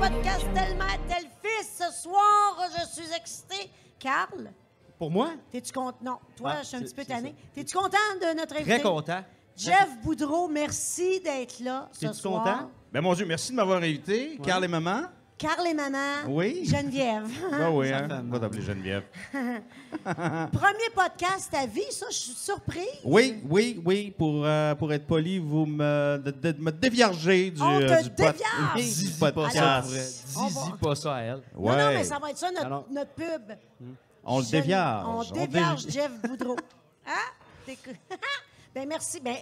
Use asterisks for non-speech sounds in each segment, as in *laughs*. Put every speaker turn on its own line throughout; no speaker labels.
podcast Tel Mère, Tel Fils. Ce soir, je suis excitée. Carl,
Pour moi,
t'es-tu content? Non, toi,
Ah,
je suis un
c'est-
petit peu
c'est
tannée.
ça.
T'es-tu content de notre invité?
très content.
Jeff Boudreau, merci d'être là ce
T'es-tu
soir.
content?
Ben mon Dieu, merci de m'avoir invité. Carl et maman.
Carl et maman.
Oui.
*laughs*
Geneviève.
Ben oui,
Ça
hein.
fait
On
mal.
va t'appeler Geneviève.
Premier podcast à vie, ça, je suis surprise.
Oui, oui, oui. Pour, euh, pour être poli, vous me, de, de- de me déviergez du,
On te
euh, du pod-
dévierge!
du
Dis pas
podcast.
ça,
Alors,
pour elle.
on
dis,
va-
dis pas ça à elle.
Ouais. Hmm.
Non, non, mais ça va être ça,
Alors-
notre, notre pub.
On le
Gene-
dévierge.
On
On
dévierge
dé-
Jeff
*laughs*
Boudreau. Hein? T'es- *laughs* ben merci. Ben,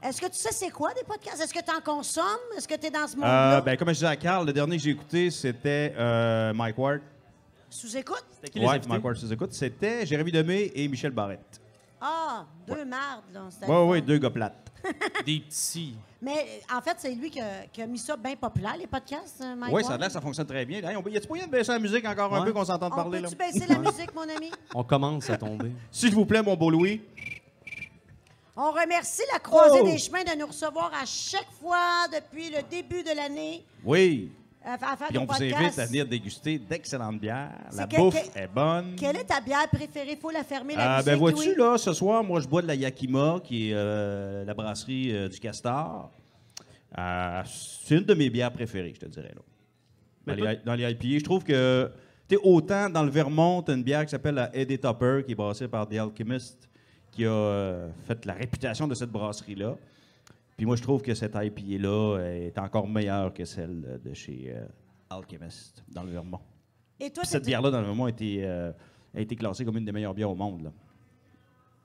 est-ce que tu sais c'est quoi des podcasts? Est-ce que tu en consommes? Est-ce que tu es dans ce monde-là?
Euh, ben, comme je disais à Carl, le dernier que j'ai écouté, c'était euh, Mike Ward.
Sous-écoute?
Qui les
Ouais,
invités?
Mike Ward, sous écoute. C'était Jérémy Demé et Michel Barrette.
Ah, deux mardes, là. c'était
Oui,
le
oui,
fun.
deux gars plates.
Des petits.
Mais euh, en fait, c'est lui qui a, qui a mis ça bien populaire, les podcasts, euh, Mike
Oui, ça a
Ward.
l'air, ça fonctionne très bien. Hey, on peut- y a-tu moyen de baisser la musique encore un
Ouais.
peu qu'on s'entende
On
parler? là?
peut-tu baisser la musique, mon ami?
On commence à tomber. *laughs*
S'il vous plaît, mon beau Louis.
On remercie la Croisée
Oh!
des Chemins de nous recevoir à chaque fois depuis le début de l'année
Oui.
euh, à faire
Puis
des
on vous
podcasts.
invite à venir déguster d'excellentes bières.
C'est
La
que-
bouffe
que-
est bonne.
Quelle est ta bière préférée? Faut la fermer, la
Ah, ben
musique,
vois-tu,
Louis.
là, ce soir, moi, je bois de la Yakima, qui est euh, la brasserie euh, du Castor. Ah, c'est une de mes bières préférées, je te dirais. Là.
Mais
Dans, les, dans les IPA, je trouve que, tu sais, autant dans le Vermont, t'as une bière qui s'appelle la Eddie Topper, qui est brassée par The Alchemist, qui a euh, fait la réputation de cette brasserie-là. Puis moi, je trouve que cette IPA-là est encore meilleure que celle de chez euh, Alchemist, dans le Vermont.
Et toi,
Puis cette
t'es-
bière-là, dans le moment, a été, euh, a été classée comme une des meilleures bières au monde. Là.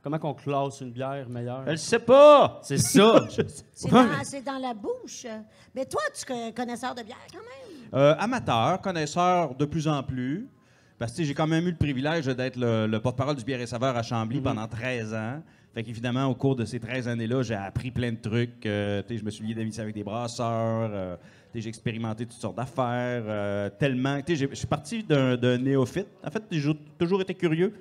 Comment qu'on classe une bière meilleure?
Elle sait pas!
C'est
*laughs*
ça.
c'est dans, c'est dans la bouche. Mais toi, tu es connaisseur de bière quand même.
Euh, amateur, connaisseur de plus en plus, parce que tu sais, j'ai quand même eu le privilège d'être le, le porte-parole du Bière et Saveur à Chambly
Mhm.
pendant 13 ans. Fait qu'évidemment, au cours de ces 13 années-là, j'ai appris plein de trucs. Euh, tu sais, je me suis lié d'amitié avec des brasseurs. euh, tu sais, j'ai expérimenté toutes sortes d'affaires. euh, tellement. tu sais, j'ai- Je suis parti d'un d'un néophyte. En fait, j'ai toujours été curieux.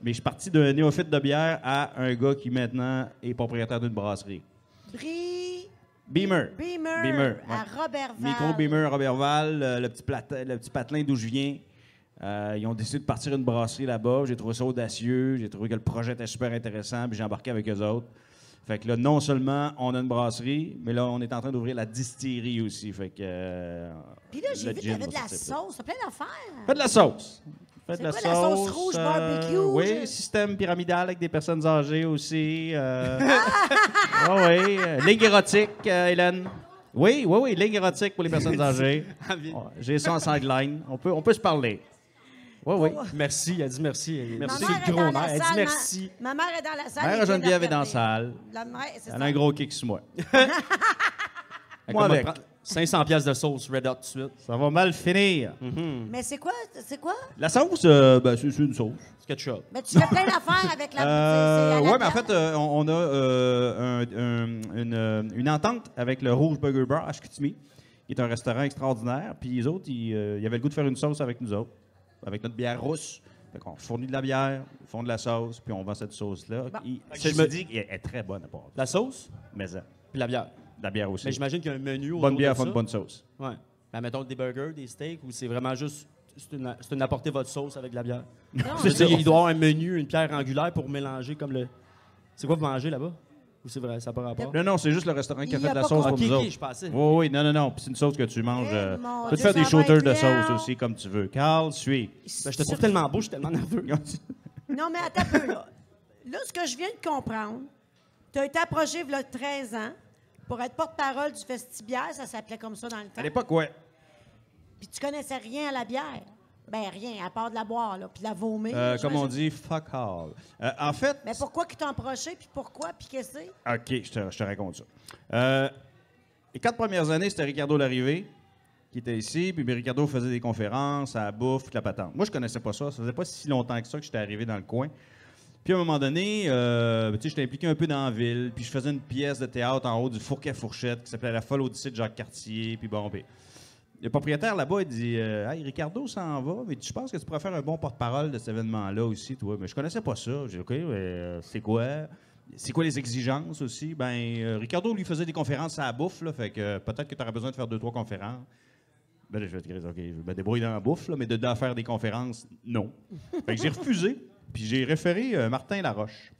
Mais je suis parti d'un néophyte de bière à un gars qui maintenant est propriétaire d'une brasserie.
Brie...
Beamer.
Beamer,
Beamer,
à
ouais.
Robertval.
Micro Beamer à Robertval, euh, le, petit plate- le petit patelin d'où je viens. Euh, ils ont décidé de partir une brasserie là-bas. J'ai trouvé ça audacieux. J'ai trouvé que le projet était super intéressant. Puis j'ai embarqué avec eux autres. Fait que là, non seulement on a une brasserie, mais là, on est en train d'ouvrir la distillerie aussi. Fait que. euh,
Puis là, j'ai
le
vu que
gin
t'avais de
va
la
sortir plus tard.
sauce, t'as plein d'affaires.
Faites de la sauce. Faites
C'est
de la
quoi
sauce. euh,
la sauce rouge barbecue, je-
oui, système pyramidal avec des personnes âgées aussi. euh. Ah oui, euh, ligne érotique, euh, Hélène. Oui, oui, oui, ligne érotique pour les
*laughs*
personnes âgées.
Ah,
Ouais, J'ai ça en sideline. On peut, on peut se parler. Oui, oui.
merci. Elle dit merci. Elle-
Merci.
C'est
Ma
le
mère est
gros
dans
mère.
la
Elle dit
salle.
merci.
Ma, ma mère est dans la salle.
Mère
elle vient de
Geneviève est dans la
regarder.
salle.
La mère, c'est ça.
Elle a un gros kick
*laughs*
sur moi.
Elle
Moi
commence à
avec.
prendre 500 pièces de sauce Red Hot tout de suite.
Ça va mal finir.
Mais c'est quoi? C'est quoi?
La sauce, euh, ben, c'est c'est une sauce.
C'est Ketchup.
Mais tu fais plein d'affaires avec la...
Euh,
c'est- c'est à la
ouais, mais en
bière.
fait, euh, on, on a euh, un- un- une, euh, une entente avec le Rouge Burger Bar à Chicoutimi, qui est un restaurant extraordinaire. Puis les autres, ils, euh, ils avaient le goût de faire une sauce avec nous autres, avec notre bière rousse. Fait qu'on fournit de la bière, ils font de la sauce, puis on vend cette sauce-là. Il-
que
Je
je
me
me-
dis qu'elle est très bonne à part.
La sauce
Mais euh,
puis la bière.
la bière aussi.
Mais j'imagine qu'il y a un menu autour
bonne bière,
de ça.
font une bonne sauce.
Ouais. Ben, mettons des burgers, des steaks, ou c'est vraiment juste. C'est une, c'est une apporter votre sauce avec de la bière.
Non,
Je veux dire, il doit y avoir un menu, une pierre angulaire pour mélanger comme le. C'est quoi vous mangez là-bas? Ou c'est vrai, ça n'a pas rapport?
Non, non, c'est juste le restaurant qui a
Il
fait
a
de la
pas
sauce pour
compris. Ok,
nous
ok,
autres.
Ah, je pensais.
Oui, oui, non, non, non. Puis c'est une sauce que tu manges.
Eh,
euh,
mon
tu peux te
Dieu,
faire
ça
des
va
shooters
être
de sauce
long.
aussi, comme tu veux. Carl, suis.
Ben, je te trouve tellement beau, je suis tellement nerveux.
Non, mais attends un peu, là. Là, ce que je viens de comprendre, tu as été approché il 13 ans pour être porte-parole du Festibière, ça s'appelait comme ça dans le temps.
À l'époque, ouais.
Puis tu connaissais rien à la bière. Ben rien, à part de la boire, là, puis de la vomir.
Euh, comme on
j'imagine.
dit, fuck all. Euh, en fait,
Mais pourquoi qu'ils t'ont approché, puis pourquoi, puis qu'est-ce que c'est?
OK, je te, je te raconte ça. Euh, les quatre premières années, c'était Ricardo Larrivé qui était ici, puis ben, Ricardo faisait des conférences à la bouffe, toute la patente. Moi, je connaissais pas ça. Ça faisait pas si longtemps que ça que j'étais arrivé dans le coin. Puis à un moment donné, euh, tu sais, j'étais impliqué un peu dans la ville, puis je faisais une pièce de théâtre en haut du Fourquet Fourchette qui s'appelait La folle Odyssée de Jacques Cartier, puis bon, ben, puis le propriétaire là-bas, il dit euh, Hey, Ricardo s'en va, mais tu penses que tu pourrais faire un bon porte-parole de cet événement-là aussi, toi Mais je connaissais pas ça. J'ai dit OK, mais, euh, c'est quoi C'est quoi les exigences aussi Ben, euh, Ricardo lui faisait des conférences à la bouffe, là, fait que euh, peut-être que tu aurais besoin de faire deux, trois conférences. Ben là, je vais te dire, OK, je me débrouille dans la bouffe, là, mais de, d'en faire des conférences, non. *laughs* Fait que j'ai refusé, puis j'ai référé euh, Martin Laroche.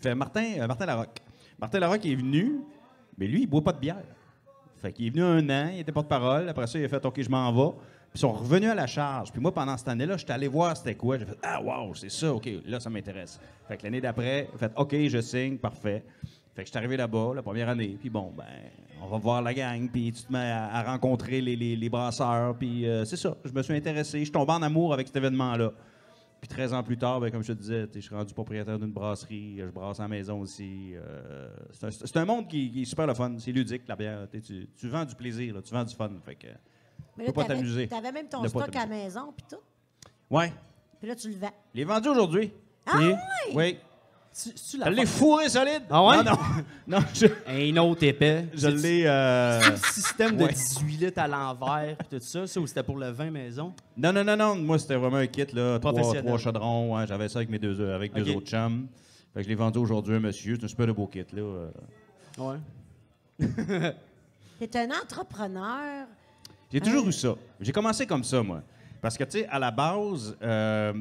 Fait Martin, euh, Martin Larocque. Martin Larocque est venu, mais lui, il boit pas de bière. Fait qu'il est venu un an, il était porte-parole. Après ça, il a fait OK, je m'en vais. Puis ils sont revenus à la charge. Puis moi, pendant cette année-là, j'étais allé voir c'était quoi. J'ai fait Ah, wow, c'est ça, OK, là, ça m'intéresse. Fait que l'année d'après, j'ai fait OK, je signe, parfait. Fait que je suis arrivé là-bas, la première année. Puis bon, ben, on va voir la gang. Puis tu te mets à, à rencontrer les, les- les brasseurs. Puis euh, c'est ça, je me suis intéressé. Je suis tombé en amour avec cet événement-là. Puis 13 ans plus tard, ben, comme je te disais, t'sais, je suis rendu propriétaire d'une brasserie, euh, je brasse à la maison aussi. euh, c'est un- c'est un, monde qui, qui est super le fun, c'est ludique la bière. t'sais, Tu, tu vends du plaisir, là, tu vends du fun. Fait que,
Mais
Faut pas
t'avais-
t'amuser.
T'avais même ton
De pas
stock à la
t'amuser.
maison, puis tout.
ouais,
Puis là, tu le vends.
il est vendu aujourd'hui.
Ah
Et-
ouais?
Oui.
*laughs* Tu
Je l'ai fourré solide.
Ah ouais?
Non, *laughs* non. non je
Un autre épais.
je
C'est-tu
l'ai. euh,
un système de
Ouais.
18 litres à l'envers, pis tout ça, ça, ou c'était pour le vin maison?
Non, non, non, non. Moi, c'était vraiment un kit, là. Trois,
Professionnel.
trois chaudrons. ouais, J'avais ça avec mes deux, euh, avec deux
Ok.
autres chums. Fait que je l'ai vendu aujourd'hui à un monsieur. C'est un super beau kit, là. euh.
Ouais.
T'es un entrepreneur.
J'ai toujours eu ça. J'ai commencé comme ça, moi. Parce que, tu sais, à la base, euh,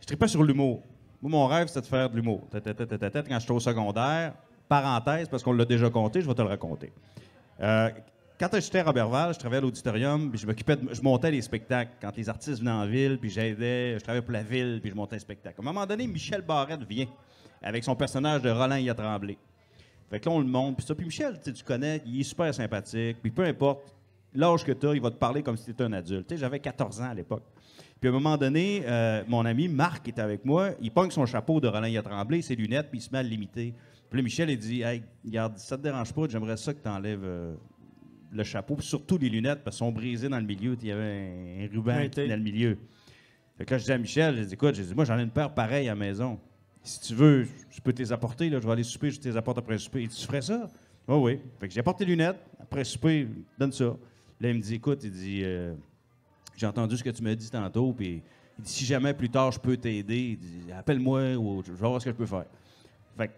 je ne pas sur l'humour. Moi, mon rêve, c'était de faire de l'humour. Ta, ta, ta, ta, ta, ta. Quand j'étais au secondaire, parenthèse, parce qu'on l'a déjà compté, je vais te le raconter. Euh, quand j'étais à Robertval, je travaillais à l'auditorium, puis je m'occupais, de- je montais les spectacles. Quand les artistes venaient en ville, puis j'aidais, je travaillais pour la ville, puis je montais les spectacles. À un moment donné, Michel Barrette vient avec son personnage de Roland y a tremblé. Fait que là, on le monte, puis ça. Puis Michel, tu sais, tu connais, il est super sympathique. Puis peu importe l'âge que tu as, il va te parler comme si tu étais un adulte. Tu sais, j'avais 14 ans à l'époque. Puis à un moment donné, euh, mon ami Marc était avec moi. Il pogne son chapeau de Roland y a tremblé, ses lunettes, puis il se met à l'imiter. Puis là, Michel, il dit Hey, regarde, ça te dérange pas, j'aimerais ça que tu enlèves le chapeau, puis surtout les lunettes, parce qu'elles sont brisées dans le milieu. Il y avait un, un ruban
Un tape.
dans le milieu. Fait que là, je dis à Michel, je dis, écoute, j'ai dit, moi, j'en ai une paire pareille à la maison. Si tu veux, je peux te les apporter, là, je vais aller souper, je te les apporte après le souper. Et tu ferais ça? Oui, oui. Fait que j'ai apporté les lunettes, après le souper, donne ça. Là, il me dit, écoute, il dit, euh, j'ai entendu ce que tu m'as dit tantôt, puis il dit, si jamais plus tard je peux t'aider, il dit, appelle-moi ou je vais voir ce que je peux faire. Fait que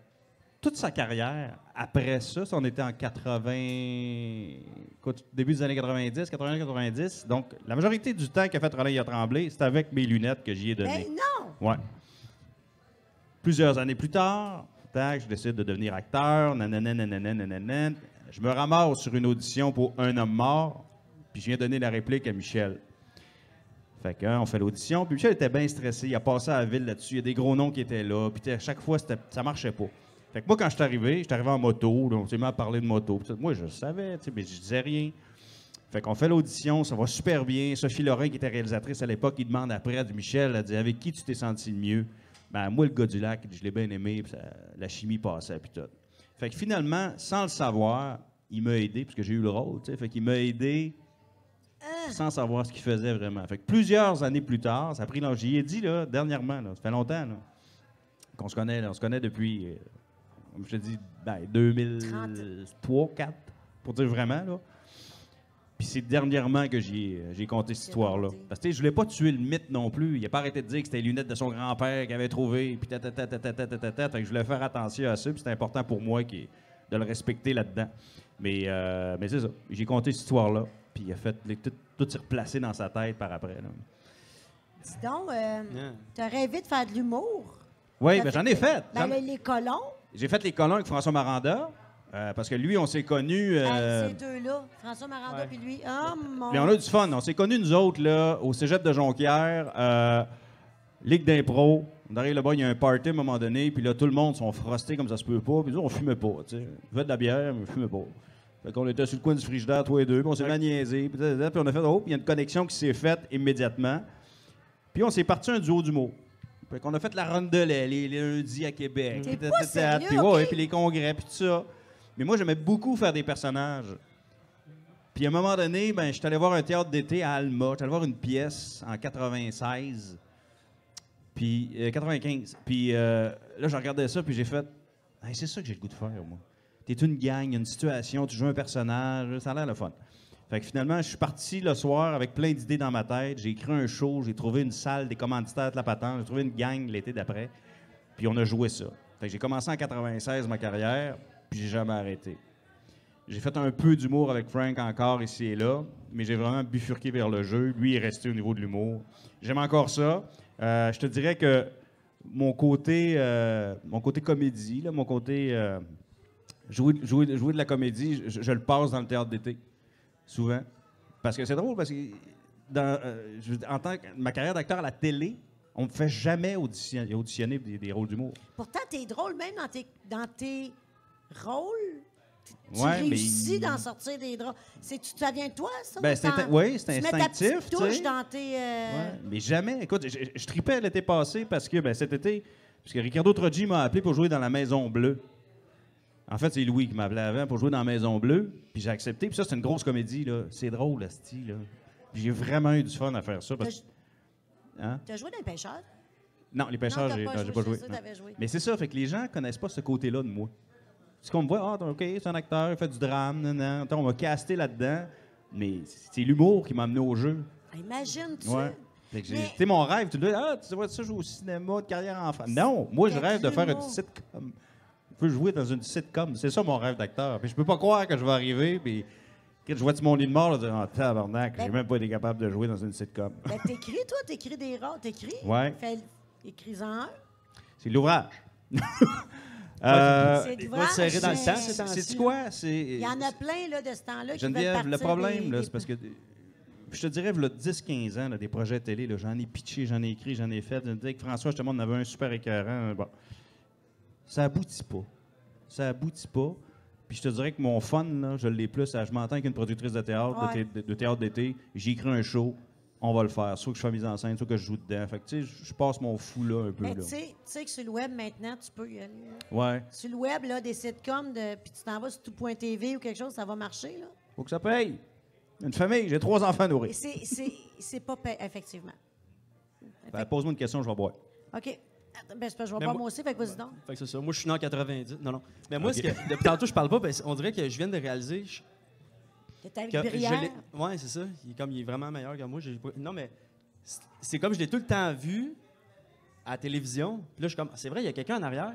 toute sa carrière, après ça, ça, on était en 80. écoute, début des années 90, 80, 90. Donc, la majorité du temps qu'a fait Roland y a tremblé, c'est avec mes lunettes que j'y ai donné.
Ben non!
Ouais. Plusieurs années plus tard, tac, je décide de devenir acteur. nanana, nanana, nanana. Je me ramasse sur une audition pour Un homme mort, puis je viens donner la réplique à Michel. Fait que, hein, on fait l'audition, puis Michel était bien stressé. Il a passé à la ville là-dessus. Il y a des gros noms qui étaient là, puis à chaque fois, c'était- ça marchait pas. Fait que moi, quand je suis arrivé, je suis arrivé en moto, là, on s'est mis à parler de moto. puis tout. Moi, je le savais, tu sais, mais je disais rien. Fait qu'on fait l'audition, ça va super bien. Sophie Lorrain, qui était réalisatrice à l'époque, il demande après à Michel, elle dit Avec qui tu t'es senti le mieux Ben, moi, le gars du lac, il dit, je l'ai bien aimé, puis ça- la chimie passait, puis tout. Fait que finalement, sans le savoir, il m'a aidé, puisque j'ai eu le rôle, tu sais. Fait qu'il m'a aidé sans savoir ce qu'il faisait vraiment. Fait que plusieurs années plus tard, ça a pris l'âge. J'y ai dit, là, dernièrement, là, ça fait longtemps, là, qu'on se connaît, là. on se connaît depuis, euh, comme je te dis, ben, 2003, 4 pour dire vraiment, là. Puis c'est dernièrement que j'ai euh, j'ai compté cette
J'ai
histoire-là.
compté.
Parce que tu sais, je voulais pas tuer le mythe non plus. Il a pas arrêté de dire que c'était les lunettes de son grand-père qu'il avait trouvé. Puis ta, ta, ta, ta, ta, ta, ta, ta, ta. Fait que je voulais faire attention à ça. Puis c'était important pour moi qui, de le respecter là-dedans. Mais, euh, mais c'est ça. J'ai compté cette histoire-là. Puis il a fait les- tout, tout s'est replacé dans sa tête par après. là.
Dis donc, euh,
Ah.
Yeah.
t'as rêvé de faire de l'humour.
Oui,
T'as
ben,
fait-
j'en ai fait.
Ben
J'en-
là, les colons,
J'ai fait les colons avec François Maranda. euh, parce que lui, on s'est connus. euh,
hey, ces deux-là, François Maranda
ouais.
puis lui. Oh mon...
Mais on a eu du fun. On s'est connus, nous autres, là, au cégep de Jonquière, euh, Ligue d'impro. On arrive là-bas, il y a un party à un moment donné, puis là, tout le monde sont frostés comme ça se peut pas. Puis nous, on fumait pas, tu sais. On buvait de la bière, mais on fumait pas. Fait qu'on était sur le coin du frigidaire, toi et deux, puis on s'est maniaisés, puis, puis on a fait, oh, puis il y a une connexion qui s'est faite immédiatement. Puis on s'est parti un duo d'humour. Fait qu'on a fait la rondelette les, les lundis à Québec.
T'es
Ta-
pas
ta- ta-
sérieux,
Puis ouais,
ok.
puis les congrès, puis tout ça. Mais moi, j'aimais beaucoup faire des personnages. Puis à un moment donné, ben, je suis allé voir un théâtre d'été à Alma. Je suis allé voir une pièce en 96. Puis, euh, 95. Puis euh, là, je regardais ça, puis j'ai fait Hey, c'est ça que j'ai le goût de faire, moi. T'es une gang, une situation, tu joues un personnage, ça a l'air le fun. Fait que finalement, je suis parti le soir avec plein d'idées dans ma tête. J'ai écrit un show, j'ai trouvé une salle des commanditaires de la patente, j'ai trouvé une gang l'été d'après. Puis on a joué ça. Fait que j'ai commencé en 96 ma carrière, puis j'ai jamais arrêté. J'ai fait un peu d'humour avec Frank encore ici et là, mais j'ai vraiment bifurqué vers le jeu. Lui il est resté au niveau de l'humour. J'aime encore ça. Euh, je te dirais que mon côté, euh, mon côté comédie, là, mon côté euh, jouer, jouer- jouer de la comédie, je, je le passe dans le théâtre d'été, souvent. Parce que c'est drôle, parce que dans, euh, je veux dire, en tant que ma carrière d'acteur à la télé, on ne me fait jamais audition- auditionner des, des rôles d'humour.
Pourtant, t'es drôle même dans tes, dans tes rôles. Tu- Tu
Ouais, mais
réussis
il-
d'en sortir des drôles. C'est- tu- Ça vient de toi, ça?
Ben,
ou
c'est
t'en-
intin- oui, c'est
Tu mets ta
instinctif,
petite
tu
touche
sais.
dans tes... euh,
Ouais, mais jamais. Écoute, je, je- je tripais l'été passé parce que ben, cet été, parce que Ricardo Troggi m'a appelé pour jouer dans la Maison Bleue. En fait, c'est Louis qui m'appelait avant pour jouer dans la Maison Bleue, puis j'ai accepté. Puis ça, c'est une grosse comédie, là. C'est drôle, le style, là. Puis j'ai vraiment eu du fun à faire ça.
T'as
Parce...
ju-
Hein?
T'as joué dans les pêcheurs?
Non, les pêcheurs,
Non, t'as
j'ai
pas
non, j'ai
joué,
pas
c'est
joué.
ça,
non.
t'avais joué.
Mais c'est ça, fait que les gens connaissent pas ce côté-là de moi. Parce qu'on me voit, ah, OK, c'est un acteur, il fait du drame, nan, nan. Attends, on m'a casté là-dedans. Mais c'est l'humour qui m'a amené au jeu.
Imagine-tu?
Ouais. Fait que j'ai-
Mais-
Tu sais, mon rêve, tu dis, ah, tu vois, ça, je joue au cinéma, de carrière en France. Non, moi, je
Fait
rêve
que
de faire une
l'humour.
sitcom. Je veux jouer dans une sitcom. C'est ça, mon rêve d'acteur. Puis je peux pas croire que je vais arriver, puis que je vois mon lit de mort, là, je dis, ah, tabarnak, j'ai
Ben-
même pas été capable de jouer dans une sitcom.
Ben, t'écris, toi, t'écris des rôles. T'écris?
Ouais.
Fais- Écris-en un. *laughs*
C'est l'ouvrage. Euh,
c'est de
va te serrer dans le
l'ouvrage,
temps, c'est temps
C'est quoi? C'est-
Il y en a plein, là, de ce temps-là, qui veulent
Geneviève,
partir
le problème,
des-
là,
des-
c'est parce que euh, je te dirais, le 10-15 ans, là, des projets télé, là, j'en ai pitché, j'en ai écrit, j'en ai fait. Je me disais que François, justement, on avait un super écœurant. hein, Bon. Ça aboutit pas. Ça aboutit pas. Puis je te dirais que mon fun, là, je l'ai plus à je m'entends qu'une productrice de théâtre, de
Ouais.
thé- de, de théâtre d'été. J'ai écrit un show, on va le faire. Soit que je fais mise en scène, soit que je joue dedans. Fait que, tu sais, je- je passe mon fou là un peu.
Mais
là.
Ben, tu sais tu sais que sur le web, maintenant, tu peux y aller. là.
Ouais.
Sur le web, là, des sitcoms, de, puis tu t'en vas sur tout.tv ou quelque chose, ça va marcher, là.
Faut que ça paye. Une famille, j'ai trois enfants à
Et
nourrir.
c'est- c'est c'est pas... pa- Effectivement.
Fait, Ben, Pose-moi une question, je vais boire.
OK. Attends, Ben, c'est parce que je vais
Mais
boire
moi-
moi aussi, fait que vas-y donc.
Fait que c'est ça. Moi, je suis né en 90. Non, non. Mais moi, ce que, depuis tantôt, je parle pas, parce qu'on dirait que je viens de réaliser je-
T'es avec
que je
Brière.
l'ai- Ouais, c'est ça. Il, est comme, il est vraiment meilleur que moi. j'ai pas- Non, mais c'est- c'est comme je l'ai tout le temps vu à la télévision. Puis là, je suis comme, c'est vrai, il y a quelqu'un en arrière.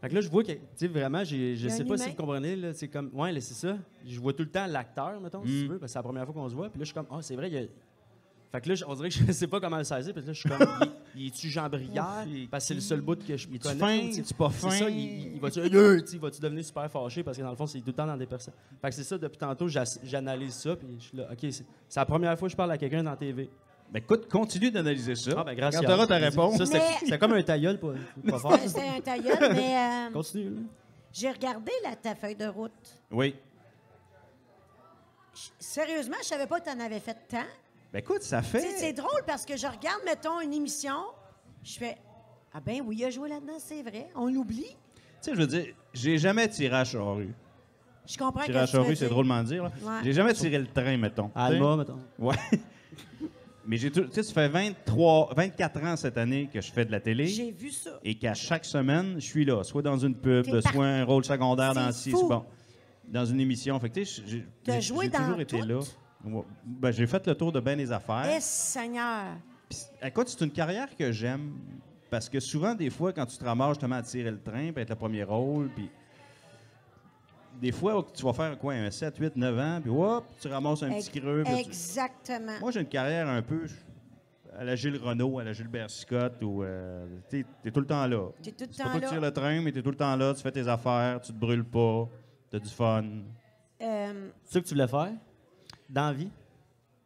Fait que là, je vois que, tu sais, vraiment, j'ai- je
Il y a
sais
un
pas
humain.
si vous comprenez, là, c'est comme, ouais, là, c'est ça. Je vois tout le temps l'acteur, mettons, si tu veux, parce que c'est la première fois qu'on se voit. Puis là, je suis comme, ah, c'est vrai, il y a. Fait que là, je- on dirait que je *laughs* sais pas comment le saisir. Puis là, je suis comme, il, il est-tu Jean Brière? Parce que c'est Bah, le seul bout que je
Il est-tu
connais.
fin?
tu sais.
Il est-tu pas
C'est
fin?
ça, il, il- il va-tu Euh, tu sais, il va-tu devenir super fâché parce que dans le fond, c'est tout le temps dans des personnes. Fait que c'est ça, depuis tantôt, j'as- j'analyse ça, puis je suis là, OK, c'est c'est la première fois que je parle à quelqu'un dans la TV.
Ben écoute, continue d'analyser ça.
Ah, ben, grâce
Oh. Quand t'auras ta réponse.
Ça, c'est
Mais-
c'est comme un tailleul, pas, pas fort.
*laughs* Ouais, C'est un
*laughs*
tailleul, mais euh,
Continue. là.
j'ai regardé la, ta feuille de route.
Oui.
J- Sérieusement, je savais pas que tu en avais fait tant.
Ben écoute, ça
Tu sais, C'est
fait.
drôle parce que je regarde, mettons, une émission, je fais Ah ben oui, il a joué là-dedans, c'est vrai. On l'oublie.
Tu sais, je veux dire, j'ai jamais tiré à charrue.
Je comprends
Tirer
que
à
tu veux
charrue, c'est
dire.
drôlement dire. là.
Ouais.
J'ai jamais tiré le train, mettons.
Alma, mettons.
Tu sais? Ouais. *laughs* Mais j'ai tout. Tu sais, ça fait 23, 24 ans cette année que je fais de la télé.
J'ai vu ça.
Et qu'à chaque semaine, je suis là, soit dans une pub,
T'es par-
soit un rôle secondaire dans
C'est
six,
fou.
bon, dans une émission. Fait que tu sais, j'ai-
T'as
j'ai
joué
j'ai
dans
toujours été
toutes?
là. Ouais. Ben, j'ai fait le tour de ben des affaires.
Eh Seigneur!
Puis, Écoute, c'est une carrière que j'aime. Parce que souvent, des fois, quand tu te ramasses justement à tirer le train, puis être le premier rôle, puis. Des fois, oh, tu vas faire quoi, un 7, 8, 9 ans, puis hop, tu ramasses un petit
Ex-
creux. puis tu-
Exactement.
Moi, j'ai une carrière un peu à la Gilles Renault, à la Gilbert Scott, où euh, t'es t'es tout le temps là.
T'es tout le
C'est pas
temps
toi qui
là.
tires le train, mais t'es tout le temps là, tu fais tes affaires, tu te brûles pas, t'as du fun.
Euh,
Tu sais que tu voulais faire? Dans la vie?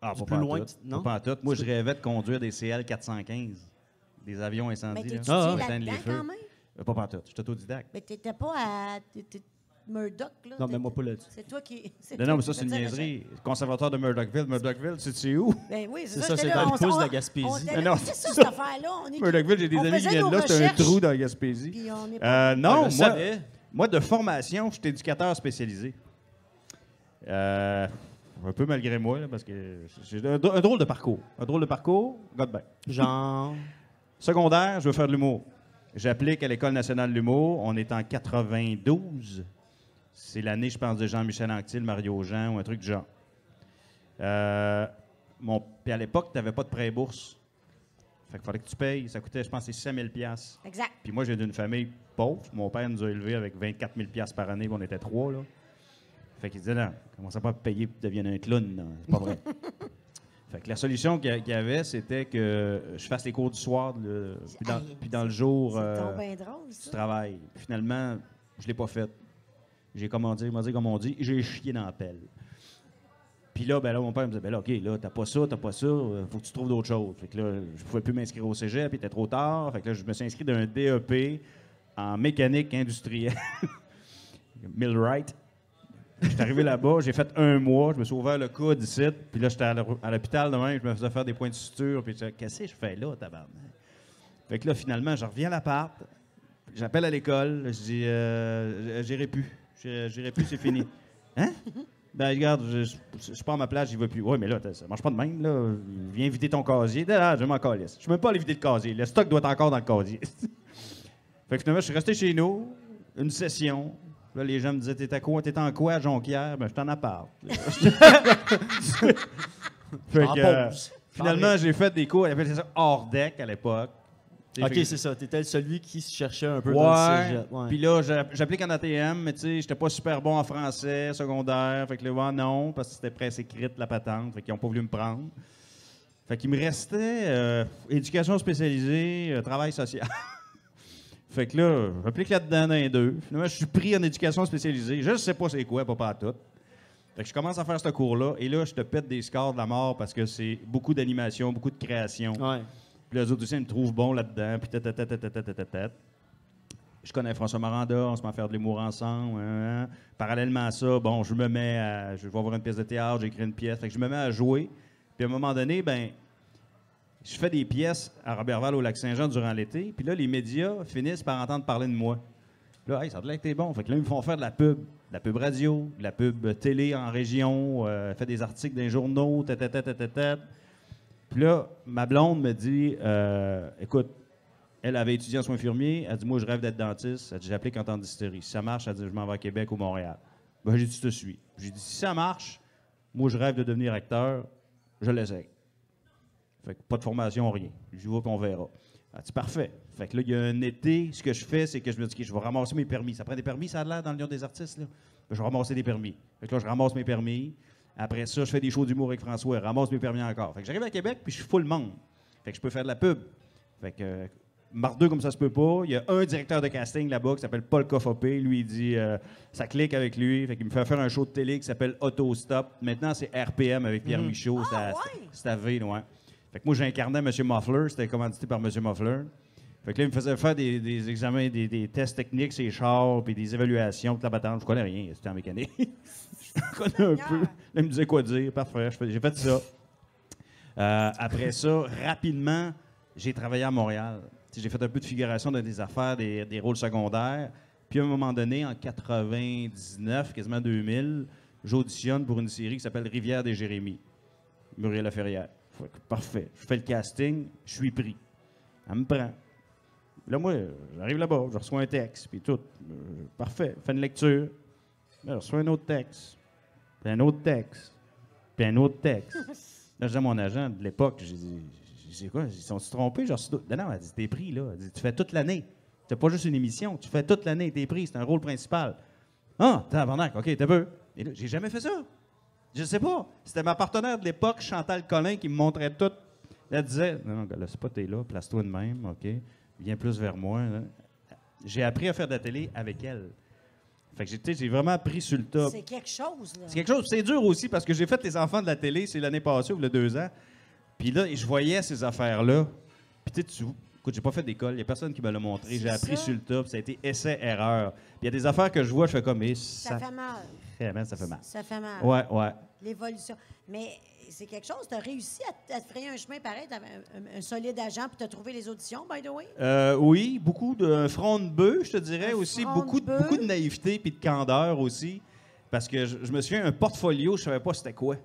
Ah,
pas plus loin
pantoute,
que tu- non?
Pas pantoute. Moi, je rêvais de conduire des CL415, des avions
mais
incendies. là.
t'étudies
Ah, ah.
Éteindre les
là-dedans
feux.
quand même?
Euh, Pas pantoute, je
*laughs*
suis autodidacte.
Mais t'étais pas à t'étais Murdoch, là?
Non, mais
t'étais-
moi, pas là.
C'est toi qui. *laughs* c'est
Non,
toi
non, mais
qui
ça, c'est
fais
une
la recherche.
niaiserie. Conservatoire de Murdochville. Murdochville, tu
*laughs*
sais où?
Ben oui, c'est
C'est
ça.
ça,
j'étais
c'est
là,
dans le
on-
pouce de
on-
la Gaspésie.
on était
Ah
là,
non,
C'est
c'est
ça, cette
ça.
affaire-là. On est.
Murdochville, j'ai des
on
amis qui
faisait
viennent
nos
là, c'est un
recherches,
trou dans la Gaspésie.
Puis on est pas.
Euh, non,
Ah, je
moi,
savais.
moi, de formation, je suis éducateur spécialisé. Euh, un peu malgré moi, là, parce que j'ai un, dr- un drôle de parcours. Un drôle de parcours, God ben.
Genre.
Secondaire, je veux faire de l'humour. J'applique à l'École nationale de l'humour. On est en 92. C'est l'année, je pense, de Jean-Michel Anctil, Mario Jean ou un truc du genre. Euh, mon, puis à l'époque, tu n'avais pas de prêt bourse. Fait qu'il fallait que tu payes. Ça coûtait, je pense, c'est 5 000 piastres.
Exact.
Puis moi, j'ai d'une famille pauvre. Mon père nous a élevés avec 24 000 piastres par année, puis on était trois, là. Fait qu'il disait, là, commencez pas à payer pour devenir un clown, là. c'est pas vrai. fait que la solution qu'il y a- qu'il y avait, c'était que je fasse les cours du soir, le- puis, dans, puis dans le jour,
C'est
euh,
donc bien drôle,
tu
ça.
travailles. Puis Finalement, je l'ai pas fait. J'ai commandé, dit comme on dit, j'ai chié dans la pelle. Puis là, ben là, mon père me disait, ben là, OK, là, t'as pas ça, t'as pas ça, euh, faut que tu trouves d'autres choses. Fait que là, je pouvais plus m'inscrire au cégep, puis était trop tard. Fait que là, je me suis inscrit d'un DEP E en mécanique industrielle. *laughs* Millwright. J'étais arrivé là-bas, j'ai fait un mois, je me suis ouvert le coude ici, puis là, j'étais à l'hô- à l'hôpital demain, je me faisais faire des points de suture, puis je disais, qu'est-ce que je fais là, tabarnak? Fait que là, finalement, je reviens à l'appart, J'appelle à l'école, je dis euh, j'irai plus. J'irai j'irai plus,
*laughs*
c'est fini. Hein? Ben regarde, je, je, je prends ma place, j'y vais plus. Ouais, mais là, t'as- ça marche pas de même, là. Viens vider ton casier. Là, là, je m'en calisse. Je peux même pas aller vider le casier. Le stock doit être encore dans le casier. *laughs* fait que finalement, je suis resté chez nous, une session. Là, les gens me disaient T'es à quoi? T'es en quoi à Jonquière? Ben, je
*laughs*
t'en appart. fait
En
que, euh,
pause.
finalement, j'ai fait des cours, on appelait ça hors deck à l'époque.
Ok,
Fait que-
c'est ça. T'étais celui qui se cherchait un peu dans le
Ouais.
cégep. Ouais.
Puis là, j'a- j'applique en ATM, mais tu sais, j'étais pas super bon en français, secondaire. Fait que là, ouais, non, parce que c'était presse écrite, la patente. Fait qu'ils ont pas voulu me prendre. Fait qu'il me restait euh, éducation spécialisée, euh, travail social. *laughs* fait que là, j'applique là-dedans dans les deux. Finalement, je suis pris en éducation spécialisée. Je sais pas c'est quoi, pas pas tout. Fait que je commence à faire ce cours-là, et là, je te pète des scores de la mort parce que c'est beaucoup d'animation, beaucoup de création.
Ouais.
Puis les autres aussi, ils me trouvent bon là-dedans. Puis tata, tata, tata, tata, tata. Je connais François Maranda, on se met à faire de l'humour ensemble. hein, hein. Parallèlement à ça, bon, je me mets à. Je vais voir une pièce de théâtre, j'écris une pièce. Fait que je me mets à jouer. Puis à un moment donné, ben, je fais des pièces à Robertval au Lac-Saint-Jean durant l'été. Puis là, les médias finissent par entendre parler de moi. Puis Là, hey, ça a l'air que t'es bon. Fait que là, ils me font faire de la pub, de la pub radio, de la pub télé en région, euh, fait des articles dans les journaux, tata, tata, tata, tata. Puis là, ma blonde me dit euh, écoute, elle avait étudié en soins infirmiers. Elle dit Moi, je rêve d'être dentiste. Elle dit J'applique en temps d'hystérie. Si ça marche, elle dit Je m'en vais à Québec ou Montréal. Ben, j'ai dit Je te suis. J'ai dit Si ça marche, moi, je rêve de devenir acteur. Je l'essaye. Fait que pas de formation, rien. Je vois qu'on verra. Elle dit Parfait. Fait que là, il y a un été, ce que je fais, c'est que je me dis Ok, Je vais ramasser mes permis. Ça prend des permis, ça a l'air, dans l'Union des artistes. Là. Ben, je vais ramasser des permis. Fait que là, je ramasse mes permis. Après ça, je fais des shows d'humour avec François, ramasse mes permis encore. Fait que j'arrive à Québec, puis je suis full monde. Fait que je peux faire de la pub. Fait que euh, mardeux comme ça se peut pas. Il y a un directeur de casting là-bas qui s'appelle Paul Cofopé. Lui, il dit euh, ça clique avec lui. Fait qu'il me fait faire un show de télé qui s'appelle Autostop. Maintenant, c'est RPM avec Pierre Michaud. C'est
Ah,
à-
ouais?
C'est à V, ouais. Fait que moi, j'incarnais M. Muffler. C'était commandité par M. Muffler. Fait que là, il me faisait faire des, des examens, des, des tests techniques, ses chars, puis des évaluations, toute la patente. Je connais rien, c'était en mécanique. je *laughs* connais un peu. Là, il me disait quoi dire. Parfait, je fais- j'ai fait ça. Euh, après ça, rapidement, j'ai travaillé à Montréal. Tu sais, J'ai fait un peu de figuration dans des affaires, des, des rôles secondaires. Puis à un moment donné, en 99, quasiment 2000, j'auditionne pour une série qui s'appelle Rivière des Jérémies, Muriel Laferrière. Fait que Parfait. Je fais le casting, je suis pris. Elle me prend. Là, moi, j'arrive là-bas, je reçois un texte, puis tout. Euh, parfait. Fais une lecture. Là, je reçois un autre texte. Puis un autre texte. Puis un autre texte. Là, je dis à mon agent de l'époque, j'ai dit, j'ai dit, c'est quoi? Ils sont-ils trompés? J'ai reçu d'autres. Non, non, elle dit, t'es pris, là. Elle dit, tu fais toute l'année. C'est pas juste une émission. Tu fais toute l'année, t'es pris. C'est un rôle principal. Ah, tabarnak, OK, t'as peu. Et là, j'ai jamais fait ça. Je sais pas. C'était ma partenaire de l'époque, Chantal Collin, qui me montrait tout. Elle disait, non, non, là, c'est pas t'es là, place-toi de même, OK? Viens plus vers moi. là. J'ai appris à faire de la télé avec elle. Fait que j'ai, tu sais, j'ai vraiment appris sur le top.
C'est quelque chose, là.
C'est quelque chose, c'est dur aussi parce que j'ai fait les enfants de la télé, c'est l'année passée ou le deux ans. Puis là, je voyais ces affaires-là. Puis tu sais, tu- écoute, j'ai pas fait d'école, il n'y a personne qui me l'a montré.
C'est
J'ai appris
ça.
sur le tas, puis ça a été essai-erreur. Puis il y a des affaires que je vois, je fais comme, eh,
Ça
ça,
fait mal.
vraiment, ça fait mal.
Ça fait mal.
Ouais, ouais.
L'évolution. Mais c'est quelque chose, tu as réussi à, t- à te frayer un chemin pareil, t'avais un, un- un solide agent, puis tu as trouvé les auditions, by the way.
Euh, oui, beaucoup de front de bœuf, je te dirais
Un
aussi,
front
beaucoup
de
de,
bœuf.
beaucoup de naïveté puis de candeur aussi. Parce que je, je me souviens, un portfolio, je savais pas c'était quoi.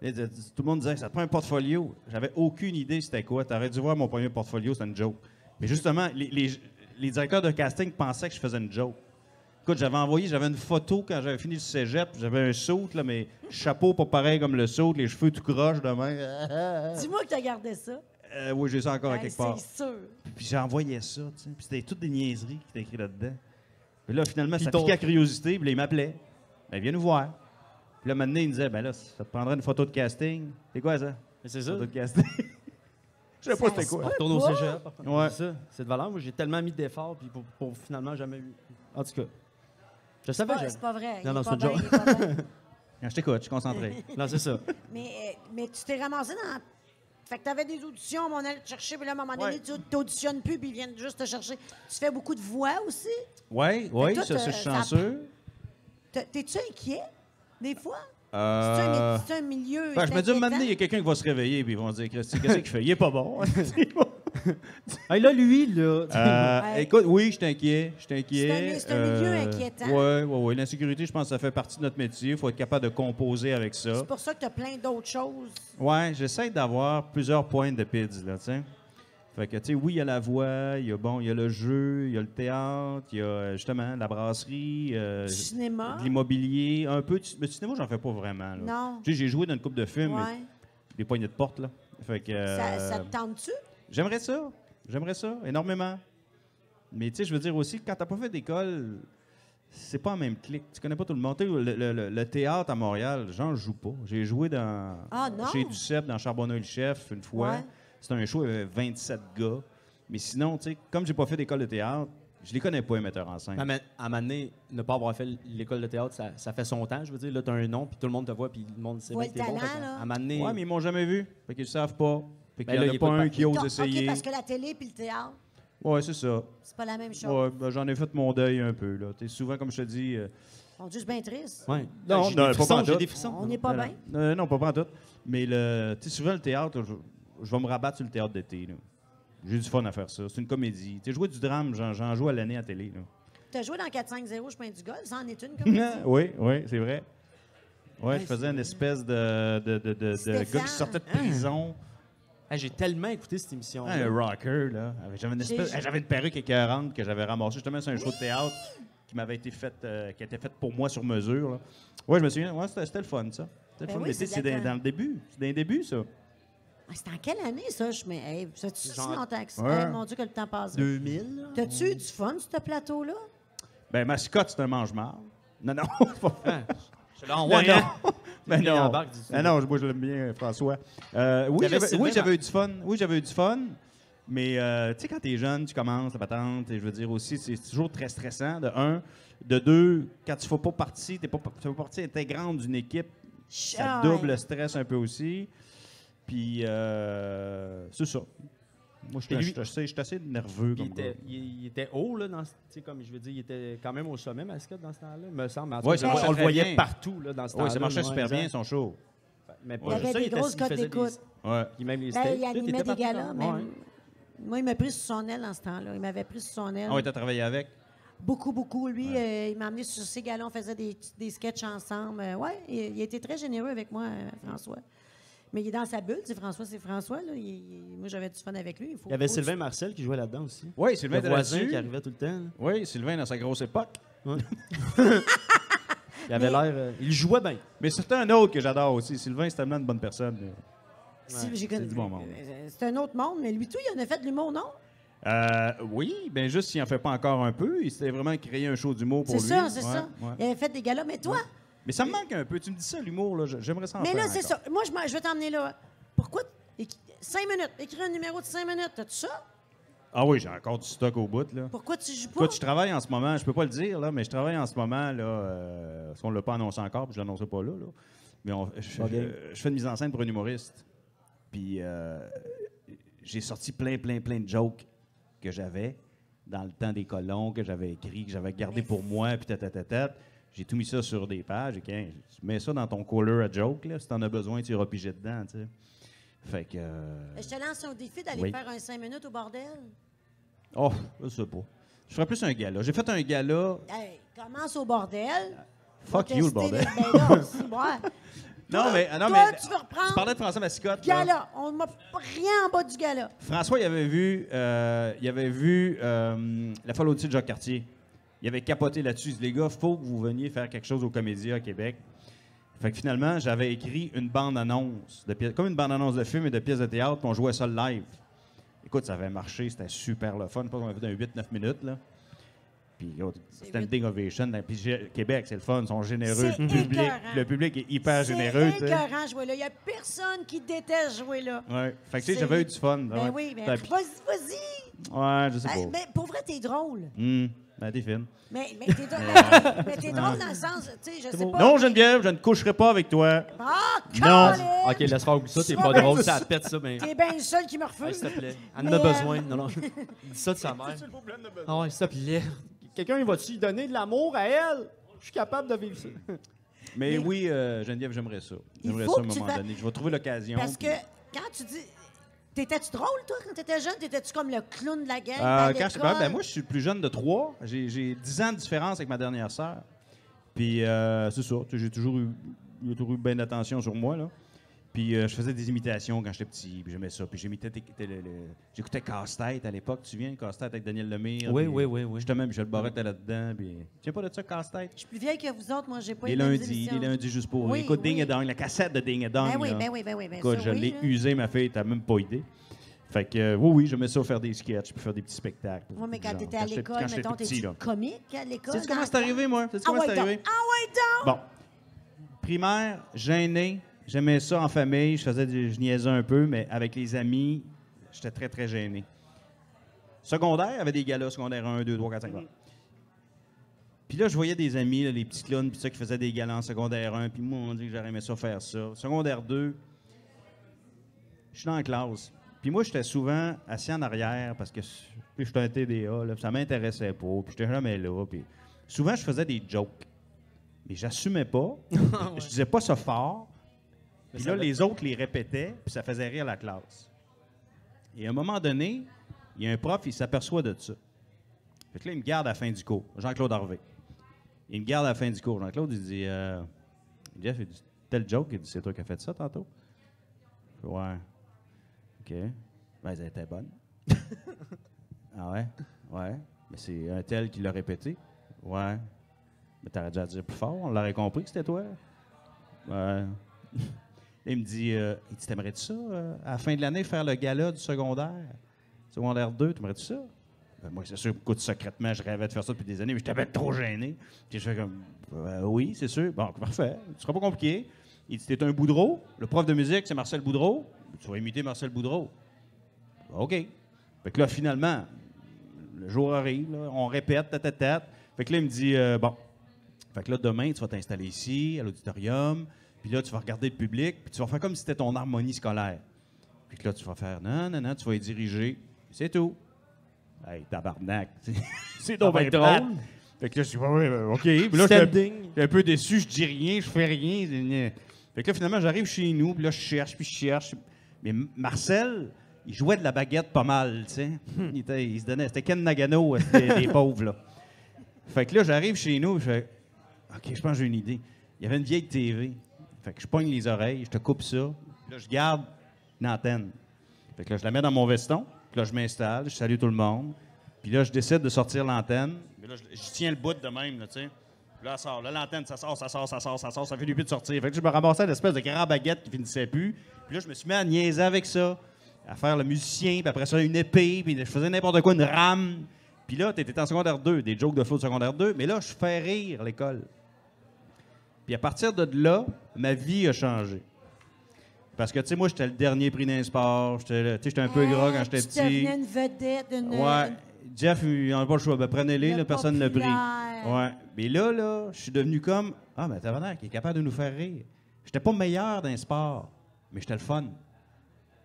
Et de- de- Tout le monde disait, ça te prend un portfolio. J'avais aucune idée c'était quoi. T'aurais dû voir mon premier portfolio, c'était une joke. Mais justement, les, les- les directeurs de casting pensaient que je faisais une joke. Écoute, j'avais envoyé, j'avais une photo quand j'avais fini le cégep. J'avais un saut, là, mais chapeau pas pareil comme le saut, les cheveux tout croche demain.
Euh.
Euh,
Dis-moi que tu as gardé ça.
oui, j'ai ça encore à
Hey,
quelque part.
c'est sûr.
Puis j'envoyais ça, tu sais. Puis c'était toutes des niaiseries qui étaient écrites là-dedans. Puis là, finalement,
Puis
ça
ton-
piquait la curiosité, puis là, ils m'appelaient. Ben, viens nous voir. Puis là, maintenant, il me disait, ben là, ça te prendrait une photo de casting. C'est quoi ça?
Mais c'est ça.
Photo de casting. Je sais pas c'était
On
quoi.
retourne au cégep.
Ouais.
C'est ça. C'est de valeur. Moi, j'ai tellement mis d'efforts puis pour, pour finalement jamais eu. En tout cas, je savais que
Ah,
j'avais-
C'est pas vrai.
Non,
il
non,
est
c'est
pas
une joke.
bien, il est pas bien.
Je t'écoute, je
*laughs*
suis concentré.
*laughs* Non, c'est ça.
Mais, euh, mais tu t'es ramassé dans. Fait que t'avais des auditions, mais on allait te chercher, puis là, à un moment donné,
Ouais.
tu t'auditionnes plus, puis ils viennent juste te chercher. Tu fais beaucoup de voix aussi?
Oui, oui,
toi,
ça, ça, je suis
t'as- ça-
chanceux.
T'es- T'es-tu inquiet, des fois? C'est-tu
Euh,
un, c'est un milieu.
ben, je me dis,
inquiétant?
maintenant, il y a quelqu'un qui va se réveiller puis ils vont se dire, Christy, qu'est-ce qu'il fait? Il est pas *laughs* bon.
Hey, là, lui, là.
Ah.
Euh,
Ouais.
Écoute, oui, je t'inquiète, je euh, t'inquiète.
C'est un- c'est un milieu inquiétant.
Oui, oui, oui. L'insécurité, je pense que ça fait partie de notre métier. Il faut être capable de composer avec ça.
C'est pour ça que t'as plein d'autres choses.
Ouais, j'essaie d'avoir plusieurs pointes de PIDS, là, tu sais. Fait que, tu sais, oui, il y a la voix, il y a, bon, il y a le jeu, il y a le théâtre, il y a, euh, justement, la brasserie. euh,
Du cinéma.
de L'immobilier, un peu. du- Mais du cinéma, j'en fais pas vraiment, là.
Non.
Tu sais, j'ai joué dans une coupe de films, mais
Ouais.
des poignées de porte, là. Fait que...
Ça,
euh,
ça te tente-tu?
J'aimerais ça. J'aimerais ça énormément. Mais tu sais, je veux dire aussi, quand t'as pas fait d'école, c'est pas en même clic. Tu connais pas tout le monde. Tu sais, Le, le- le- le théâtre à Montréal, j'en joue pas. J'ai joué dans
Ah, non?
chez Duceppe, dans Charbonneau le chef une fois.
Ouais.
C'était un show, il y avait 27 gars. Mais sinon, tu sais, comme j'ai pas fait d'école de théâtre, je les connais pas, les metteurs en scène.
À ma- à un moment donné, ne pas avoir fait l'école de théâtre, ça, ça fait son temps, je veux dire. Là, t'as un nom, puis tout le monde te voit, puis le monde sait
Voit
bien que
le
t'es bon.
talent,
fait que
là.
À un moment donné,
Ouais, mais ils m'ont jamais vu. Fait qu'ils le savent pas. Fait
Ben
qu'il y
là,
en a
il y a
pas
pas de
un
parti.
qui ose
Non,
essayer.
OK, parce que la télé puis le théâtre,
Ouais, c'est ça.
c'est pas la même chose.
Ouais, ben, j'en ai fait mon deuil un peu. Là. T'sais, souvent, comme je te dis, euh,
On dit, c'est bien triste.
Ouais.
Non,
J'ai
non,
des
pas
frissons,
pantoute.
J'ai des frissons.
On n'est pas
Non,
bien.
Non, Euh, non, non, pas pas en tout. Mais le, tu sais, souvent, le théâtre, je, je vais me rabattre sur le théâtre d'été. là. J'ai du fun à faire ça. C'est une comédie. Tu sais, jouer du drame, j'en, j'en joue à l'année à télé. là. *laughs*
T'as joué dans 4-5-0, je peins du golf, ça en est une comme ça.
oui, oui, c'est vrai. Oui,
Ouais,
je faisais
c'est
une espèce de, de, de, de- de
Stéphane.
gars qui sortait de
hein?
prison.
Hey, j'ai tellement écouté cette émission.
Ah, un rocker, là. Avec- J'avais une, espèce-
J'ai-
j'avais une perruque écœurante que j'avais ramassée justement sur un show de théâtre qui m'avait été faite, euh, qui était faite pour moi sur mesure. là. Ouais, je me souviens. Ouais, c'était, c'était le fun, ça. C'était le
Ben
fun.
oui,
Mais tu sais,
c'est
c'est
de la
dans, dans le début. C'est dans le début, ça.
Ah, C'était en quelle année, ça? Je me... hey, ça tu si
Genre-
longtemps que ça?
Ouais.
Hey, mon Dieu, que le temps passe. vite.
2000. là.
T'as-tu eu du fun, ce plateau-là?
Ben, mascotte, c'est un mange-marre. Non, *laughs* non, pas
Ah, je l'ai
Non,
*laughs* envoyé.
non. Ben
Il
non.
embarque du-
Ben non, moi, je l'aime bien, euh, François. Euh, oui,
Il y avait
j'avais
Sylvain
oui, j'avais eu du fun. Oui, j'avais eu du fun. Mais, euh, tu sais, quand t'es jeune, tu commences la patente. Et je veux dire aussi, c'est toujours très stressant, de un. De deux, quand tu ne fais pas partie, t'es pas, tu fais pas partie intégrante d'une équipe, ça
Ah,
double
ouais.
le stress un peu aussi. Puis, euh, c'est ça. Moi, je
Et lui-
suis assez- je suis assez nerveux
Il
comme gars.
était, il, il était haut, là, dans, ce- tu sais, comme je veux dire, il était quand même au sommet, Mascotte, dans ce temps-là, me semble. En tout
Ouais,
cas,
ça
on-
marchait
on le
très
voyait
bien.
partout, là, dans ce temps-là.
Oui, ça marchait
ouais,
super bien,
exact.
son show.
Mais pas
Il y
juste
avait
ça,
des
était-
grosses cotes
faisait des-
d'écoute.
Ouais.
Puis même les
Ben,
stages,
il
tout était
animait des
partout, Ah
galas,
ouais.
même. Moi, il m'a pris sous son aile en ce temps-là. Il m'avait pris sous son aile.
On était travaillé avec.
Beaucoup, beaucoup. Lui, euh, il m'a amené sur ses galas. On faisait des, des sketchs ensemble. Euh, ouais, il, il a été très généreux avec moi, euh, François. Mais il est dans sa bulle, c'est François, c'est François. Là. Il- il- moi, j'avais du fun avec lui. faut-
Il y avait
faut-
Sylvain Marcel qui jouait là-dedans aussi.
Oui, Sylvain
Le
était
voisin
là-dessus.
qui arrivait tout le temps. là.
Oui, Sylvain, dans sa grosse époque.
Il avait l'air. euh, il jouait bien.
Mais c'est un autre que j'adore aussi. Sylvain, c'est tellement une bonne personne.
Si, j'ai connu-
du bon monde.
Euh, C'est un autre monde, mais lui, tout, il en a fait de l'humour, non?
Euh, oui, ben juste s'il en fait pas encore un peu, il s'était vraiment créé un show d'humour pour
C'est
lui.
ça, c'est
Ouais,
ça.
ouais.
Il avait fait des galas. Mais toi,
Mais ça me manque un peu. Tu me dis ça, l'humour, là. je- J'aimerais ça en
mais
faire
là, c'est
encore.
ça. Moi, je, m'en- je vais t'emmener là. Pourquoi? équi- Cinq minutes. Écrire un numéro de cinq minutes. T'as-tu ça?
Ah oui, j'ai encore du stock au bout, là.
Pourquoi tu joues pas?
Écoute, je travaille en ce moment, je peux pas le dire, là, mais je travaille en ce moment, là, euh, si on l'a pas annoncé encore, puis je l'annoncerai pas là, là. mais on- je,
Ok.
je- je fais une mise en scène pour un humoriste. Puis euh, j'ai sorti plein, plein, plein de jokes que j'avais dans le temps des colons, que j'avais écrit, que j'avais gardé pour moi, puis tatatatata. J'ai tout mis ça sur des pages. Et quand- tu mets ça dans ton caller à joke, là, si t'en as besoin, tu iras piger dedans, tu sais. Fait que... euh,
Je te lance un défi d'aller
Oui.
faire un cinq minutes au bordel.
Oh, je sais pas. Je ferais plus un gala. J'ai fait un gala...
Hey, commence au bordel.
Ah, Fuck
Faut
you, le
tester
bordel.
*laughs* les- Ben là,
*laughs*
aussi, ouais.
Non, mais, ah, non,
toi,
mais
tu veux reprendre-
parlais de François Mascotte. là.
Gala. On m'a p- rien en bas du gala.
François, il avait vu, euh, il avait vu euh, La folle au-dessus de Jacques Cartier. Il avait capoté là-dessus. Il dit, Les gars, faut que vous veniez faire quelque chose au Comédia à Québec. Fait que finalement, j'avais écrit une bande-annonce, de pièce- comme une bande-annonce de film et de pièces de théâtre, puis on jouait ça live. Écoute, ça avait marché, c'était super le fun. Je pense qu'on avait fait un 8-9 minutes, là. Puis, oh,
C'est
standing ovation. dans- Puis, j'ai- Québec, c'est le fun, ils sont généreux.
C'est
Le public,
écœurant.
le public est hyper
C'est
généreux. tu sais.
écœurant de jouer là. Il n'y a personne qui déteste jouer là.
Ouais. Fait que, tu sais,
C'est-
j'avais eu du fun.
Ben
ouais.
oui, ben,
T'as-
vas-y, vas-y.
Ouais, je sais
Ah,
pas.
Mais pour vrai, t'es drôle.
Hum, ben, t'es fine.
Mais, mais t'es drôle,
*laughs*
mais- mais t'es drôle dans le sens, tu sais, je sais pas.
Non, Geneviève, je ne coucherai pas avec toi.
Ah,
Non.
Colin!
OK, laisse faire ça, t'es
Ah,
pas
ben,
drôle,
c'est
ça
ça.
pète ça, mais.
T'es bien le seul qui me
Ouais,
refuse.
s'il te plaît. Elle en a
Mais, euh,
besoin.
*laughs*
Non, non. Dis ça de sa mère. Ah ouais, s'il te plaît. Quelqu'un, il va-tu lui donner de l'amour à elle? Je suis capable de vivre ça.
Mais, oui, euh, Geneviève, j'aimerais ça.
Il
J'aimerais
faut
ça à un
que tu
moment
le fasses.
donné. Je vais trouver l'occasion.
Parce
puis-
que quand tu dis. T'étais-tu drôle, toi, quand t'étais jeune? T'étais-tu comme le clown de la gang?
Euh,
à
quand je-
l'école?
ben, ben, moi, je suis le plus jeune de trois. J'ai j'ai 10 ans de différence avec ma dernière sœur. Puis, euh, c'est ça. tu sais, J'ai toujours eu, j'ai toujours eu bien d'attention sur moi. Là. Puis, euh, je faisais des imitations quand j'étais petit. Puis, j'aimais ça. Puis, j'imitais tes- tes- le- le- j'écoutais Casse-Tête à l'époque. Tu te souviens, Casse-Tête avec Daniel Lemire.
Oui,
puis
oui, oui, oui.
Justement, Michel Barrette était là-dedans. Puis, tu sais pas de ça, Casse-Tête?
Je suis plus vieille que vous autres, moi, j'ai pas
Les
aimé les
lundis, les
émissions.
lundis juste pour.
Oui,
Écoute, Ding
oui.
et Dong, la cassette de Ding et Dong.
Ben oui,
là.
ben oui, ben oui, ben
Écoute,
ça,
je
oui,
l'ai
là.
usé, ma fille, t'as même pas idée. Fait que, euh, oui, oui, j'aimais ça faire des sketchs puis faire des petits spectacles.
Moi, mais quand
Genre,
t'étais à
j'étais-
l'école,
j'étais
mettons,
petit,
t'es-tu
là.
comique à l'école?
Sais-tu
dans-
comment c'est arrivé, moi? Sais-tu
Ah
comment c'est
ouais, donc!
arrivé?
Ah ouais, donc!
Bon. Primaire, gêné. J'aimais ça en famille. Je faisais du- je niaisais un peu, mais avec les amis, j'étais très, très gêné. Secondaire, il y avait des galas secondaire 1, 2, 3, 4, 5. Puis là, je voyais des amis, là, les petits clowns, puis ça, qui faisaient des galas en secondaire 1. Puis moi, on dit que j'aurais aimé ça faire ça. Secondaire 2, je suis dans la classe. Puis moi, j'étais souvent assis en arrière parce que s- puis j'étais un TDA, là, puis ça m'intéressait pas, puis j'étais jamais là. Puis souvent, je faisais des jokes, mais j'assumais pas. Je disais pas ça fort. Puis
ça
là,
va-
les autres les répétaient, puis ça faisait rire la classe. Et à un moment donné, il y a un prof, il s'aperçoit de ça. Fait que là, il me garde à la fin du cours, Jean-Claude Harvey. Il me garde à la fin du cours. Jean-Claude, il dit euh, Jeff, il dit, tel joke, il dit, c'est toi qui as fait ça tantôt. Je fais, Ouais. OK. Ben, elle était bonne. ah ouais? Ouais. Mais c'est un tel qui l'a répété. Ouais. Mais t'aurais dû la dire plus fort, on l'aurait compris que c'était toi. Ouais. *laughs* il me dit, euh, il dit, t'aimerais-tu ça, euh, à la fin de l'année, faire le gala du secondaire? Secondaire 2, t'aimerais-tu ça? Ben, moi, c'est sûr, écoute, secrètement, je rêvais de faire ça depuis des années, mais j'étais ben trop gêné. Puis je fais comme, Euh, oui, c'est sûr. Bon, parfait, ce sera pas compliqué. Il dit, t'es un Boudreau. Le prof de musique, c'est Marcel Boudreau. Tu vas imiter Marcel Boudreau. OK. Fait que là, finalement, le jour arrive, là, on répète, tête Fait que là, il me dit, euh, bon, fait que là, demain, tu vas t'installer ici, à l'auditorium, puis là, tu vas regarder le public, puis tu vas faire comme si c'était ton harmonie scolaire. Puis que là, tu vas faire, non, non, non, tu vas les diriger, c'est tout. Hey, tabarnak, *laughs* c'est- c'est donc
va
bien
être
plate.
drôle.
Fait que là, je dis, ouais, ouais, ouais, OK. Puis là, j'étais
Standing.
j'étais un peu déçu, je dis rien, je fais rien. gna. Fait que là, finalement, j'arrive chez nous, puis là, je cherche, puis je cherche. Mais M- Marcel, il jouait de la baguette pas mal, tu sais. Il, était- il se donnait, c'était Ken Nagano, euh, c'était des pauvres, là. Fait que là, j'arrive chez nous, je fais OK, je pense que j'ai une idée. Il y avait une vieille TV. Fait que je pogne les oreilles, je te coupe ça. Puis Là, je garde une antenne. Fait que là, je la mets dans mon veston. Puis là, je m'installe, je salue tout le monde. Puis là, je décide de sortir l'antenne. Mais là, je, je tiens le bout de même, là, tu sais. Puis Là, ça sort. Là, l'antenne, ça sort, ça sort, ça sort, ça sort. Ça fait du but de sortir. Fait que je me ramassais à l'espèce de grand baguette qui finissait plus. Puis là, je me suis mis à niaiser avec ça, à faire le musicien, puis après ça, une épée, puis je faisais n'importe quoi, une rame. Puis là, t'étais en secondaire 2, des jokes de flot de secondaire 2, mais là, je fais rire l'école. Puis à partir de là, ma vie a changé. Parce que, tu sais, moi, j'étais le dernier prix d'un sport. J'étais le- tu sais, j'étais un peu gras quand
Ah,
j'étais
Tu
petit.
devenais une vedette, une.
Ouais. Jeff, il n'en a pas le choix. Ben, prenez-les,
Le
là, personne ne le prie.
populaire.
Ouais. Mais là, là, je suis devenu comme Ah, mais tabarnak, il est capable de nous faire rire. J'étais pas meilleur dans le sport, mais j'étais le fun.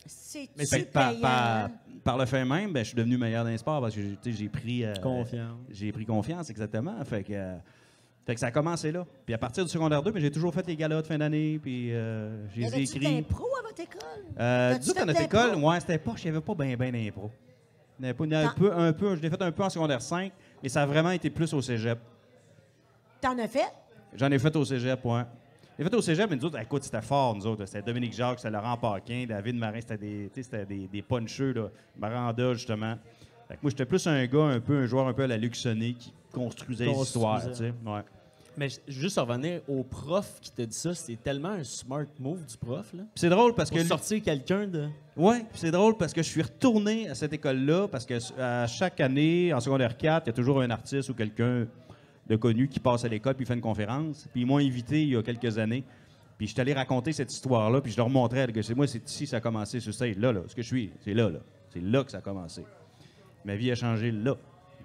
C'est
Mais
tu
par,
payant,
par-
hein?
par le fait même, ben, je suis devenu meilleur dans le sport parce que j'ai- tu sais, j'ai pris. euh,
Confiance.
J'ai pris confiance, exactement. Fait que, euh, fait que ça a commencé là. Puis à partir du secondaire 2, ben, j'ai toujours fait les galas de fin d'année, puis euh, j'ai
Y avait-tu
écrit.
d'impro à votre école?
Euh,
T'as-tu
disons qu'à
fait
notre
de l'impro?
école, ouais, c'était pas, je n'avais pas bien ben d'impro. Il y en avait pas- il y en avait
T'en-
peu, un peu, je l'ai fait un peu en secondaire 5, mais ça a vraiment été plus au cégep.
T'en as fait?
J'en ai fait au cégep, ouais. J'ai fait au cégep, mais nous autres, écoute, c'était fort, nous autres. C'était Dominique Jacques, c'était Laurent Paquin, David Marin, c'était des, tu sais, c'était des, des puncheux, là. Maranda, justement. Fait que moi, j'étais plus un gars, un peu, un joueur un peu à la Luxonné qui construisait les
Construisait.
histoires, tu sais. Ouais.
Mais je- juste revenir au prof qui te dit ça, c'est tellement un smart move du prof. Là.
Puis C'est drôle parce
Pour
que.
sortir quelqu'un de.
Ouais, puis c'est drôle parce que je suis retourné à cette école-là parce que s- à chaque année, en secondaire 4, il y a toujours un artiste ou quelqu'un de connu qui passe à l'école puis fait une conférence. Puis ils m'ont invité il y a quelques années. Puis je suis allé raconter cette histoire-là, puis je leur montrais que c'est moi, c'est ici que ça a commencé, ce stage là, là, ce que je suis, c'est là, là. C'est là que ça a commencé. Ma vie a changé là.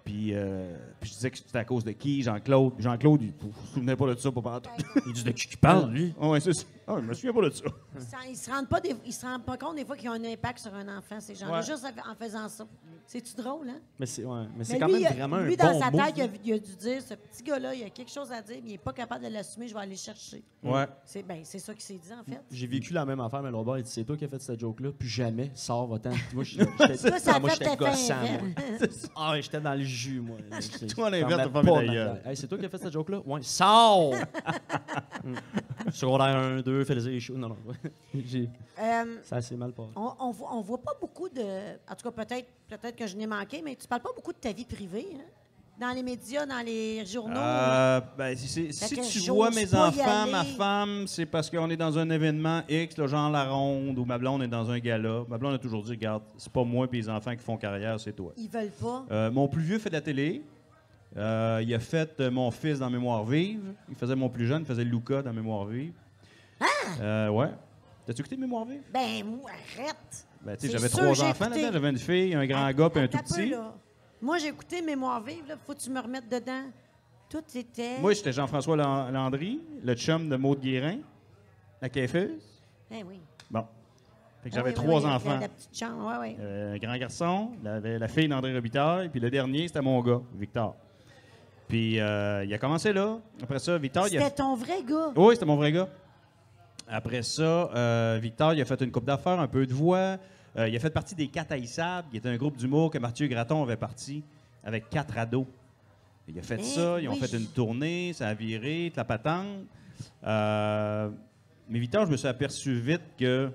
Puis, euh, puis je disais que c'était à cause de qui, Jean-Claude. Jean-Claude, il ne se souvenait pas de ça, pas partout.
*laughs* Il dit de qui qui parle, lui.
Ah *laughs* ouais, c'est ça. Ah, je me souviens pas de ça.
Ils s'en- Ils se rendent pas, des- ils se rendent pas compte des fois qu'ils ont un impact sur un enfant, ces gens-là,
Ouais.
juste en faisant ça. C'est-tu drôle, hein?
Mais c'est ouais, mais c'est
Mais
quand
lui,
même
il a-
vraiment
lui,
un
dans
bon
sa
move,
tête, il a,
là.
il a dû dire ce petit gars-là, il a quelque chose à dire, mais il n'est pas capable de l'assumer, je vais aller le chercher.
Ouais.
C'est ben, c'est ça qu'il s'est dit, en fait.
J'ai vécu la même affaire, mais le Robert, il dit c'est toi qui as fait cette joke-là, puis jamais, sors, *laughs* va-t'en. Moi, j'étais- j'étais
Toi, ça a
moi,
fait ta
j'étais gossant,
fin,
*laughs* moi. Ah, ouais, j'étais dans le jus, *laughs* moi.
Toi, à
J'étais-
l'inverse,
j'en
t'as
mets
fermé
pas
ta
dans
gueule.
la- Hey, c'est toi qui as fait cette joke-là Ouais, *laughs* sors Mm. Secondaire 1, 2, fais les choses. Non, non. *laughs* J'ai-
Euh,
Ça a assez mal passé.
on, on, voit- on voit pas beaucoup de. En tout cas, peut-être peut que je n'ai manqué, mais tu parles pas beaucoup de ta vie privée, hein? Dans les médias, dans les journaux.
Ah.
Euh, ben, si c'est-
Fait
si
que
tu
Oh j'ose
vois mes
pas y
enfants, ma
aller.
femme, c'est parce qu'on est dans un événement X, le genre la ronde, ou ma blonde est dans un gala. Ma blonde a toujours dit, regarde, c'est pas moi et les enfants qui font carrière, c'est toi.
Ils veulent pas.
Euh, mon plus vieux fait de la télé. Euh, il a fait euh, mon fils dans Mémoire vive. Il faisait mon plus jeune, il faisait Luca dans Mémoire vive.
Ah!
Euh, ouais. T'as-tu écouté Mémoire vive?
Ben, moi, arrête!
Ben, tu sais,
C'est
j'avais
sûr,
trois
j'ai
enfants
écouté. Ah,
là-dedans. J'avais une fille, un grand gars et un tout
Attends peu,
petit.
là. Moi, j'ai écouté Mémoire vive, là. Faut que tu me remettes dedans. Tout était.
Moi, j'étais Jean-François Lan- Landry, le chum de Maude Guérin, la caiffeuse.
Eh oui.
Bon. Fait que j'avais
Ah oui, oui,
trois
oui, la-
enfants.
La, petite chambre, ouais, ouais.
Euh, un grand garçon, la, la fille d'André Robitaille, puis le dernier, c'était mon gars, Victor. Puis euh, il a commencé là. Après ça, Victor, il a... Oh.
C'était ton vrai gars.
Oui, c'était mon vrai gars. Après ça, euh, Victor, il a fait une coupe d'affaires, un peu de voix. Euh, il a fait partie des Quatre Haïssables, qui était un groupe d'humour que Mathieu Graton avait parti avec quatre ados. Il a fait
Eh,
ça, ils ont
oui.
fait une tournée, ça a viré, de la patente. Euh, mais Victor, je me suis aperçu vite que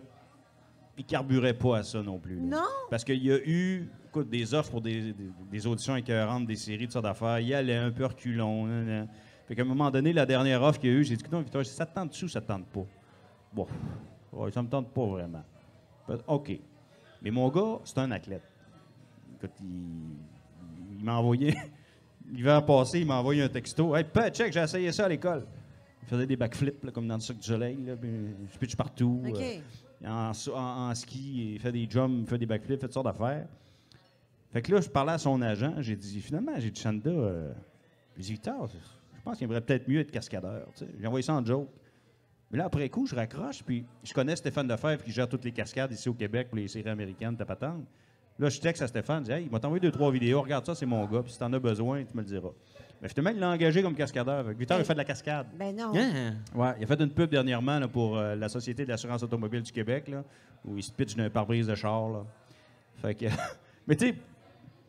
il carburait pas à ça non plus. là.
Non?
Parce qu'il y a eu écoute, des offres pour des, des- des auditions écœurantes, des séries, toutes sortes d'affaires. Il allait un peu reculon. nan, nan. Fait qu'à un moment donné, la dernière offre qu'il y a eu, j'ai dit, non, Victor, ça te tente dessus ou ça te tente pas? Bon, ouais, ça me tente pas vraiment. Fait- OK. Mais mon gars, c'est un athlète. Écoute, il, il m'a envoyé, *laughs* l'hiver passé, il m'a envoyé un texto. Hey, Pat, check, j'ai essayé ça à l'école. Il faisait des backflips, là, comme dans le cirque du soleil. Là, puis, euh, je pitch partout.
OK.
euh, en, so- en- en ski, il fait des jumps, il fait des backflips, il fait toutes sortes d'affaires. Fait que là, je parlais à son agent, j'ai dit, finalement, j'ai dit, Chanda, euh, j'ai dit, Victor, je pense qu'il aimerait peut-être mieux être cascadeur. tu sais. J'ai envoyé ça en joke. Mais là, après coup, je raccroche, puis je connais Stéphane Lefebvre qui gère toutes les cascades ici au Québec pour les séries américaines, ta patente. Là, je texte à Stéphane, je dis, hey, il m'a envoyé deux, trois vidéos, regarde ça, c'est mon gars, puis si t'en as besoin, tu me le diras. Mais finalement, il l'a engagé comme cascadeur. Fait que Victor, il fait de la cascade.
Ben non.
Hein?
Ouais, il a fait une pub dernièrement là, pour euh, la Société de l'assurance automobile du Québec, là, où il se pitch d'un pare-brise de char. là. Fait que, *laughs* mais tu sais,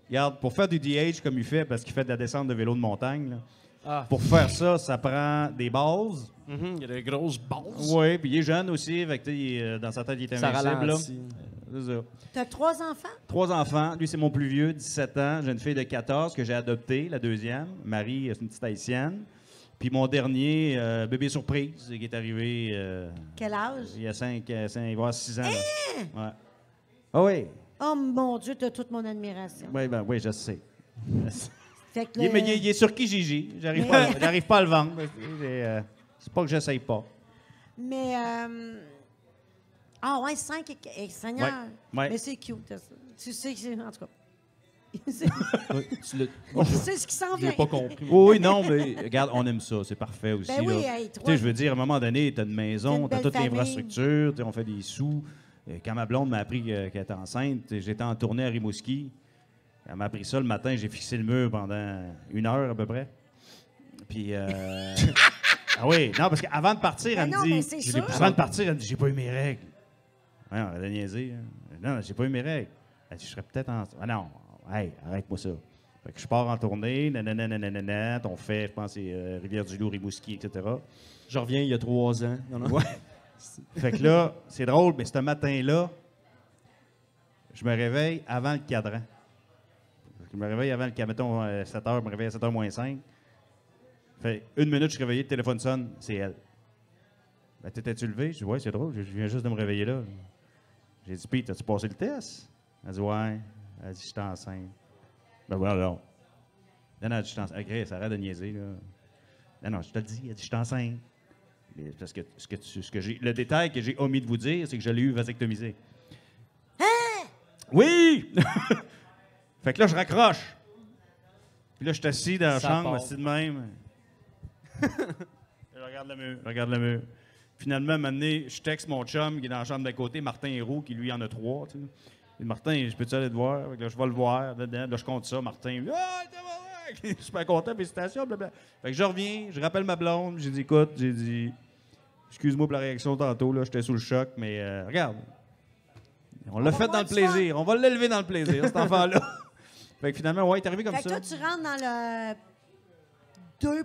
regarde, pour faire du DH comme il fait, parce qu'il fait de la descente de vélo de montagne, là,
Ah.
pour faire ça, ça prend des bases.
Mhm, il y a des grosses bases.
Oui, puis il est jeune aussi, fait que, tu sais, il est, euh, dans sa tête, il est
Ça
invincible. là. Euh,
ralentit.
C'est ça.
T'as trois enfants?
Trois enfants. Lui, c'est mon plus vieux, 17 ans. J'ai une fille de 14 que j'ai adoptée, la deuxième. Marie, euh, c'est une petite haïtienne. Puis mon dernier, euh, bébé surprise, qui est arrivé... euh,
Quel âge?
Il y a 5, voire 6 ans. là.
Hein?
Ouais. Ah oui.
Oh mon Dieu, t'as toute mon admiration.
Oui, ben, oui, je sais.
Fait que
Il est,
le-
mais il est- il est sur qui Gigi? J'arrive pas, à le- j'arrive pas à le *laughs* vendre. J'ai, euh, C'est pas que j'essaye pas.
mais, euh, Ah ouais, cinq et, et Seigneur.
Ouais, ouais.
Mais c'est cute. ça. Tu sais que c'est. En tout cas.
Ouais, tu l'as-
Oh.
c'est ce qui s'en
Je
vient.
l'ai pas compris.
Oui, oui, non, mais regarde, on aime ça, c'est parfait aussi.
Ben oui,
là.
hey,
Tu
trois-
sais, je veux dire, à un moment donné, t'as une
T'as
maison,
une
t'as
belle
toute
famille.
l'infrastructure, tu sais, on fait des sous. Euh, Quand ma blonde m'a appris que- qu'elle était enceinte, j'étais en tournée à Rimouski. Elle m'a appris ça le matin, j'ai fixé le mur pendant une heure à peu près. Puis. euh, ah oui, non, parce qu'avant de partir,
Ben
elle
non,
me
mais
dit.
c'est
je l'ai-
sûr.
Avant de partir, elle me dit J'ai pas eu mes règles. Ouais, on va niaiser. hein. Non, j'ai pas eu mes règles. Elle dit Je serais peut-être en. Ah non, hey, arrête-moi ça. Fait que je pars en tournée, nanana, nanana, on fait, je pense, c'est euh, Rivière-du-Loup, Rimouski, etc.
Je reviens il y a trois ans. Non, non.
Fait que là, c'est drôle, mais ce matin-là, je me réveille avant le cadran. Je me réveille avant le cadran, mettons, euh, 7 h, je me réveille à 7 h moins 5. Fait une minute, je suis réveillé, le téléphone sonne, c'est elle. Ben, t'étais-tu levé? Je dis, ouais, c'est drôle, je je viens juste de me réveiller là. J'ai dit, Pete, as-tu passé le test? Elle dit, ouais. Elle dit, je suis enceinte. Ben, voilà, non. Non, non, je suis enceinte. Agré, ça arrête de niaiser, là. Non, non, je te le dis, elle dit, je suis enceinte. Mais c'est parce que, ce que, tu- ce que j'ai, le détail que j'ai omis de vous dire, c'est que je l'ai eu vasectomisé. Hein? Oui! *laughs* fait que là, je raccroche. Puis là, je suis assis dans la
Ça
chambre,
part.
assis de même. *laughs* je regarde le mur, je regarde le mur. Finalement, à un moment donné, je texte mon chum qui est dans la chambre d'à côté, Martin Héroux, qui lui en a trois. tu sais. Il dit, Martin, je peux-tu aller te voir? Fait que là, je vais le voir. Là, dedans. Là, je compte ça. Martin, ah, tabarnak! *laughs* je suis super content, félicitations, blablabla. Fait que je reviens, je rappelle ma blonde, j'ai dit, écoute, j'ai dit, excuse-moi pour la réaction tantôt, là, j'étais sous le choc, mais euh, regarde, on l'a
va
fait
le
dans
voir
le
le soir.
plaisir. On va l'élever dans le plaisir, cet enfant-là. *laughs* fait que finalement, ouais, il est arrivé comme
Fait que
ça.
toi, tu rentres dans le 2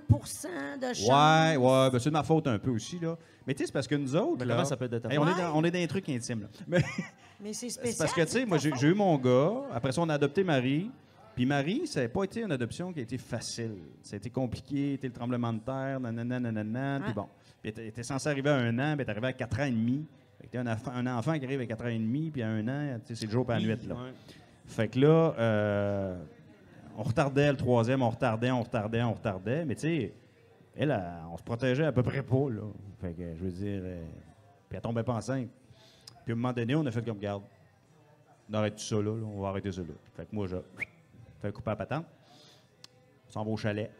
de chance.
Ouais, ouais, ben c'est de ma faute un peu aussi, là. Mais tu sais, c'est parce que nous autres,
Mais
là,
comment ça peut être de ta
hey, on,
faute?
est dans, on est dans des trucs intimes, là. Mais
Mais c'est spécial.
c'est parce que, tu sais, moi, j'ai j'ai eu mon gars. Après ça, on a adopté Marie. Puis Marie, ça n'a pas été une adoption qui a été facile. Ça a été compliqué, c'était le tremblement de terre, nanana, nanana, puis
Ouais.
bon. Puis elle était censée arriver à un an, puis elle est arrivée à quatre ans et demi. Fait que t'as un, enfant- un enfant qui arrive à quatre ans et demi, puis à un an, tu sais, c'est le jour par la nuit, là.
Ouais.
Fait que là, euh, on retardait le troisième, on retardait, on retardait, on retardait. Mais tu sais, elle, elle, on se protégeait à peu près pas, là. Fait que, je veux dire, euh, puis elle tombait pas enceinte. Puis à un moment donné, on a fait comme, garde, on arrête tout ça, là, là, on va arrêter ça, là. Fait que moi, je fais couper à patente. On s'en va au chalet.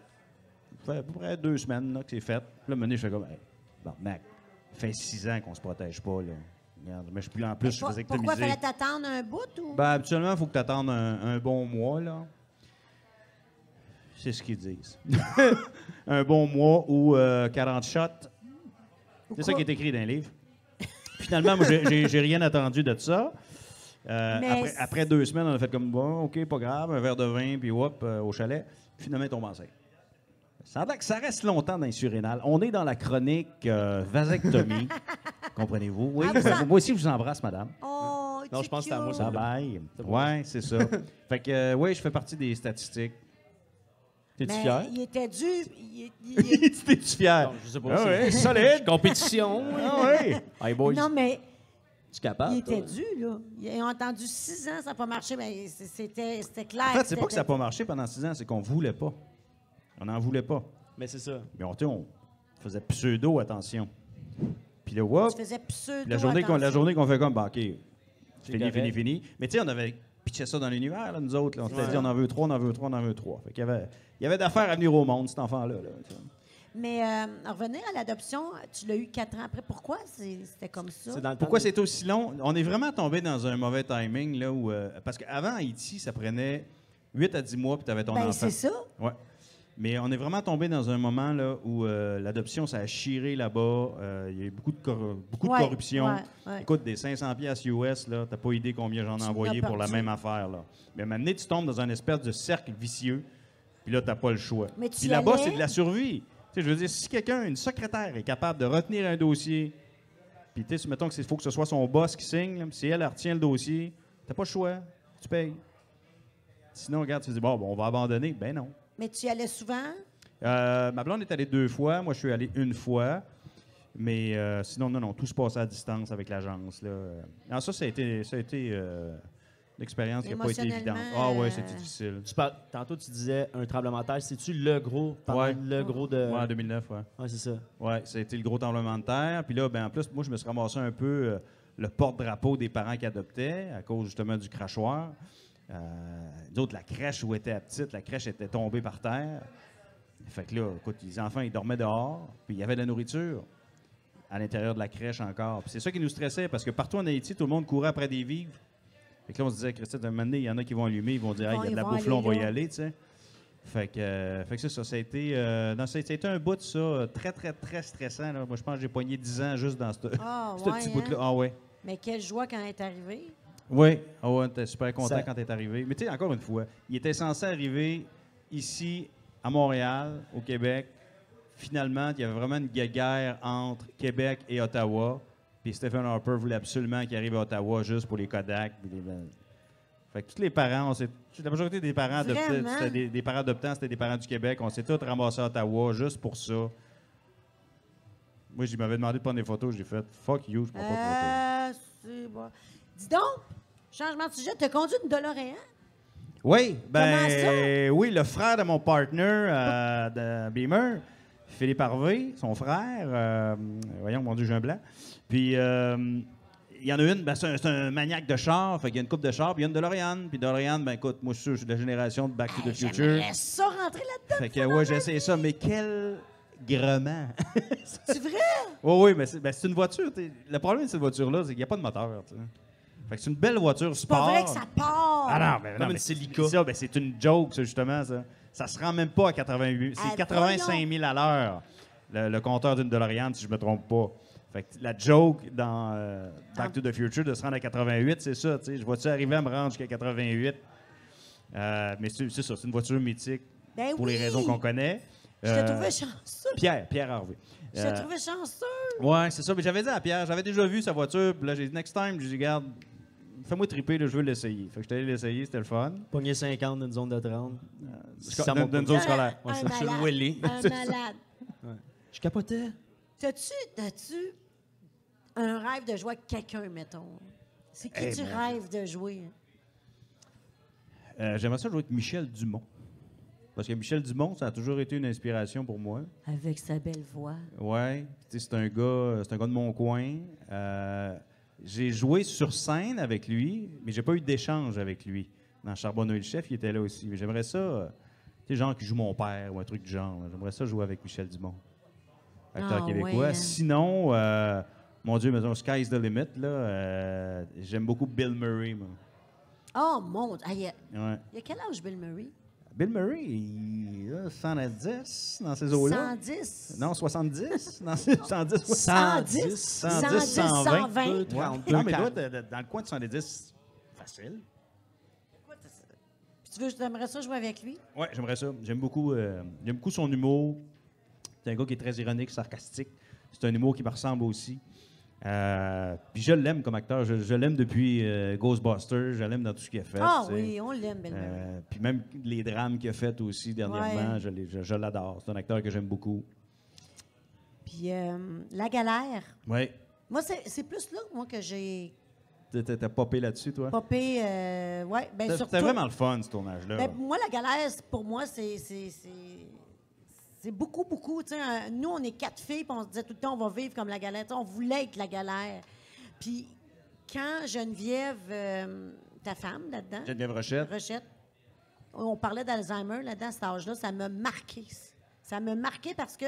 Ça fait à peu près deux semaines là, que c'est fait. Puis Là, à un moment donné, je fais comme, hey, bon, Mac, ça fait six ans qu'on se protège pas, là. Regarde, mais je suis plus en plus, je suis
Pour-
vasectomisé.
Pourquoi fallait t'attendre un bout ou.
Ben, habituellement, il faut que tu attendes un, un bon mois, là. C'est ce qu'ils disent. *laughs* un bon mois ou euh, 40 shots. C'est ça qui est écrit dans le livre. Finalement, moi, j'ai- j'ai j'ai rien attendu de ça. Euh,
Mais
après,
c'est-
après deux semaines, on a fait comme bon, OK, pas grave, un verre de vin, puis hop, euh, au chalet. Finalement, il tombe enceinte. Ça, a l'air que ça reste longtemps dans les surrénales. On est dans la chronique euh, vasectomie.
*laughs*
Comprenez-vous? Oui,
Ah, vous en-
moi aussi, je vous embrasse, madame.
Oh,
Non,
c'est
je pense que c'est à
cute.
moi,
Bye
ça.
bye.
C'est bon.
Ouais,
*laughs*
c'est ça. fait que, euh, ouais, je fais partie des statistiques. T'es-tu
Mais
fier?
Ben, Il était dû. il-
*laughs*
il- il-
T'es-tu fier?
Non, *laughs* je sais pas.
Ah
c'est-
ouais, solide.
Compétition.
ah ouais.
Hey boys,
non, mais
tu es capable.
il
toi,
était
là?
dû, là. Ils ont attendu six ans, ça n'a pas marché. mais c- c'était c'était clair.
En fait, c'est pas que ça
Ah,
n'a
c'était-
pas marché pendant six ans, c'est qu'on voulait pas. On n'en voulait pas.
Mais c'est ça.
Mais on, tu sais, on faisait pseudo attention. Puis là, whoop,
Tu faisais pseudo.
la journée qu'on la
attention.
journée qu'on fait comme, bah, OK, fini,
correct.
fini, fini. Mais tu sais, on avait pitché ça dans l'univers, là, nous autres. là. On s'était
Ouais.
dit, on en veut trois, on en veut trois, on en veut trois. Fait qu'il y avait, il y avait d'affaires à venir au monde, cet enfant-là. là, tu sais.
Mais euh, revenir à l'adoption, tu l'as eu quatre ans après. Pourquoi c'est- c'était comme ça?
C'est dans le temps
Pourquoi
de-
c'est aussi long? On est vraiment tombé dans un mauvais timing, là, où, euh, parce qu'avant, Haïti, ça prenait 8 à 10 mois, puis tu avais ton
Ben,
enfant.
c'est ça.
Ouais. Mais on est vraiment tombé dans un moment là, où euh, l'adoption, ça a chiré là-bas. Euh, Il y a eu beaucoup de, cor- beaucoup
Ouais,
de corruption.
ouais, ouais.
Écoute, des 500 piastres US, là, t'as pas idée combien j'en ai
n'as
envoyé pour la
perdu.
même affaire. Là. Mais maintenant, tu tombes dans un espèce de cercle vicieux, puis là, t'as pas le choix.
Mais tu
Puis
y
là-bas,
allais-
c'est de la survie. Tu sais, je veux dire, si quelqu'un, une secrétaire, est capable de retenir un dossier, puis tu sais, mettons qu'il faut que ce soit son boss qui signe, là, si elle, elle retient le dossier, t'as pas le choix, tu payes. Sinon, regarde, tu dis, bon, bon, on va abandonner. Ben non.
Mais tu y allais souvent?
Euh, ma blonde est allée deux fois. Moi, je suis allé une fois. Mais euh, sinon, non, non, tout se passait à distance avec l'agence. là. Euh, Alors ça, ça a été, ça a été euh, une expérience qui n'a pas été évidente. Ah
Émotionnellement,
ouais,
euh,
c'était difficile.
Tu parles- Tantôt, tu disais un tremblement de terre. C'est-tu le gros? pendant
Ouais.
Le gros de.
Ouais, en 2009, ouais.
Ouais, c'est ça.
Ouais, ça a été le gros tremblement de terre. Puis là, ben, en plus, moi, je me suis ramassé un peu euh, le porte-drapeau des parents qui adoptaient à cause justement du crachoir. Euh, D'autres, la crèche où était la petite, la crèche était tombée par terre. Fait que là, écoute, les enfants, ils dormaient dehors, puis il y avait de la nourriture à l'intérieur de la crèche encore. Puis c'est ça qui nous stressait, parce que partout en Haïti, tout le monde courait après des vivres. Fait que là, on se disait, Christine, un moment donné, il y en a qui vont allumer, ils vont dire,
Ils
Hey, il
vont-
y a de
ils
la
vont
bouffe là, on
aller
va y
là.
aller, tu sais. Fait que, euh, fait que c'est ça, ça a été, euh, non, ça a- ça a été un bout de ça, euh, très, très, très stressant. là. Moi, je pense que j'ai poigné 10 ans juste dans ce
Ah,
*laughs* ce
ouais,
petit
hein?
bout-là. Ah ouais.
Mais quelle joie quand elle est arrivée.
Oui, ah ouais, t'es super content
Ça-
quand t'es arrivé. Mais tu sais, encore une fois, il était censé arriver ici, à Montréal, au Québec. Finalement, il y avait vraiment une guerre entre Québec et Ottawa. Puis Stephen Harper voulait absolument qu'il arrive à Ottawa juste pour les Kodak. puis les- Fait que tous les parents, on s'est- la majorité des parents adoptés,
Vraiment?
c'était des, des parents adoptants, c'était des parents du Québec. On s'est tous ramassés à Ottawa juste pour ça. Moi, je m'avais demandé de prendre des photos. J'ai fait fuck you, je prends pas de photos.
Euh, c'est bon. Dis donc, changement de sujet, t'as conduit une DeLorean? Comment
Oui, ben
ça?
oui, le frère de mon partner euh, de Beamer, Philippe Harvey, son frère, euh, voyons, mon Dieu, j'ai un blanc. Puis euh, il y en a une, ben, c'est un, c'est un maniaque de char, fait qu'il y a une coupe de char, puis il y a une DeLorean. Puis DeLorean, ben écoute, moi je suis sûr, je suis de la génération de Back to the Future.
J'aimerais ça rentrer là-dedans.
Fait que ouais, j'ai essayé ça, mais quel grement! *laughs*
C'est vrai?
Oui, oui, mais c'est ben, c'est une voiture. t'sais. Le problème de cette voiture-là, c'est qu'il n'y a pas de moteur. t'sais. Fait que c'est une belle voiture
C'est pas
sport.
vrai que ça part.
Ah non, mais
Comme
non,
une
mais
Celica.
c'est ça, ben, c'est une joke, ça, justement. Ça. ça se rend même pas à 88.
Ah,
C'est 85 000 à l'heure, le, le compteur d'une DeLorean, si je me trompe pas. Fait que la joke dans euh,
Ah.
Back to the Future de se rendre à 88, c'est ça. t'sais. Je vois-tu arriver à me rendre jusqu'à 88? Euh, mais c'est c'est ça, c'est une voiture mythique
Ben
pour les
oui.
raisons qu'on connaît.
Je
Euh,
t'ai trouvé chanceux.
Pierre, Pierre Harvey.
Je
Euh,
t'ai trouvé chanceux.
Ouais, c'est ça. Mais j'avais dit à Pierre, j'avais déjà vu sa voiture. Puis là, j'ai dit, next time, j'ai dit, garde, fais-moi triper, là, je veux l'essayer. Fait que j'étais allé l'essayer, c'était le fun.
Pogné 50 dans une zone de 30.
Euh, sco-
Ça
dans-
m'a
dans
pas-
une zone scolaire.
Un
Ouais, c'est- je suis le
malade.
Willy.
*laughs*
Un malade.
Je capotais.
T'as-tu, t'as-tu un rêve de jouer avec quelqu'un, mettons? C'est qui
Eh,
tu
mon
rêves de jouer?
Euh, J'aimerais ça jouer avec Michel Dumont. Parce que Michel Dumont, ça a toujours été une inspiration pour moi.
Avec sa belle voix.
Ouais, tu sais, c'est un gars, c'est un gars de mon coin. Euh, j'ai joué sur scène avec lui, mais j'ai pas eu d'échange avec lui. Dans Charbonneau et le chef, il était là aussi. Mais j'aimerais ça, euh, tu sais, genre qui joue mon père ou un truc du genre. là. J'aimerais ça jouer avec Michel Dumont, acteur
Ah,
québécois.
ouais, hein.
Sinon, euh, mon Dieu, mais Sky's the limit là. euh, j'aime beaucoup Bill Murray. moi.
Oh mon Dieu! Ah, Il y, a-
Ouais.
il y a quel âge, Bill Murray?
Bill Murray, il a 110 dans ces eaux-là.
110?
Non, 70 dans ces 110.
110,
ouais. 110,
120.
2,
Ouais.
30,
Non, mais
40.
toi, t'es- t'es dans le coin de 110, facile.
Puis tu veux, j'aimerais ça jouer avec lui?
Ouais, j'aimerais ça. J'aime beaucoup, euh, j'aime beaucoup son humour. C'est un gars qui est très ironique, sarcastique. C'est un humour qui me ressemble aussi. Euh, puis je l'aime comme acteur. Je, je l'aime depuis euh, Ghostbusters. Je l'aime dans tout ce qu'il a fait.
Ah
Ben, tu sais.
oui, on l'aime, Bill Murray.
Euh, puis même les drames qu'il a fait aussi dernièrement,
Ouais.
je l'ai- je je l'adore. C'est un acteur que j'aime beaucoup.
Puis euh, la galère.
Ouais.
Moi, c'est c'est plus là, moi, que j'ai
T'as- T'as t'as popé là-dessus, toi?
popé. euh, ouais, ben surtout.
C'était vraiment le fun, ce tournage-là.
Ben, moi, la galère, c'est- pour moi, c'est. c'est- c'est- C'est beaucoup, beaucoup. tu sais, euh, nous, on est quatre filles, puis on se disait tout le temps, on va vivre comme la galère. Tu sais, on voulait être la galère. Puis quand Geneviève, euh, ta femme là-dedans,
Geneviève Rochette.
Rochette, on parlait d'Alzheimer là-dedans, à cet âge-là, ça m'a marqué. Ça m'a marqué parce que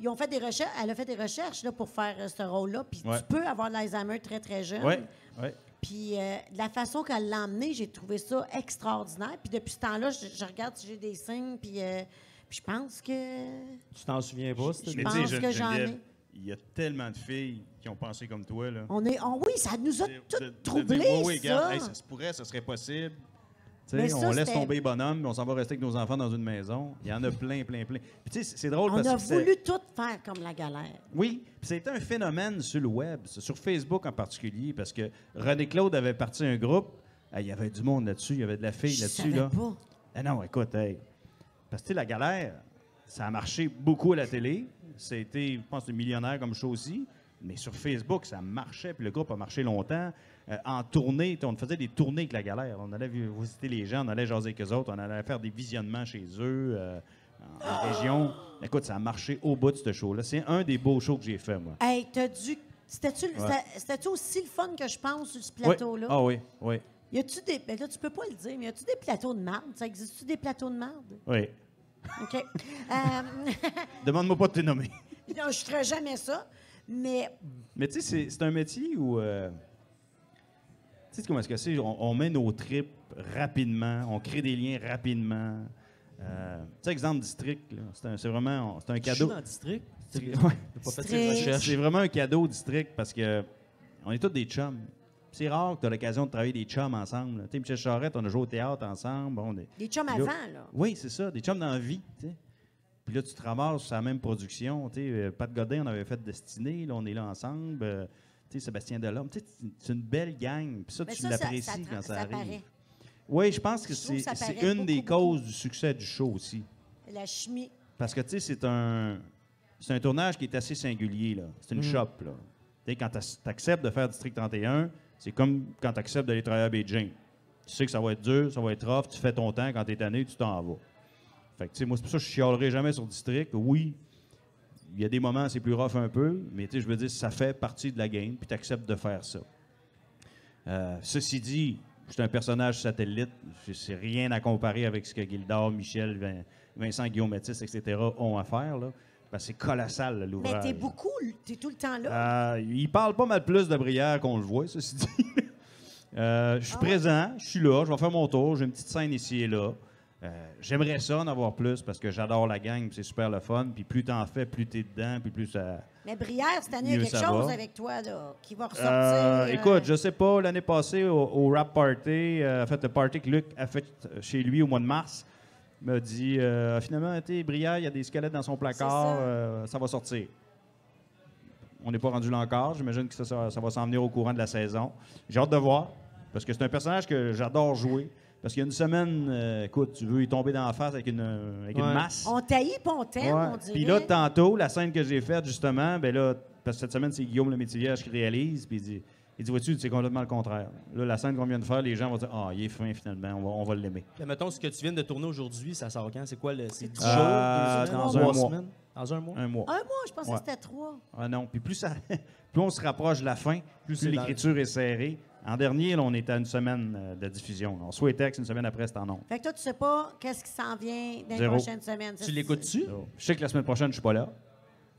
ils ont fait des recherches, elle a fait des recherches là, pour faire euh, ce rôle-là. Puis
Ouais.
tu peux avoir de l'Alzheimer très, très jeune.
Ouais, ouais.
Puis euh, de la façon qu'elle l'a emmené, j'ai trouvé ça extraordinaire. Puis depuis ce temps-là, je, je regarde si j'ai des signes, puis, euh, puis je pense que...
Tu t'en souviens pas, c'était
Je
Mais
pense
tu sais, Gen-
que j'en ai.
Geneviève, il y a tellement de filles qui ont pensé comme toi, là.
On est, on- oui, ça nous a
De- de- de
tout
dire,
troublés,
oui, oui, regarde,
ça.
hey, ça se pourrait, ça serait possible. Tu
Mais
sais,
ça,
on laisse
c'était-
tomber les bonhommes, puis on s'en va rester avec nos enfants dans une maison. Il y en a plein, plein, plein. Puis tu sais, c'est- c'est drôle
on
parce
a
que c'était-
voulu tout faire comme la galère.
Oui, puis c'était un phénomène sur le web, ça, sur Facebook en particulier, parce que René Claude avait parti un groupe. Hey, Il y avait du monde là-dessus, il y avait de la fille
Je
là-dessus.
savais
Là.
pas.
Ah non, écoute, hey. Parce que tu sais, la galère, ça a marché beaucoup à la télé. C'était, je pense, le millionnaire comme show aussi. Mais sur Facebook, ça marchait, puis le groupe a marché longtemps. Euh, en tournée, tu sais, on faisait des tournées avec la galère. On allait vi- visiter les gens, on allait jaser avec eux autres, on allait faire des visionnements chez eux, euh, en, en région. Écoute, ça a marché au bout de ce show-là. C'est un des beaux shows que j'ai fait, moi.
Hey, t'as dû... C'était-tu c'était- c'était-tu aussi le fun que je pense sur ce plateau-là?
Oui. Ah oui, oui,
Y a-tu des. Ben là, tu peux pas le dire, mais y a-tu des plateaux de marde? Ça existe-tu des plateaux de marde?
oui. *laughs*
OK. Euh, *laughs*
Demande-moi pas de te nommer.
non, je ferai jamais ça, mais
Mais tu sais, c'est- c'est un métier où. euh, tu sais comment est-ce que c'est? On, on met nos tripes rapidement, on crée des liens rapidement. Euh, tu sais, exemple district, là, c'est un- c'est vraiment on- c'est un
Tu joues
cadeau.
dans le district?
Ouais.
T'as pas fait
District.
tes recherches.
C'est vraiment un cadeau district parce que on est tous des chums. C'est rare que tu as l'occasion de travailler des chums ensemble. là. Tu sais, Michel Charette, on a joué au théâtre ensemble. bon, on est-
des chums
Là-
avant, là.
oui, c'est ça, des chums dans la vie. tu sais. Puis là, tu te ramasses sur la même production. tu sais, euh, Pat Godin, on avait fait Destinée, là, on est là ensemble. euh, tu sais, Sébastien Delhomme, tu sais, c'est une belle gang. Puis ça,
Mais
tu
Ben ça, ça-
l'apprécies
ça tra-
quand ça,
ça
arrive.
paraît.
Oui, je pense que
Je trouve
c'est
que ça
c'est
paraît
une des
beaucoup,
causes du succès du show aussi.
La chimie.
Parce que, tu sais, c'est un, c'est un tournage qui est assez singulier, là. C'est une shop, là. Tu sais, quand tu acceptes de faire District 31, c'est comme quand tu acceptes d'aller travailler à Beijing. Tu sais que ça va être dur, ça va être rough, tu fais ton temps, quand t'es tanné, tu t'en vas. Fait que, tu sais, moi, c'est pour ça que je chialerai jamais sur District. Oui, il y a des moments, c'est plus rough un peu, mais tu sais, je veux dire, ça fait partie de la game, puis tu acceptes de faire ça. Euh, ceci dit, c'est un personnage satellite. C'est- C'est rien à comparer avec ce que Gildard, Michel, Vin- Vincent Guillaume Matisse, etc. ont à faire. Là. Parce que c'est colossal, là, l'ouvrage.
Mais t'es
là.
beaucoup, t'es tout le temps là.
Euh, il parle pas mal plus de Brière qu'on le voit, ceci dit. *laughs* Euh, je suis présent, je suis là, je vais faire mon tour, j'ai une petite scène ici et là. Euh, J'aimerais ça en avoir plus parce que j'adore la gang, puis c'est super le fun. Puis plus t'en fais, plus t'es dedans, puis plus ça.
Mais Brière, cette année, il y
mieux
a quelque
ça
chose
va.
avec toi là, qui va ressortir.
Euh,
euh,
écoute, je sais pas, l'année passée, au, au rap party, euh, en fait, le party que Luc a fait chez lui au mois de mars, m'a dit euh, finalement, tu Brière, il y a des squelettes dans son placard,
C'est ça.
euh, ça va sortir. On n'est pas rendu là encore. J'imagine que ça, ça- ça va s'en venir au courant de la saison. J'ai hâte de voir, parce que c'est un personnage que j'adore jouer. Parce qu'il y a une semaine, euh, écoute, tu veux y tomber dans la face avec une, avec une
Ouais.
masse.
On taillit pas on t'aime,
Ouais.
on dirait.
Puis là, tantôt, la scène que j'ai faite, justement, ben là, parce que cette semaine, c'est Guillaume le métivier qui réalise, puis il dit, il dit vois-tu, c'est complètement le contraire. Là, la scène qu'on vient de faire, les gens vont dire, ah, il est fin, finalement, on va, on va l'aimer.
Mais mettons, ce que tu viens de tourner aujourd'hui, ça sort quand? C'est quoi le. C'est 10
trois mois.
jours? deux
Euh, Dans
semaines,
un
trois
mois.
semaines? Dans un mois?
Un mois.
Un mois, je pensais
Ouais.
que c'était trois.
Ah non, puis plus, ça, *laughs* plus on se rapproche de la fin, plus,
c'est
l'écriture est serrée. En dernier, là, on était à une semaine euh, de diffusion. On souhaitait que une semaine après, c'était en ondes.
Fait que toi, tu sais pas qu'est-ce qui s'en vient dans les
Zéro.
prochaines semaines. ça,
Tu
c'est-
l'écoutes-tu?
So, Je sais que la semaine prochaine, je suis pas là,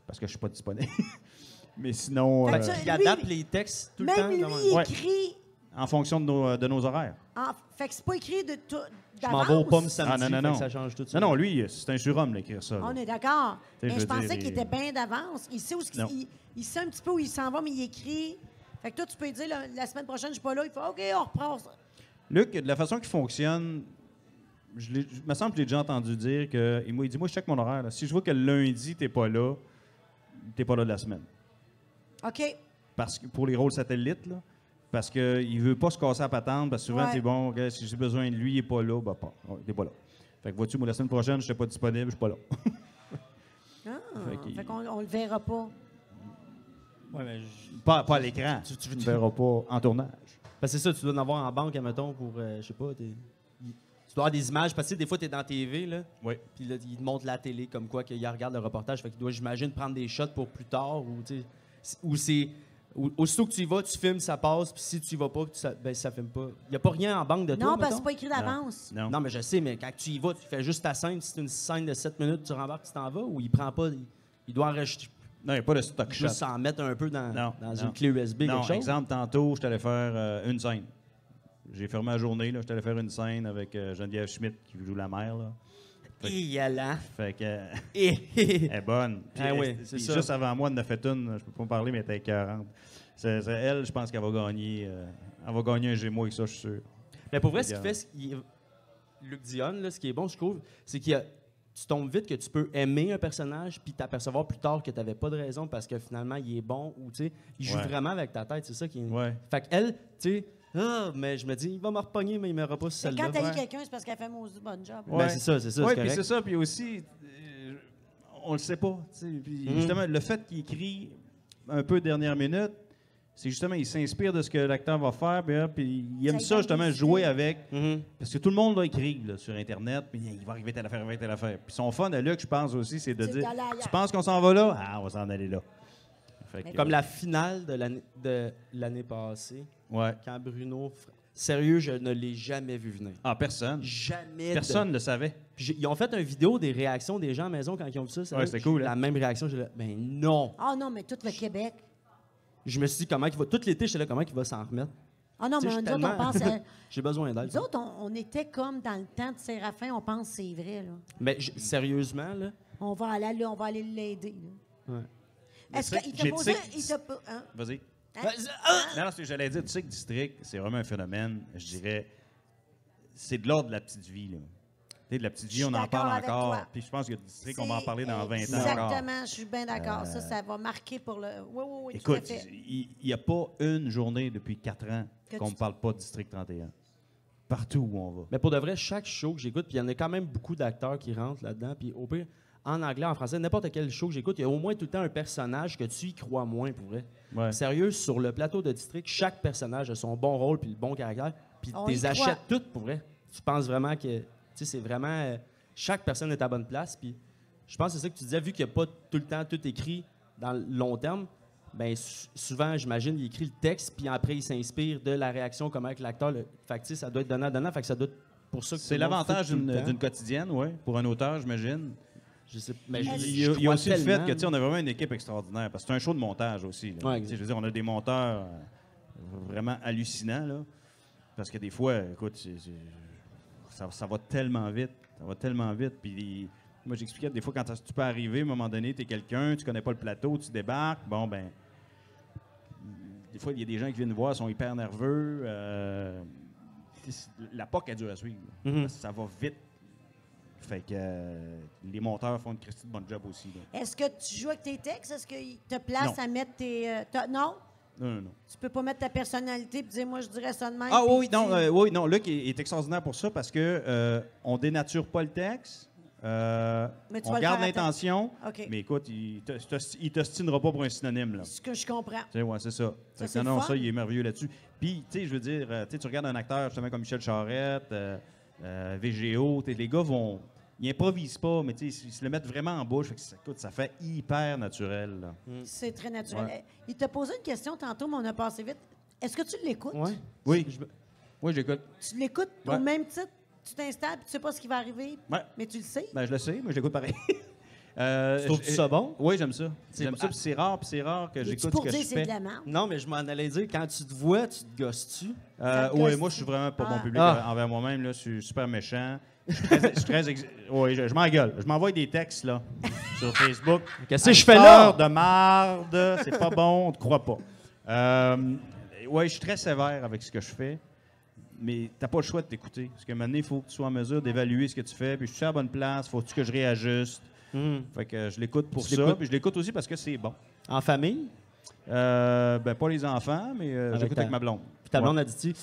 parce que je suis pas disponible. *laughs* Mais sinon,
Fait
euh,
que
Il
Lui-
adapte les textes tout
Même
le
lui,
temps. quand
il
même.
Ouais.
écrit.
en fonction de nos, euh, de nos horaires.
en- Fait que c'est pas écrit de tout.
Je m'en vais aux pommes samedi,
Ah, non, non,
fait que
non.
ça change tout ça.
Non, non, lui, euh, c'est un surhomme d'écrire ça. là.
On est d'accord.
T'sais,
Mais
je
je
veux dire,
pensais
il-
qu'il était bien d'avance. Il sait où ce qu'il-
Non.
il, il sait un petit peu où il s'en va, mais il écrit. Fait que toi, tu peux lui dire la, la semaine prochaine, je suis pas là. Il fait OK, on reprend.
Luc, de la façon qu'il fonctionne, je, l'ai- je- me semble que j'ai déjà entendu dire que. Il, m'a- il dit Moi, je check mon horaire. là. Si je vois que le lundi, t'es pas là, t'es pas là de la semaine.
OK.
Parce que, pour les rôles satellites, là, parce qu'il veut pas se casser à patente, parce que souvent,
Ouais.
t'es bon, gars, si j'ai besoin de lui, il est pas là, bah, pas. Ouais, t'es pas là. Fait que vois-tu, moi, la semaine prochaine, je suis pas disponible, je suis pas là. *laughs*
Ah,
Fait qu'il-
fait qu'on on le verra pas.
Ouais, mais je-
pas, pas à l'écran.
Tu- tu-
ne verras pas en tournage.
Parce que c'est ça, tu dois en avoir en banque, admettons, pour, euh, je sais pas, t'es- il- tu dois avoir des images. Parce que tu sais, des fois, tu es dans TV, là,
Oui.
puis là, il te montre la télé comme quoi qu'il regarde le reportage. Fait qu'il doit, j'imagine, prendre des shots pour plus tard. Ou, tu sais, c'est- ou c'est... ou- Aussitôt que tu y vas, tu filmes, ça passe. Puis si tu y vas pas, tu- ça, ben, ça filme pas. Il n'y a pas rien en banque de toi,
Non, parce que
mettons?
c'est pas écrit d'avance.
Non.
Non, mais je sais, mais quand tu y vas, tu fais juste ta scène. Si c'est une scène de 7 minutes, tu rembarques, tu t'en vas. Ou il prend pas... Il, il doit enregistrer,
Non, il n'y a pas de stock shot.
juste s'en mettre un peu dans,
Non,
dans
non.
une clé USB,
non,
quelque chose.
exemple, tantôt, je t'allais faire euh, une scène. J'ai fermé la journée, là, je t'allais faire une scène avec euh, Geneviève Schmidt qui joue la mère. Là.
Et il y
*laughs*
a là.
Fait que, euh,
Et-
elle est
*laughs*
bonne. Puis,
Ah
elle-
oui,
puis
c'est ça.
juste avant moi, elle en a fait une, je peux pas en parler, mais elle était 40. C'est, c'est elle, je pense qu'elle va gagner. euh, elle va gagner un Gémeaux avec ça, je suis sûr.
Mais pour vrai, ce qui
Regarde.
fait, ce qui- Luc Dion, là, ce qui est bon, je trouve, c'est qu'il y a- tu tombes vite que tu peux aimer un personnage puis t'apercevoir plus tard que tu n'avais pas de raison parce que finalement, il est bon ou tu sais, il joue
Ouais.
vraiment avec ta tête. C'est ça qui est.
Ouais.
Fait qu'elle, tu sais, ah, mais je me dis, il va me repogner, mais il ne m'aura pas sur
Fait que
celle-là.
Quand t'as
Ouais.
eu quelqu'un, c'est parce qu'elle fait maudit bon job.
Ben, c'est ça, c'est ça,
Oui,
c'est
puis
correct.
c'est ça. Puis aussi, euh, on le sait pas. tu sais. Puis
Mm.
justement, le fait qu'il écrit un peu dernière minute, c'est justement, il s'inspire de ce que l'acteur va faire. Puis, hop, puis il aime
Ça lui
ça,
donne
justement,
des
jouer
idées.
avec.
Mhm.
Parce que tout le monde va écrire là, sur Internet, puis il va arriver telle affaire, il va arriver telle affaire. Puis son fun à Luc, je pense aussi, c'est de
C'est
dire
d'aller ailleurs.
Tu penses qu'on s'en va là Ah, on va s'en aller là. Fait que-
Comme la finale de l'année- de l'année passée,
Ouais.
quand Bruno. Fra- Sérieux, je ne l'ai jamais vu venir.
Ah, personne.
Jamais. de-
Personne ne le savait.
Puis j'ai- Ils ont fait une vidéo des réactions des gens à la maison quand ils ont vu ça. sérieux.
Ouais, c'était cool,
La
hein?
même réaction, j'ai là, ben non.
Ah non, mais tout le Québec.
Je me suis dit comment il va. Tout l'été, j'étais là, comment il va s'en remettre.
Ah non,
Tu
mais
sais,
nous
je suis
autres, on
tellement-
pense
*laughs*
à...
J'ai besoin d'aide.
Nous autres, on, on était comme dans le temps de Séraphin, on pense que c'est vrai. Là.
Mais j- sérieusement, là.
On va aller là, on va aller l'aider. là.
Ouais.
Est-ce
Mais
qu'il
tu sais-
t'a posé...
j'ai-
Il t'a pas- hein?
Vas-y.
Hein?
Ben, c'est- ah!
Non, non, c'est- j'allais dire, tu sais que District, c'est vraiment un phénomène, je dirais, c'est de l'ordre de la petite vie. Là. Tu sais, de la petite
Je
vie,
suis
on en
d'accord
parle
avec
encore.
toi.
Puis je pense que District, on va en
C'est
parler dans 20 ans encore.
Exactement, je suis bien d'accord. Ça, ça va marquer pour le... Oui, oui, oui, tout à
Écoute,
fait.
il n'y a pas une journée depuis 4 ans
Que
qu'on ne
tu-
parle pas de District 31. partout où on va.
Mais pour de vrai, chaque show que j'écoute, puis il y en a quand même beaucoup d'acteurs qui rentrent là-dedans, puis au pire, en anglais, en français, n'importe quel show que j'écoute, il y a au moins tout le temps un personnage que tu y crois moins, pour vrai.
Ouais.
Sérieux, sur le plateau de district, chaque personnage a son bon rôle puis le bon caractère, puis
On
tu
y
les
croit.
achètes toutes, pour vrai. Tu penses vraiment que, tu sais, c'est vraiment, euh, chaque personne est à bonne place, puis je pense que c'est ça que tu disais, vu qu'il n'y a pas tout le temps tout écrit dans le long terme, ben sou- souvent, j'imagine, il écrit le texte, puis après, il s'inspire de la réaction, comment que l'acteur le... Fait que, tu sais, ça doit être donnant-donnant, fait que ça doit être pour ça que
C'est
tout le monde
l'avantage
fit tout le
d'une
temps.
d'une quotidienne, oui, pour un auteur, j'imagine.
Je sais, mais
Il y
je-
a-
je
Il y a,
crois
aussi le fait
tellement,
que, tu sais, on a vraiment une équipe extraordinaire, parce que c'est un show de montage aussi. là.
Ouais,
Tu sais, je veux dire, on a des monteurs euh, vraiment hallucinants, là, parce que des fois, écoute, c'est- c'est- ça, ça va tellement vite, ça va tellement vite, puis les- moi, j'expliquais, des fois, quand ça- tu peux arriver, à un moment donné, tu es quelqu'un, tu connais pas le plateau, tu débarques, bon, ben des fois, il y a des gens qui viennent nous voir, sont hyper nerveux, euh, c'est- la POC est dure à suivre, là,
Mhm.
parce que ça va vite. Fait que euh, les monteurs font une Christie de bonne job aussi. là.
Est-ce que tu joues avec tes textes? Est-ce qu'ils te placent
Non.
à mettre tes. euh, ta- non?
Non, non, non.
Tu peux pas mettre ta personnalité et dire, moi, je dirais ça de même.
Ah
puis
oui, non,
tu-
euh, oui, non. Luc est, est extraordinaire pour ça parce que euh, on dénature pas le texte. euh,
Mais tu
on
vas le
garde
faire à ta-
l'intention.
OK.
Mais écoute, il te- t'os- il t'ostinera pas pour un synonyme. Là.
Ce que je comprends.
Tu sais, ouais, c'est ça. Fait que
c'est
non, non,
le fun.
ça, il est merveilleux là-dessus. Puis, tu sais, je veux dire, euh, tu sais, tu regardes un acteur, justement, comme Michel Charette, euh, euh, VGO, tu sais, les gars vont. Ils improvisent pas, mais tu sais, ils se le mettent vraiment en bouche. Fait que ça, écoute, ça fait hyper naturel. là.
Mm.
C'est très naturel.
Mm. Ouais.
Euh, Il t'a posé une question tantôt, mais on a passé vite. Est-ce que tu l'écoutes?
Ouais.
Oui.
Je me-
Oui, j'écoute.
Tu l'écoutes
Ouais.
au même titre, tu t'installes, puis tu sais pas ce qui va arriver,
Ouais.
mais tu le sais.
Ben, je le sais, mais je l'écoute pareil. *laughs* Euh,
Tu trouves-tu
je-
ça bon?
Oui, j'aime ça.
C'est ah.
J'aime
pas-
ça, puis c'est rare, puis c'est rare que
Et tu
j'écoute ce
pour
que
dire
je
c'est
fais.
de la merde.
Non, mais je m'en allais dire, quand tu te vois, tu te gosses-tu?
Euh,
Ça te
oui,
gosse.
moi, je suis vraiment pas
Ah.
bon public
Ah.
euh, envers moi-même. là. Je suis super méchant.
*laughs*
Je suis très... je suis très ex- oui, je, je m'engueule. Je m'envoie des textes, là,
*laughs*
sur Facebook.
Qu'est-ce que je fais là?
Acteur de marde, c'est pas bon, on te croit pas. Euh, oui, je suis très sévère avec ce que je fais, mais t'as pas le choix de t'écouter. Parce que maintenant, il faut que tu sois en mesure d'évaluer ce que tu fais, puis je suis à la bonne place, faut-tu que je réajuste? Fait que je l'écoute pour
Hmm. Tu
ça,
l'écoutes?
puis je l'écoute aussi parce que c'est bon.
En famille?
Euh, ben, pas les enfants, mais euh,
Avec
j'écoute
ta-
avec ma blonde.
Puis ta
Ouais.
blonde a dit-tu,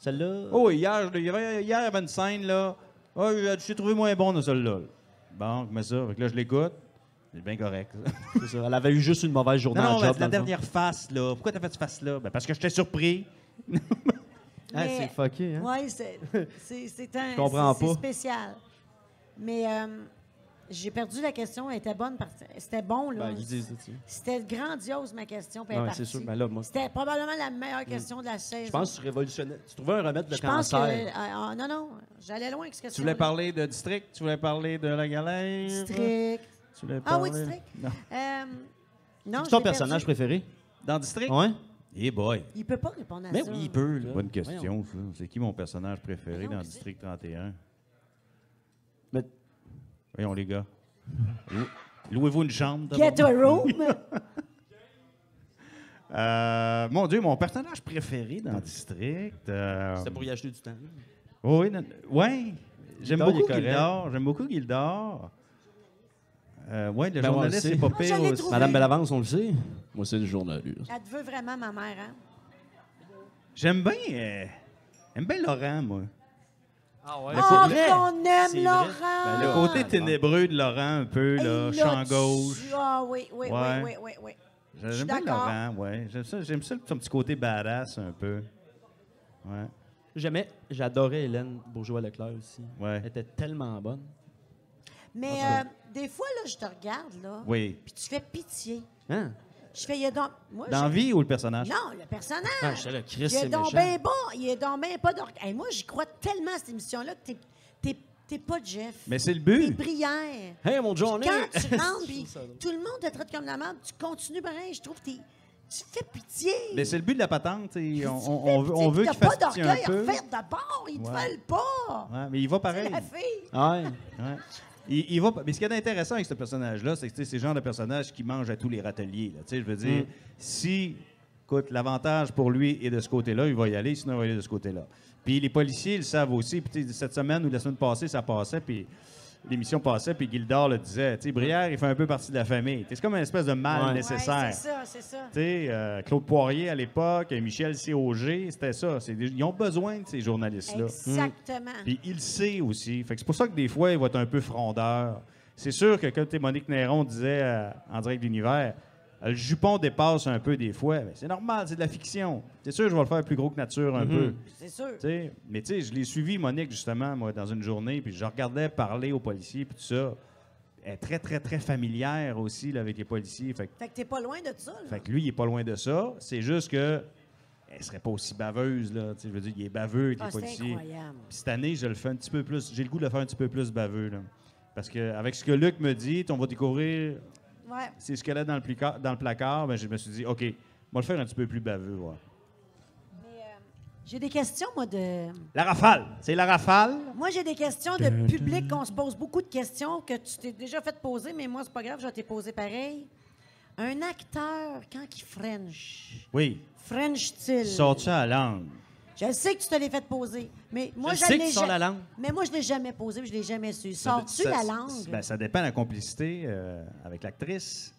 celle-là?
Oh, oui, hier, je l'ai- il y avait- hier, il y avait une scène, là. Ah, je je t'ai trouvé moins bon dans celle-là. là. Bon, mais ça, fait que là, je l'écoute. C'est bien correct. *laughs* ça.
C'est ça, Elle avait eu juste une mauvaise journée
Non, non,
en
mais
job.
c'est la
dans le fond.
dernière face, là. Pourquoi t'as fait cette face-là? Ben, parce que j'étais surpris.
Ah,
Mais-
c'est fucké, hein?
Oui,
*laughs*
c'est c'est- c'est un
Je comprends
c'est- c'est
pas.
spécial. Mais euh, j'ai perdu la question, elle était bonne. parce- C'était bon, là.
Ben, ils disent ça, tu sais.
C'était grandiose, ma question. puis elle
Non,
est
mais c'est
partie.
sûr, ben là, moi- Mm.
C'était probablement la meilleure question de la saison.
Je pense que tu révolutionnais. Tu trouvais un remède de
Je pense que.
cancer.
ah, ah, non, non, j'allais loin avec ce que
Tu voulais parler de district? Tu voulais parler de la galère?
District.
Tu voulais
Ah oui,
parler-
district.
Non.
Euh, non,
C'est
je
ton
l'ai
personnage
perdu.
préféré?
Dans district?
Ouais?
Eh boy!
Il peut pas répondre à
Mais
ça.
oui, il peut, là. Voyons.
Bonne question, ça. C'est qui mon personnage préféré
Voyons,
dans
je-
District 31?
Mais
Voyons, les gars. Lou- Louez-vous une chambre.
Get a
d'abord.
room.
Euh, mon Dieu, mon personnage préféré dans District. euh,
c'était pour y acheter du temps.
Oh oui, non- ouais. J'aime
Gildor, il est
beaucoup
correct.
Gildor. J'aime beaucoup Gildor. Euh, ouais, le
Ben, on le
journaliste,
sait.
c'est pas
Ah,
pire
je l'ai
aussi.
trouvé.
Madame Bellavance, on le sait? Moi, c'est le journaliste.
Elle te veut vraiment, ma mère, hein?
J'aime bien. euh, J'aime bien Laurent, moi.
Ah ouais?
oh,
c'est vrai.
qu'on aime
C'est
Laurent!
vrai.
Ben, le côté ténébreux de Laurent, un peu, là,
Ah, Hey,
champ
tu-
gauche.
Ah oui, oui,
Ouais.
oui, oui, oui, oui. Je suis
J'aime bien
d'accord.
Laurent, ouais. J'aime ça, j'aime ça, son petit côté badass, un peu. Ouais.
J'aimais, j'adorais Hélène Bourgeois-Leclerc aussi.
Ouais.
Elle était tellement bonne.
Mais euh, des fois, là, je te regarde, là,
Oui.
puis tu fais pitié.
Hein?
Je fais, il est donc... Moi,
Dans
je-
vie ou le personnage?
Non, le personnage.
Ah, je sais, le Christ,
il est
c'est
donc
méchant.
bien bon. Il est donc bien pas d'or... Hey, moi, j'y crois tellement à cette émission-là que t'es, t'es, t'es pas Jeff.
Mais c'est le
T'es
but.
Brière.
Hey, mon
Quand
journée!
tu
*laughs*
rentres, puis
Je trouve ça drôle.
tout le monde te traite comme la merde, tu continues pareil, je trouve que t'es- tu fais pitié.
Mais c'est le but de la patente. t'sais. On,
Tu
on-
fais
on veut,
pitié,
on veut
puis
qu'il
t'as
fasse
pas
pitié un
d'orgueil à
peu.
refaire d'abord, ils te
Ouais.
veulent pas.
Ouais, mais il va
C'est
pareil.
la fille.
Ouais.
Ouais. Il, il va, pas- mais ce qui est intéressant avec ce personnage-là, c'est que tu sais, c'est le genre de personnage qui mange à tous les râteliers. là. Tu sais, Je veux dire,
Mm.
si, écoute, l'avantage pour lui est de ce côté-là, il va y aller, sinon il va aller de ce côté-là. Puis les policiers le savent aussi. Puis tu sais, cette semaine ou la semaine passée, ça passait. Puis l'émission passait, puis Gildor le disait. Tu sais, Brière, il fait un peu partie de la famille. Tu sais, C'est comme une espèce de mal
Ouais.
Ouais,
nécessaire.
c'est ça, c'est ça.
Tu sais, euh, Claude Poirier à l'époque, Michel COG, c'était ça. C'est des- ils ont besoin de ces journalistes-là.
Exactement.
Mm. Puis il le sait aussi. Fait que c'est pour ça que des fois, il va être un peu frondeur. C'est sûr que, comme tu sais, Monique Néron disait euh, en direct de l'univers, euh, le jupon dépasse un peu des fois. Mais c'est normal, c'est de la fiction. C'est sûr, je vais le faire plus gros que nature un peu.
C'est sûr.
Tu sais, mais tu sais, je l'ai suivi, Monique, justement, moi, dans une journée, puis je regardais parler aux policiers, puis tout ça. Elle est très, très, très familière aussi là, avec les policiers. Fait que
Fait que t'es pas loin de ça. là.
fait que lui, il est pas loin de ça. C'est juste que elle serait pas aussi baveuse, là. Tu sais, je veux dire, il est baveux avec
Ah,
les
c'est
policiers.
incroyable.
Puis cette année, je le fais un petit peu plus. J'ai le goût de le faire un petit peu plus baveux, là. Parce que avec ce que Luc me dit, on va découvrir
Ouais.
ces squelettes dans le, plica- dans le placard, ben, je me suis dit, OK, on va le faire un petit peu plus baveux, voir.
Mais, euh, j'ai des questions, moi, de.
La rafale! C'est la rafale?
Moi, j'ai des questions de public qu'on se pose beaucoup de questions que tu t'es déjà fait poser, mais moi, c'est pas grave, je vais t'y poser pareil. Un acteur, quand il French,
Oui.
French-t-il?
Sors-tu à la langue?
Je sais que tu te l'es fait poser, mais moi,
Je
je,
sais
l'ai
qu'il sort
ja-
la langue.
Mais moi, je l'ai jamais posé, puis je l'ai jamais su. Sors-tu
Ça-
la
ça-
langue?
ben, ça dépend de la complicité euh, avec l'actrice.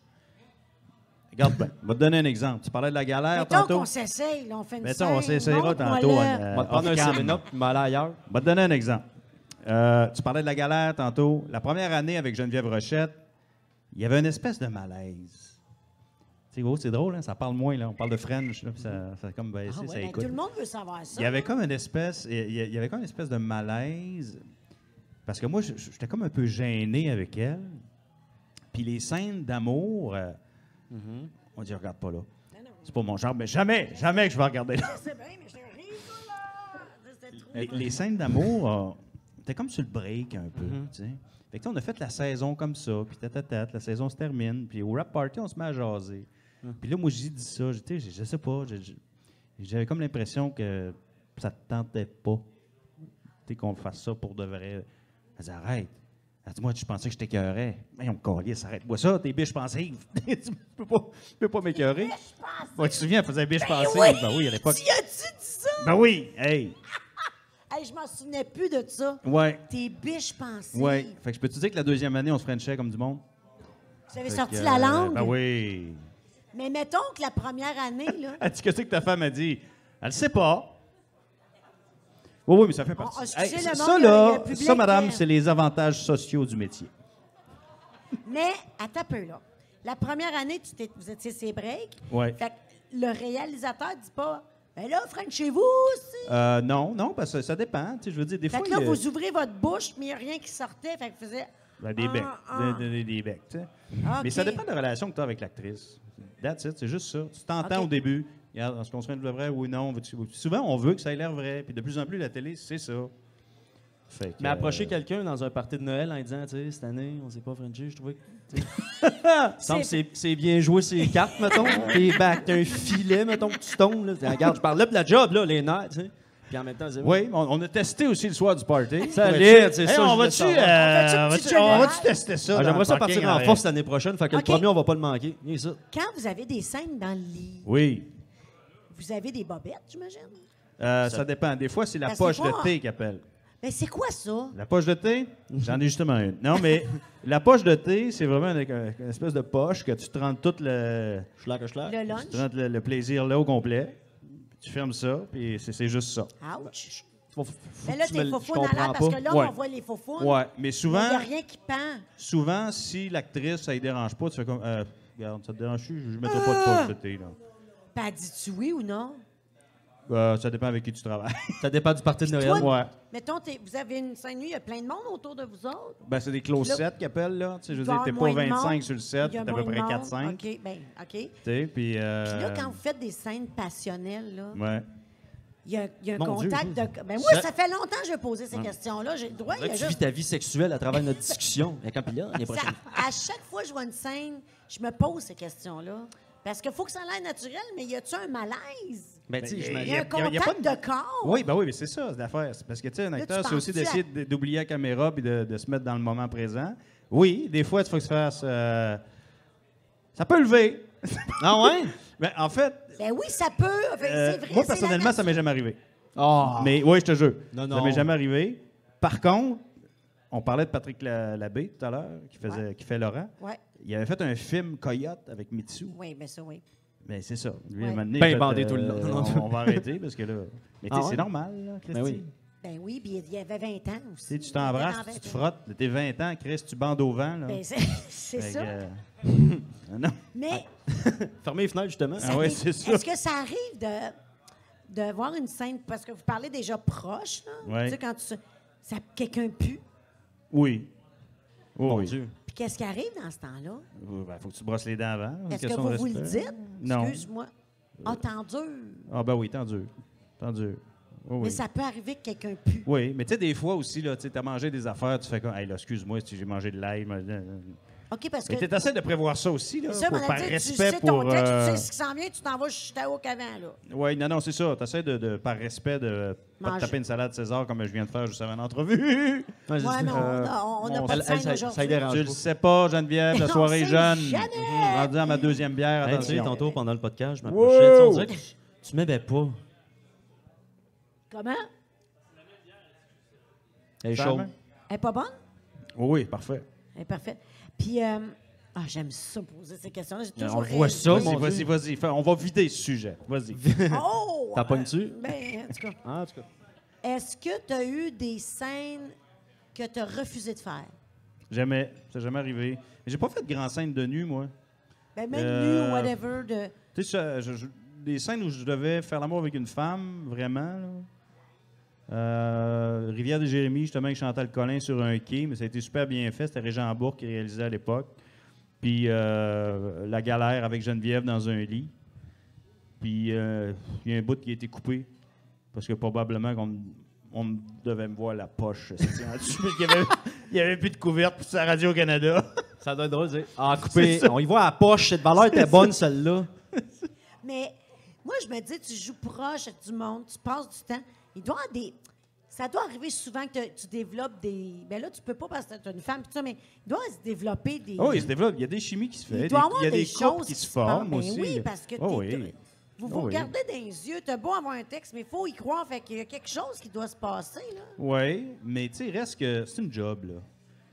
Regarde, ben, je vais te donner un exemple. Tu parlais de la galère
Mettons
tantôt.
qu'on s'essaye, là, on fait une
Mettons, on
scène,
s'essayera
montre-moi
tantôt, hein, euh,
là.
Anne.
On va te prendre un
off-cam.
7-up puis m'aller ailleurs.
Je vais te donner un exemple. Euh, tu parlais de la galère tantôt. La première année avec Geneviève Rochette, il y avait une espèce de malaise. Tu sais, gros, c'est drôle, hein, ça parle moins. Là. On parle de French, là, puis ça, ça comme baissé,
Ah ouais,
ça
ben,
écoute.
tout le monde veut savoir ça.
Il y avait comme une espèce, il y, il y avait comme une espèce de malaise parce que moi, je- je- j'étais comme un peu gêné avec elle. Puis les scènes d'amour, euh,
Mm-hmm.
on dit regarde pas là.
Ben
C'est pas mon genre, mais jamais, jamais que je vais regarder là.
C'est bien, mais je rigole, là. C'était trop-
Les, les scènes d'amour, euh, t'es comme sur le break un peu, tu sais. Fait que là, on a fait la saison comme ça, puis tatatat, la saison se termine, puis au rap party, on se met à jaser. Puis là, moi, j'ai dit ça, je, tu sais, je sais pas, je- je- j'avais comme l'impression que ça te tentait pas, tu sais, qu'on fasse ça pour de vrai. Elle dit « Arrête! » Elle dit « Moi, tu pensais que je t'écœurais. »« Mais on me calisse, arrête-moi ça, t'es biche pensive. » *laughs* Tu peux pas, tu peux pas m'écœurer. Ouais, tu te souviens, elle faisait biche pensive.
oui!
Ben oui, à l'époque.
Tu y as-tu dit ça?
Ben oui, hey!
Hey, je m'en souvenais plus de ça.
Ouais.
T'es biche pensée.
Oui. Fait que je peux te dire que la deuxième année, on se frenchait comme du monde?
Vous avez
Fait
sorti
que,
la
euh,
langue.
Ben oui.
Mais mettons que la première année,
*laughs*
là,
Elle dit, qu'est-ce que ta femme a dit? Elle le sait pas. Oui, oui, mais ça fait partie.
Oh, excusez le
ça,
monde,
ça,
il y a- il y a
là,
le public,
ça, madame,
hein.
c'est les avantages sociaux du métier.
mais à ta peu, là. La première année, tu t'es- vous étiez ses breaks.
Ouais.
Fait que le réalisateur dit pas Ben là, Frank, chez vous aussi.
Euh, non, non, parce que ça dépend. Tu sais, je veux dire, des
Fait
fois,
que là,
il y a-
vous ouvrez votre bouche, mais il n'y a rien qui sortait. Fait que vous faisiez.
Ben, des
Ah,
becs.
ah.
Des, des- des becs, tu sais.
Ah,
Mais
ok.
ça dépend de la relation que tu as avec l'actrice. That's it, c'est juste ça. Tu t'entends
Ok.
au début. Regarde, Est-ce qu'on se rend de vrai oui non? Veux-tu- Souvent, on veut que ça ait l'air vrai. Puis de plus en plus, la télé, c'est ça. Fait que,
Mais approcher
euh,
quelqu'un dans un party de Noël en disant, tu sais, cette année, on s'est pas Frenchie, je trouvais que. tu sais. *laughs* Semble que c'est- c'est bien joué ses cartes, mettons. T'es back, t'as un filet, mettons, que tu tombes. Là. T'es, Regarde, je parle là, de la job, là, les nerfs, tu sais. Puis en même temps, c'est vrai.
Oui, on, on a testé aussi le soir du
*laughs*
party.
Ça
Pour
allait,
être sûr.
c'est
Hey,
ça,
On
je voulais
va-tu
savoir.
euh,
On
on
fait-tu une
va-tu
petite
on
générale?
va-tu tester ça?
Ah,
dans
J'aimerais
le
ça
parking
partir en
arrière?
force l'année prochaine, fait que
Ok.
le premier, on va pas le manquer. Viens ça.
Quand vous avez des scènes dans le lit,
Oui.
vous avez des bobettes, j'imagine.
Euh, ça dépend. Des fois, c'est la
Parce
poche
que des fois,
de thé qu'appelle.
Mais c'est quoi ça?
La poche de thé? J'en ai justement une. Non,
*laughs*
mais la poche de thé, c'est vraiment une, une espèce de poche que tu te rends tout le,
Schlac, schlac.
Le
tu te
lunch?
rends le, le plaisir là au complet. Tu fermes ça, puis c'est c'est juste ça.
Ouch.
Faut- faut- faut
Mais là,
que tu me
t'es
le-
faux
je
en
comprends
l'air parce
pas.
que là,
Ouais.
on voit les faux
Ouais, Hein? mais
Il n'y
souvent,
a rien qui pend.
souvent si l'actrice, ça ne dérange pas, tu fais comme euh, Regarde, ça te dérange-tu? Je ne mettrai pas de poche de thé. Là.
Pas dis-tu oui ou non?
Euh, ça dépend avec qui tu travailles. *laughs*
Ça dépend du party de Noël.
Toi,
Ouais.
Mettons, t'es- vous avez une scène nuit, il y a plein de monde autour de vous autres.
Ben, c'est des close
Là-
7 qu'ils appellent, là. Tu sais, je
Il
veux
doit
dire, t'es
y
pas
avoir moins de
25
monde.
sur le 7,
Il y
t'es
a
à
moins
peu
de
près
monde.
4-5.
OK, bien, OK. Puis
Tu sais, puis... euh,
là, quand vous faites des scènes passionnelles, là,
Ouais.
il y a, il y a un
Mon Dieu,
contact
oui.
de. Ben, moi,
Ça-
ça fait longtemps que je vais poser ces questions-là. J'ai le droit, il y
Faudrait
a
que tu vis
juste.
ta vie sexuelle à travers notre discussion. Mais quand il y a, les
Ça-
prochaines.
à chaque fois que je vois une scène, je me pose ces questions-là. Parce qu'il faut que ça a l'air naturel, mais y a-tu un malaise?
Ben, tu sais,
Il y
j'imagine.
a un
y a- y a pas
contact
de-
de corps.
Oui, ben oui, mais c'est ça, c'est l'affaire. C'est Parce que, tu sais, un acteur,
tu
c'est aussi
penses-tu
d'essayer d- d'oublier la caméra puis de, de se mettre dans le moment présent. Oui, des fois, il faut que tu fasses... euh, Ça peut lever. *laughs*
Ah ouais?
Mais en fait,
Ben oui, ça peut. Fait que
euh,
c'est vrai.
moi,
c'est la
personnellement, ça m'est jamais arrivé.
Ah.
Mais oui, je te jure,
Non,
ça
non.
m'est jamais arrivé. Par contre, On parlait de Patrick La- Labbé tout à l'heure, qui, faisait, qui fait Laurent.
Ouais.
Il avait fait un film Coyote avec Mitsu.
Oui, bien ça, oui.
Mais c'est ça. Lui,
Ouais.
à un moment donné,
Ben
il a fait, euh,
bandé tout le long. Non, non.
on, on va arrêter parce que là. Mais tu
Ah
sais,
ouais?
c'est normal, là, Christy.
Ben oui.
Ben oui, puis il y avait 20 ans
Tu sais,
aussi.
tu t'embrasses, puis tu te frottes. T'es 20 ans, Chris, tu bandes au vent. Là.
Ben, c'est *laughs* c'est
Fait
ça.
que, euh, *laughs* non, non.
Mais
Fermez les fenêtres, justement.
ça
Ah ouais,
dé-
c'est ça.
est-ce que ça arrive de, de voir une scène, parce que vous parlez déjà proche, là,
Ouais.
tu sais, quand tu, ça, quelqu'un pue,
Oui. Oui,
Mon
oui.
Dieu.
puis qu'est-ce qui arrive dans ce temps-là?
Il Oh, ben, faut que tu brosses les dents avant. hein, une
Est-ce que
question
vous
de
vous le
respect.
dites?
Non.
Excuse-moi. Ah, tant dur.
Ah, ben oui, tant dur. Tant dur. Oh, oui.
Mais ça peut arriver que quelqu'un pue.
Oui, mais tu sais, des fois aussi, là, tu as mangé des affaires, tu fais comme, hey, là, excuse-moi si j'ai mangé de l'ail. mais- euh,
OK, parce que...
Mais tu essaies de prévoir ça aussi, là,
C'est ça,
pour-
mais
par
tu
respect
sais
pour.
ton texte,
euh,
tu sais ce qui s'en vient, tu t'en vas juste à haut qu'avant, là.
Oui, non, non, c'est ça. Tu essaies de, de- par respect de pas
Manger.
te taper une salade César comme je viens de faire juste avant l'entrevue.
Ouais, c'est
Ouais,
ça.
non, on a- on n'a
on-
pas de
Euh, elle- elle,
scène
ça- ça
aujourd'hui.
y dérange.
tu le
pas.
sais pas, Geneviève, la
Mais on
soirée
sait
jeune.
jamais.
Mhm, Rendu à ma deuxième bière,
Hey, tu sais,
attention.
tantôt, pendant le podcast, je
Wow!
m'approchais. tu sais, On dirait que tu m'aimais pas.
Comment?
Elle est
Ça
chaude.
va?
Elle est pas bonne?
Oui, oui, parfait.
Elle est parfaite. Puis, euh, ah, j'aime ça poser ces questions-là. J'ai toujours
Euh, on le voit
réagi.
ça,
Vas-y,
mon
vas-y,
Dieu.
vas-y. Fais- On va vider ce sujet. *laughs* Vas-y.
*laughs*
Oh!
T'as pognes-tu?
Ben, en tout cas.
Ah, en tout cas.
Est-ce que tu as eu des scènes que tu as refusé de faire?
jamais. Ça jamais arrivé. Mais j'ai pas fait de grand scène de nu, moi.
Ben, même
Euh,
nu ou whatever. De...
Tu sais, ça, je- je- des scènes où je devais faire l'amour avec une femme, vraiment. là. Euh, Rivière de Jérémy, justement, avec Chantal Collin sur un quai, mais ça a été super bien fait. C'était Régent Bourg qui réalisait à l'époque. Puis euh, La galère avec Geneviève dans un lit. Puis euh, il y a un bout qui a été coupé parce que probablement qu'on me- on me devait me voir la poche. *laughs* C'était en dessous, parce qu'il y avait- il n'y avait, plus de couverte pour sa Radio-Canada.
Ça doit être drôle, tu sais. *laughs* Ah, coupé. On y voit à la poche. Cette valeur *laughs* était bonne, celle-là.
Mais moi, je me dis, tu joues proche du monde, tu passes du temps. Il doit y avoir des. Ça doit arriver souvent que t'as- tu développes des. Ben là, tu peux pas parce que tu une femme, pis tout ça, mais il doit se développer des.
Oh, il se développe. Il y a des chimies qui se font.
euh, Il doit y avoir
il y a
des,
des, couples
choses
qui se
passent.
forment
Ben
aussi.
oui, parce que
Oh,
t'es-
oui.
vous
Oh
vous
oui.
regardez dans les yeux. T'as beau avoir un texte, mais il faut y croire. Fait qu'il y a quelque chose qui doit se passer. Là.
Oui, mais tu sais, reste que c'est une job, là.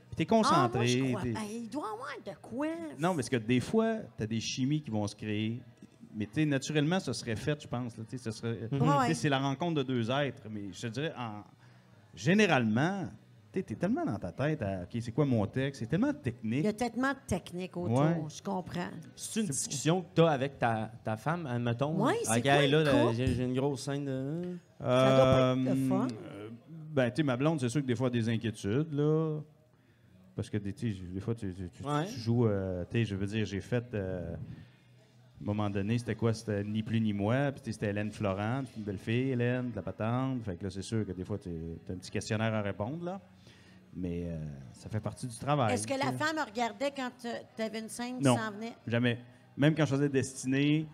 Puis T'es
Ah, moi, je
concentré.
crois.
t'es-
Ben, il doit y avoir de quoi.
non, mais c'est que des fois, t'as des chimies qui vont se créer. Mais tu sais, naturellement, ce serait fait, je pense. là, tu sais, ce serait-
Mhm.
tu sais, C'est la rencontre de deux êtres. Mais je te dirais, en- généralement, tu es tellement dans ta tête à OK, c'est quoi mon texte? C'est tellement
Il
technique.
y a tellement de techniques autour.
Ouais.
Je comprends.
C'est une discussion que t'as avec ta, ta femme, admettons.
Ouais, c'est quoi
Ah, gars,
le
là,
couple?
j'ai j'ai une grosse scène de.
Ça doit pas être le fun.
euh, ben, tu sais, ma blonde, c'est sûr que des fois, elle a des inquiétudes, là. Parce que, des- tu sais, des fois, tu, tu- tu-
Ouais.
tu joues, euh, tu sais, je veux dire, j'ai fait, euh, à un moment donné, c'était quoi? C'était Ni plus ni moi, puis tu sais, c'était Hélène Florent, c'est une belle fille, Hélène, de la patente. Fait que là, c'est sûr que des fois, tu as un petit questionnaire à répondre, là. Mais euh, ça fait partie du travail.
Est-ce que
tu
la
sais.
femme regardait quand tu avais une scène qui
hein. Non,
s'en venait?
jamais. Même quand je faisais Destinée,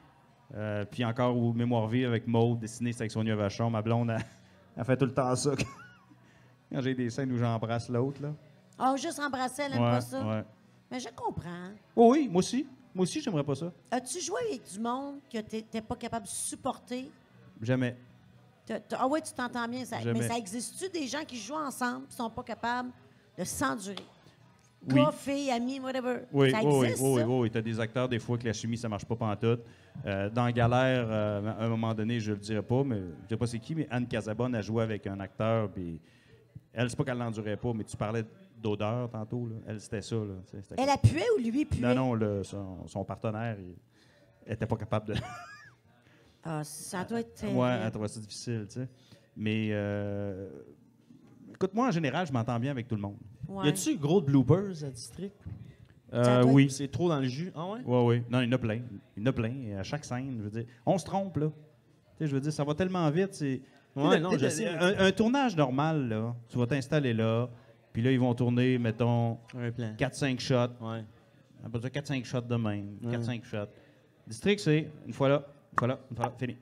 euh, puis encore au Mémoire Vive avec Maud, Destinée, c'était avec Sonia Vachon, ma blonde, elle, *laughs* elle fait tout le temps ça. *laughs* quand j'ai des scènes où j'embrasse l'autre, là.
Ah, juste embrasser, elle n'aime
Ouais,
pas ça.
ouais.
Mais je comprends.
Oh oui, moi aussi. Moi aussi, j'aimerais pas ça.
As-tu joué avec du monde que tu n'étais pas capable de supporter?
Jamais.
T'as- t'as- Ah ouais, tu t'entends bien. Ça,
Jamais.
mais ça existe-tu des gens qui jouent ensemble et sont pas capables de s'endurer?
Oui.
Gars, filles, amis, whatever.
Oui,
ça
oui, oui,
existe,
oui, oui,
ça?
oui. T'as des acteurs, des fois, que la chimie, ça marche pas pantoute. Euh, dans Galère, euh, à un moment donné, je le dirais pas, mais je sais pas c'est qui, mais Anne Casabonne a joué avec un acteur, puis elle, c'est pas qu'elle l'endurait pas, mais tu parlais d'odeur tantôt, là. Elle, c'était ça, là. tu sais, c'était
Elle appuyait ou lui puait?
Non, non, le- son, son partenaire, il était pas capable de.
Ah, ça doit être... terrible.
*laughs* Euh, ouais, elle trouvait ça difficile, tu sais. Mais, euh, écoute, moi, en général, je m'entends bien avec tout le monde.
Ouais.
Y a-tu gros de bloopers à District? Euh,
Ça doit
oui.
C'est trop dans le jus. Ah ouais?
Oui, oui. Non, il y en a plein. Il y en a plein. Et À chaque scène, je veux dire. On se trompe, là. Tu sais, je veux dire, ça va tellement vite. C'est...
Ouais,
Tu sais,
non,
tu sais,
je sais.
Un, un tournage normal, là, tu vas t'installer là, puis là, ils vont tourner, mettons,
Un plan.
4-5 shots.
Ouais.
On peut dire 4-5 shots de même.
Ouais.
4-5 shots. District, c'est une fois là, une fois là, une fois là, fini.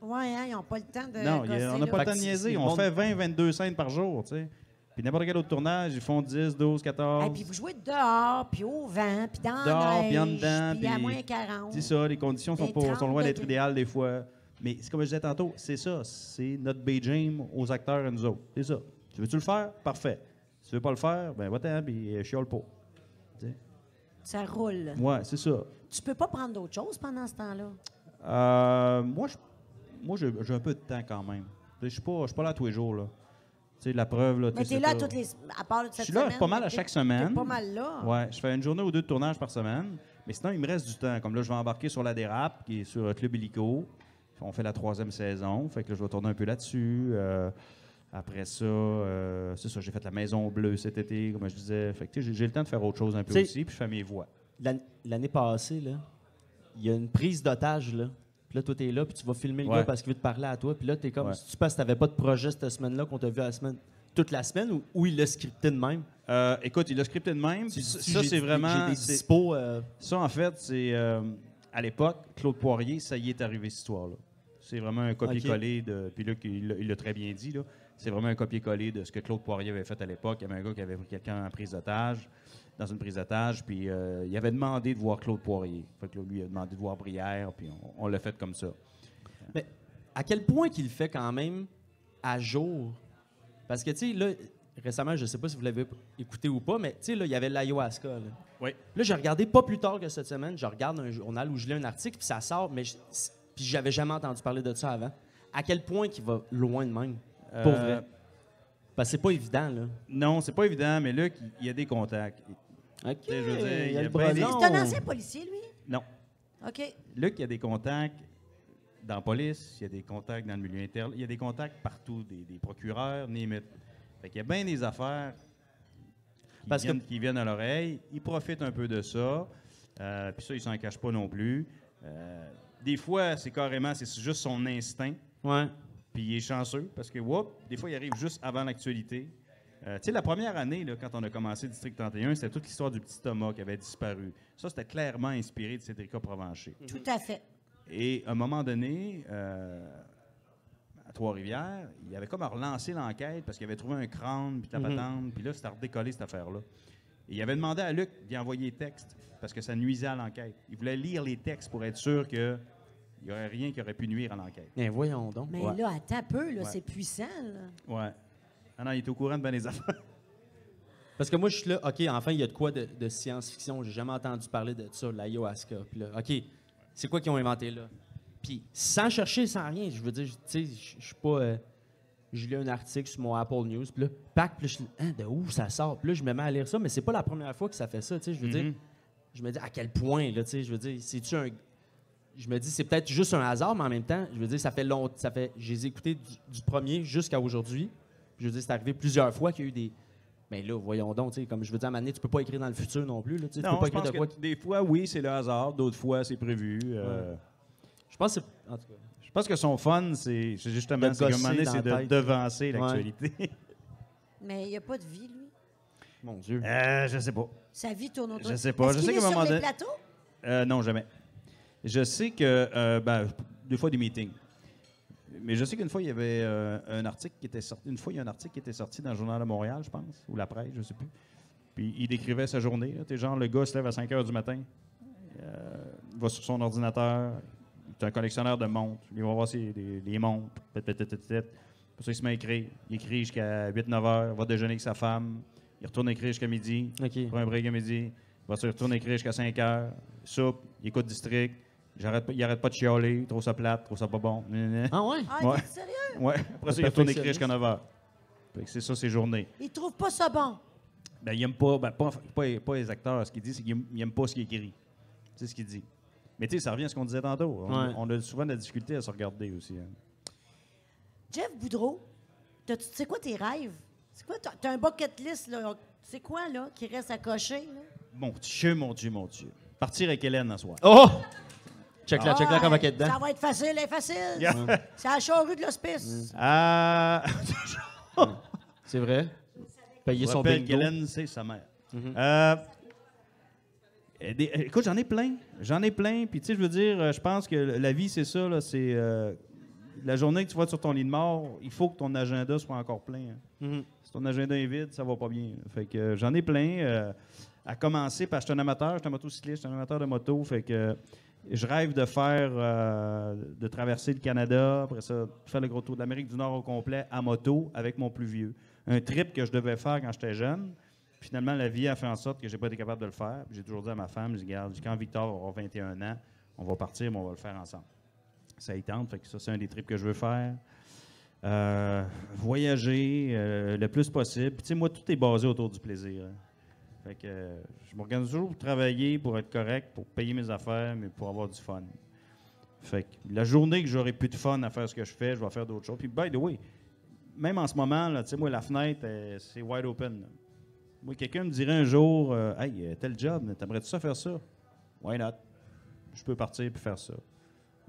Ouais, hein, ils n'ont pas le temps de...
Non, il y a-
gosser,
on n'a
là.
pas le
Fait
temps
que
de
si- si
niaiser.
le
On
monde-
fait 20, 22 scènes par jour, tu sais. Puis n'importe quel autre tournage, ils font 10, 12, 14.
Ah, puis vous jouez dehors, puis au vent, puis dans
Dehors,
la
puis en
neige,
dedans,
puis à
puis-
moins 40.
C'est ça, les conditions sont,
Des
pas, sont
30
loin d'être
degrés.
idéales des fois. Mais c'est comme je disais tantôt, c'est ça. C'est notre Bay Jam aux acteurs et nous autres. C'est ça. Tu veux-tu le faire? Parfait. tu veux pas le faire, ben va-t'en, puis euh, chiole pas.
Ça roule.
Ouais, c'est ça.
Tu peux pas prendre d'autres choses pendant ce temps-là.
Euh, moi, je- moi, j'ai j'ai un peu de temps quand même. Tu sais, Je suis pas, je suis pas là tous les jours, là. Tu sais, la preuve, là... tu
Mais
sais,
t'es là
pas-
toutes les... À part cette
Je suis là
semaine,
pas mal à
t'es-
chaque semaine.
T'es pas mal là.
Ouais, je fais une journée ou deux de tournage par semaine. Mais sinon, il me reste du temps. Comme là, je vais embarquer sur la dérape, qui est sur euh, Club Illico. On fait la troisième saison. Fait que là, je vais tourner un peu là-dessus. Euh, après ça, euh, c'est ça, j'ai fait la Maison Bleue cet été, comme je disais. Fait que tu sais, j'ai- j'ai le temps de faire autre chose un peu
Tu sais-
aussi, puis je fais mes voix.
L'an- L'année passée, là, il y a une prise d'otage, là. Puis là, toi, t'es là, puis tu vas filmer le
Ouais.
gars parce qu'il veut te parler à toi. Puis là, t'es comme,
Ouais.
si tu penses que t'avais pas de projet cette semaine-là qu'on t'a vu la semaine, toute la semaine, ou, ou il l'a scripté de même?
Euh, écoute, il a scripté de même.
Tu dis,
puis ça,
j'ai-
c'est vraiment.
J'ai des
c'est-
dispos, euh,
Ça, en fait, c'est euh, à l'époque, Claude Poirier, ça y est arrivé cette histoire-là. C'est vraiment un copier-coller de. Puis là, il l'a- il l'a très bien dit, là. C'est vraiment un copier-coller de ce que Claude Poirier avait fait à l'époque. Il y avait un gars qui avait pris quelqu'un en prise d'otage, dans une prise d'otage, puis euh, il avait demandé de voir Claude Poirier. Fait que là, lui, il a demandé de voir Brière, puis on, on l'a fait comme ça.
Mais à quel point qu'il le fait quand même à jour? Parce que, tu sais, là, récemment, je sais pas si vous l'avez écouté ou pas, mais tu sais, là, il y avait l'ayahuasca. Là,
Oui.
Là, j'ai regardé pas plus tard que cette semaine, je regarde un journal où je lis un article, puis ça sort, mais je- c'est- puis j'avais jamais entendu parler de ça avant. À quel point qu'il va loin de même, pour
Euh,
vrai? Parce que c'est pas évident, là.
Non, c'est pas évident, mais Luc, il- il y a des contacts.
OK,
sais, je veux dire, il y a
le
bien
bras
des-
long.
C'est un ancien policier, lui?
Non.
OK.
Luc, il y a des contacts dans la police, il y a des contacts dans le milieu interne, il y a des contacts partout, des, des procureurs, Nimitz. Fait qu'il y a bien des affaires qui,
Parce que-
viennent, qui viennent à l'oreille. Ils profitent un peu de ça. Euh, Puis ça, ils s'en cachent pas non plus. Euh, des fois, c'est carrément, c'est juste son instinct.
Ouais.
Puis il est chanceux parce que, whoop, des fois, il arrive juste avant l'actualité. Euh, tu sais, la première année, là, quand on a commencé District 31, c'était toute l'histoire du petit Thomas qui avait disparu. Ça, c'était clairement inspiré de Cédrica Provencher.
Mhm.
Tout à fait.
Et à un moment donné, euh, à Trois-Rivières, il avait comme relancé l'enquête parce qu'il avait trouvé un crâne, puis de la
Mhm.
patente, puis là, c'était redécollé cette affaire-là. Et il avait demandé à Luc d'y envoyer les textes parce que ça nuisait à l'enquête. Il voulait lire les textes pour être sûr qu'il n'y aurait rien qui aurait pu nuire à l'enquête.
Mais voyons donc.
Mais
Ouais.
là, attends un peu, là,
Ouais.
c'est puissant, là.
Ouais. Ah non, il était au courant de bien des affaires.
Parce que moi, je suis là, OK, enfin, il y a de quoi de, de science-fiction. J'ai jamais entendu parler de ça, l'ayahuasca. Puis là, OK, c'est quoi qu'ils ont inventé là? Puis sans chercher, sans rien, je veux dire, je- tu sais, je je suis pas. euh, je lis un article sur mon Apple News, puis là, pack, puis là, je suis là, Hein, de où ça sort? Puis là, je me mets à lire ça, mais c'est pas la première fois que ça fait ça, tu sais, je veux
Mm-hmm.
dire. Je me dis, à quel point, là, tu sais, je veux dire, c'est-tu un. Je me dis, c'est peut-être juste un hasard, mais en même temps, je veux dire, ça fait longtemps. Ça fait, je les ai écoutés du, du premier jusqu'à aujourd'hui. Je veux dire, c'est arrivé plusieurs fois qu'il y a eu des. Mais là, voyons donc, tu sais, comme je veux dire, à un moment donné, tu peux pas écrire dans le futur non plus. Là, tu sais, tu
Non,
peux pas
je
écrire
pense
de
que
quoi.
des fois, oui, c'est le hasard. D'autres fois, c'est prévu. Euh,
Je pense que c'est. En tout cas.
Je pense que son fun, c'est c'est justement,
De
c'est qu'à un moment
gosser
donné,
dans
c'est
la
de
tête.
devancer
Ouais.
l'actualité.
Mais il n'y a pas de vie, lui.
Mon Dieu.
Euh, je sais pas.
Sa vie tourne autour.
Je sais pas.
Est-ce
Je
qu'il
sais
est
qu'à un moment
sur les
donné-
plateaux?
Euh, non, jamais. Je sais que, euh, ben, des fois des meetings. Mais je sais qu'une fois, il y avait euh, un article qui était sorti. Une fois, il y a un article qui était sorti dans le Journal de Montréal, je pense, ou la presse, je sais plus. Puis il décrivait sa journée. là. T'es genre, le gars se lève à 5 h du matin, euh, il va sur son ordinateur, il est un collectionneur de montres, il va voir ses, les, les montres, tête, tête, tête, tête, tête. Pour ça, il se met à écrire. Il écrit jusqu'à 8-9 heures, va déjeuner avec sa femme, il retourne écrire jusqu'à midi,
OK.
il prend un break à midi, il va se retourner écrire jusqu'à 5 heures, soupe, il écoute District, j'arrête pas- il arrête pas de chialer, il trouve ça plate, il trouve ça pas bon.
Ah ouais?
Ah,
Ouais.
t'es sérieux?
Ouais. Après ça, il retourne écrire jusqu'à
perfectionniste.
9 heures. Fait que c'est ça ses journées.
Il trouve pas ça bon.
Ben, il aime pas, ben, pas, pas- pas les acteurs. Ce qu'il dit, c'est qu'il aime, il aime pas ce qu'il écrit. C'est ce qu'il dit. Mais tu sais, ça revient à ce qu'on disait tantôt. On,
Ouais.
on a souvent de la difficulté à se regarder aussi. hein.
Jeff Boudreau, t'as- tu sais quoi tes rêves? C'est quoi? T'as t'as un bucket list, là. C'est quoi, là, qui reste à cocher, là?
Mon Dieu, mon Dieu, mon Dieu. Partir avec Hélène ce soir.
Oh! Check la, check la
Ah,
comment qu'elle est
Ça
dedans.
va être facile, elle est facile.
Yeah.
Mm. C'est à la charrue de
Mm.
l'hospice.
Ah!
C'est vrai? Payer
Je
son
rappelle
bingo. Mhm.
qu'Hélène, c'est sa mère. Euh, euh, des- euh, écoute, j'en ai plein. J'en ai plein. Puis, tu sais, je veux dire, euh, je pense que la vie, c'est ça. là, C'est euh, la journée que tu vas être sur ton lit de mort, il faut que ton agenda soit encore plein. hein.
Mhm.
Si ton agenda est vide, ça va pas bien. Fait que euh, j'en ai plein. euh, à commencer par, je suis un amateur, je suis un motocycliste, je suis un amateur de moto. Fait que euh, je rêve de faire, euh, de traverser le Canada, après ça, faire le gros tour de l'Amérique du Nord au complet à moto avec mon plus vieux. un trip que je devais faire quand j'étais jeune. Finalement, la vie a fait en sorte que j'ai pas été capable de le faire. Puis J'ai toujours dit à ma femme, je dis, Garde, quand Victor va avoir 21 ans, on va partir, mais on va le faire ensemble. Ça y tente, fait que ça, c'est un des trips que je veux faire. Euh, voyager euh, le plus possible. Puis, tu sais, moi, tout est basé autour du plaisir. hein. Fait que euh, je m'organise toujours pour travailler, pour être correct, pour payer mes affaires, mais pour avoir du fun. Fait que la journée que j'aurai plus de fun à faire ce que je fais, je vais faire d'autres choses. Puis, by the way, même en ce moment, là, tu sais, moi, la fenêtre, euh, c'est wide open. là. Moi, quelqu'un me dirait un jour, euh, hey, euh, tel job, t'aimerais-tu ça faire ça? Why not? Je peux partir puis faire ça.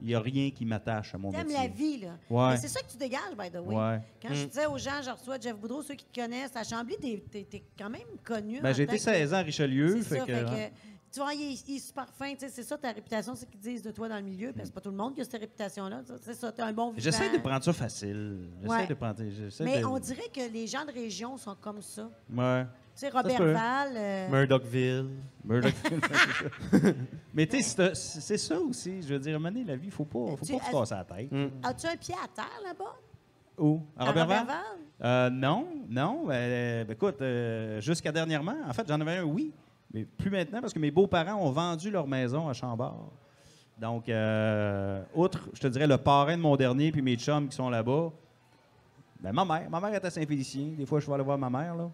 Il n'y a rien qui m'attache à mon
T'aimes
métier.
la vie, là.
Ouais.
Mais c'est ça que tu dégages, by the way.
Ouais.
Quand je disais aux gens, je reçois Jeff Boudreau, ceux qui te connaissent, à Chambly, t'es, t'es- t'es quand même connu.
Ben,
en
j'ai
tant
été
que-
16 ans à Richelieu.
C'est
fait
ça,
que,
fait que,
hein.
tu vois, il, est- il est super fin. tu sais, C'est ça ta réputation, c'est ce qu'ils disent de toi dans le milieu. Parce que c'est pas tout le monde qui a cette réputation-là. tu sais, C'est ça, t'es un bon vivant.
Mm. J'essaie de prendre ça facile. J'essaie
ben, Ouais.
de prendre. j'essaie
Mais
de-
on dirait que les gens de région sont comme ça.
Ouais.
Tu sais,
se
Robert
peut.
Val, euh,
Murdochville.
*laughs*
Murdoch. *laughs* Mais tu sais, c'est- c'est ça aussi. Je veux dire, à un moment donné, la vie, il faut pas, faut
Tu-
pas se casser la tête.
as-tu un pied à terre là-bas?
Où? À
À
Roberval?
Roberval?
Euh, non, non. euh, ben, écoute, euh, jusqu'à dernièrement, en fait, j'en avais un oui, mais plus maintenant parce que mes beaux-parents ont vendu leur maison à Chambord. Donc, euh, outre, je te dirais, le parrain de mon dernier puis mes chums qui sont là-bas, ben, ma mère. Ma mère est à Saint-Félicien. Des fois, je vais aller voir ma mère, là.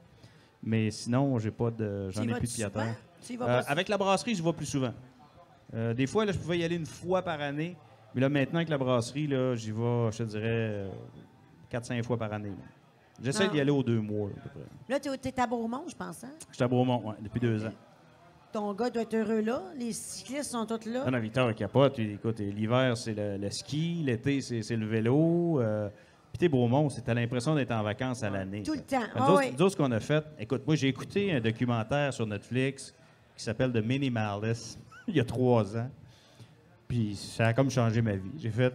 Mais sinon, j'ai pas de, j'en
Tu y
ai
vas-tu
plus de pied à
souvent?
terre.
Tu y vas
Euh,
pas
avec la brasserie, je vais plus souvent. Euh, des fois, là, je pouvais y aller une fois par année. Mais là, maintenant, avec la brasserie, là, j'y vais, je te dirais, 4-5 fois par année. là. J'essaie
Ah.
d'y aller aux deux mois, là, à peu près.
Là, t'es, t'es à Beaumont, je pense. Hein?
Je suis à Beaumont, ouais, depuis deux ans.
Ton gars doit être heureux là. Les cyclistes sont tous là.
Non, non, Victor, il capote. Il- Écoute, l'hiver, c'est le, le ski. L'été, c'est c'est le vélo. Euh, Puis t'es Beaumont, c'est- t'as l'impression d'être en vacances à l'année.
Tout le
Fait.
temps.
Fait,
Ah
nous autres-
ouais.
nous autres, ce qu'on a fait, écoute, moi, j'ai écouté un documentaire sur Netflix qui s'appelle The Minimalist *laughs* il y a trois ans. Puis ça a comme changé ma vie. J'ai fait.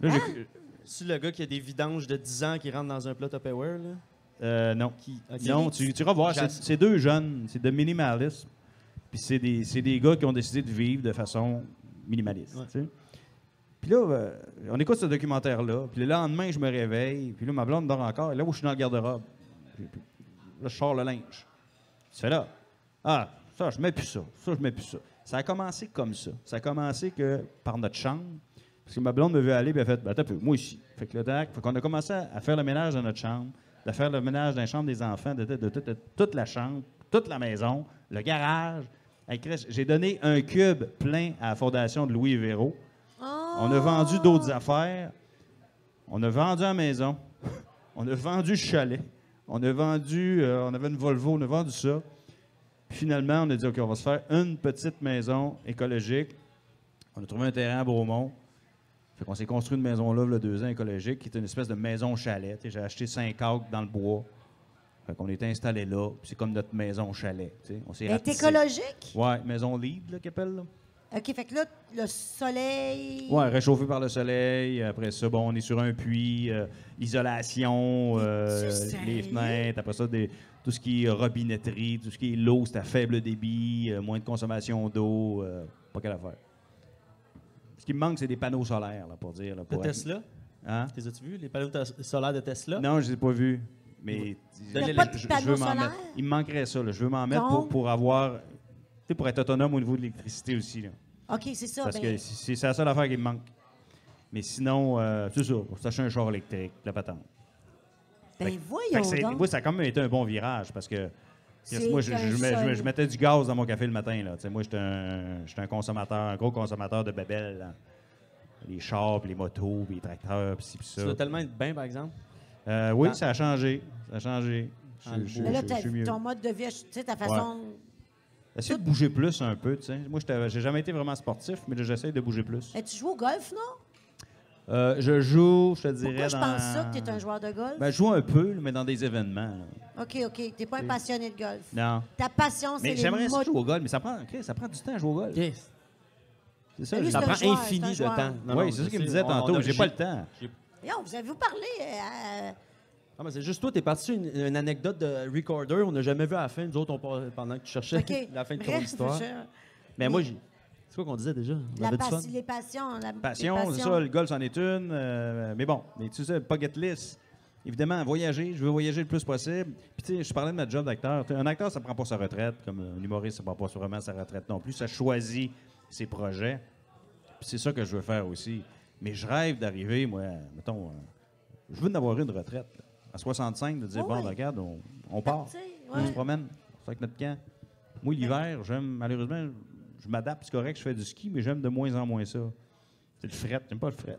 Là,
Ah!
j'ai-
C'est le gars qui a des vidanges de 10 ans qui rentre dans un plat Tupperware, là.
Euh, non.
Qui- ok.
Non, tu, tu vas voir, c'est-
J'a-
c'est deux jeunes, c'est de minimalisme. Puis c'est des, c'est des gars qui ont décidé de vivre de façon minimaliste.
Ouais.
tu sais. Puis là, euh, on écoute ce documentaire-là. Puis le lendemain, je me réveille. Puis là, ma blonde dort encore. Et là, où je suis dans le garde-robe. Puis- puis Là, je sors le linge. C'est là. Ah, ça, je mets plus ça. Ça, je mets plus ça. Ça a commencé comme ça. Ça a commencé que par notre chambre. Parce que ma blonde me veut aller, puis elle a fait, ben, attends un peu, moi aussi. Fait que le tac, fait qu'on a commencé à à faire le ménage dans notre chambre, de faire le ménage dans la chambre des enfants, de, de- de- de- de- toute la chambre, toute la maison, le garage. Hey, Chris, J'ai donné un cube plein à la fondation de Louis Véro. On a vendu d'autres affaires. On a vendu la maison. *laughs* on a vendu le chalet. On a vendu, euh, on avait une Volvo, on a vendu ça. Puis finalement, on a dit, OK, on va se faire une petite maison écologique. On a trouvé un terrain à Beaumont. Fait qu'on s'est construit une maison là, le deux ans écologique, qui est une espèce de maison chalet. Tu sais, J'ai acheté cinq acres dans le bois. Fait qu'on était installé là. Puis c'est comme notre maison chalet. tu sais. On s'est
Elle Ah! est
ratissé.
écologique.
Ouais, maison lead, là, qu'ils appellent, là.
OK, fait que là, le soleil.
Ouais, réchauffé par le soleil. Après ça, bon, on est sur un puits, euh, isolation, euh,
sérieux?
les fenêtres. Après ça, des- tout ce qui est robinetterie, tout ce qui est l'eau, c'est à faible débit, euh, moins de consommation d'eau. euh, pas quelle affaire. Ce qui me manque, c'est des panneaux solaires, là, pour dire. là,
De
pour être-
Tesla.
Hein?
Les as-tu vus, les panneaux ta- solaires de Tesla?
Non, je les ai pas vus. Mais
Il y a pas de panneaux
m'en
solaires?
mettre. Il me manquerait ça. là. Je veux m'en mettre pour,
Donc?
pour avoir. tu sais, pour être autonome au niveau de l'électricité aussi. là.
OK, c'est ça.
Parce
ben,
que c'est c'est la seule affaire qui me manque. Mais sinon, euh, c'est ça, faut s'acheter un char électrique, la patente.
ben,
fait- Fait
voyons
que c'est-
donc.
moi, ça a quand même été un bon virage parce que parce que
C'est
moi, je, je-
un
je mets- je
sol.
mets- je mettais du gaz dans mon café le matin. Là. Tu sais, Moi, j'étais un, j'étais un consommateur, un gros consommateur de bébelles. là. Les chars, puis les motos, puis les tracteurs, puis ci, puis ça.
Tu dois tellement être bien, par exemple.
Euh, oui,
Ah.
ça a changé. Ça a changé. Je-
Ah, le
je-
bois.
Mais là,
je-
t'as-
je suis mieux.
ton mode de vie, tu sais, ta façon.
Essaye de bouger plus un peu. tu sais. Moi, j'étais- j'ai jamais été vraiment sportif, mais là, j'essaie de bouger plus.
Eh, tu joues au golf, non?
Euh, je joue, je te dirais.
Pourquoi je pense
dans-
ça que tu es un joueur de golf?
Ben, je joue un peu, là, mais dans des événements. là.
OK, OK. T'es pas un passionné de golf.
Non.
Ta passion, c'est
Mais
les
j'aimerais ça
motos.
jouer au golf, mais ça prend, Chris, ça prend du temps à jouer au golf. C'est ça.
Mais lui,
Ça
c'est un
prend
joueur,
infini
c'est un
de
joueur.
temps. Non, non,
oui, c'est ça
je
qu'il me
sais,
disait
on- on
tantôt.
a-
J'ai pas le temps.
j'ai-
Non, vous avez vous parlé.
*laughs*
euh,
Ah, mais c'est juste toi, t'es parti sur une, une anecdote de Recorder, on n'a jamais vu à la fin, nous autres, on par- pendant que tu cherchais
OK.
*laughs* la fin de ton
Bref,
histoire.
je-
Mais moi, j'ai- c'est quoi qu'on disait déjà? On
la
avait du
passion,
fun?
les passions. La, les
Passion, c'est
passions.
ça, le golf, c'en est une. euh, mais bon, mais tu sais, le bucket list. Évidemment, voyager, je veux voyager le plus possible. Puis, tu sais, je parlais de ma job d'acteur. Tu sais, Un acteur, ça prend pas sa retraite, comme un humoriste, ça prend pas vraiment sa retraite non plus. Ça choisit ses projets. Puis c'est ça que je veux faire aussi. Mais je rêve d'arriver, moi, mettons, euh, je veux d'avoir une retraite. là. À 65, de dire,
Ouais,
bon,
ouais.
regarde, on, on part.
Partir,
On se
ouais.
promène. C'est avec notre camp. Moi, l'hiver, j'aime, malheureusement, je m'adapte, c'est correct, je fais du ski, mais j'aime de moins en moins ça. C'est le fret, j'aime pas le fret.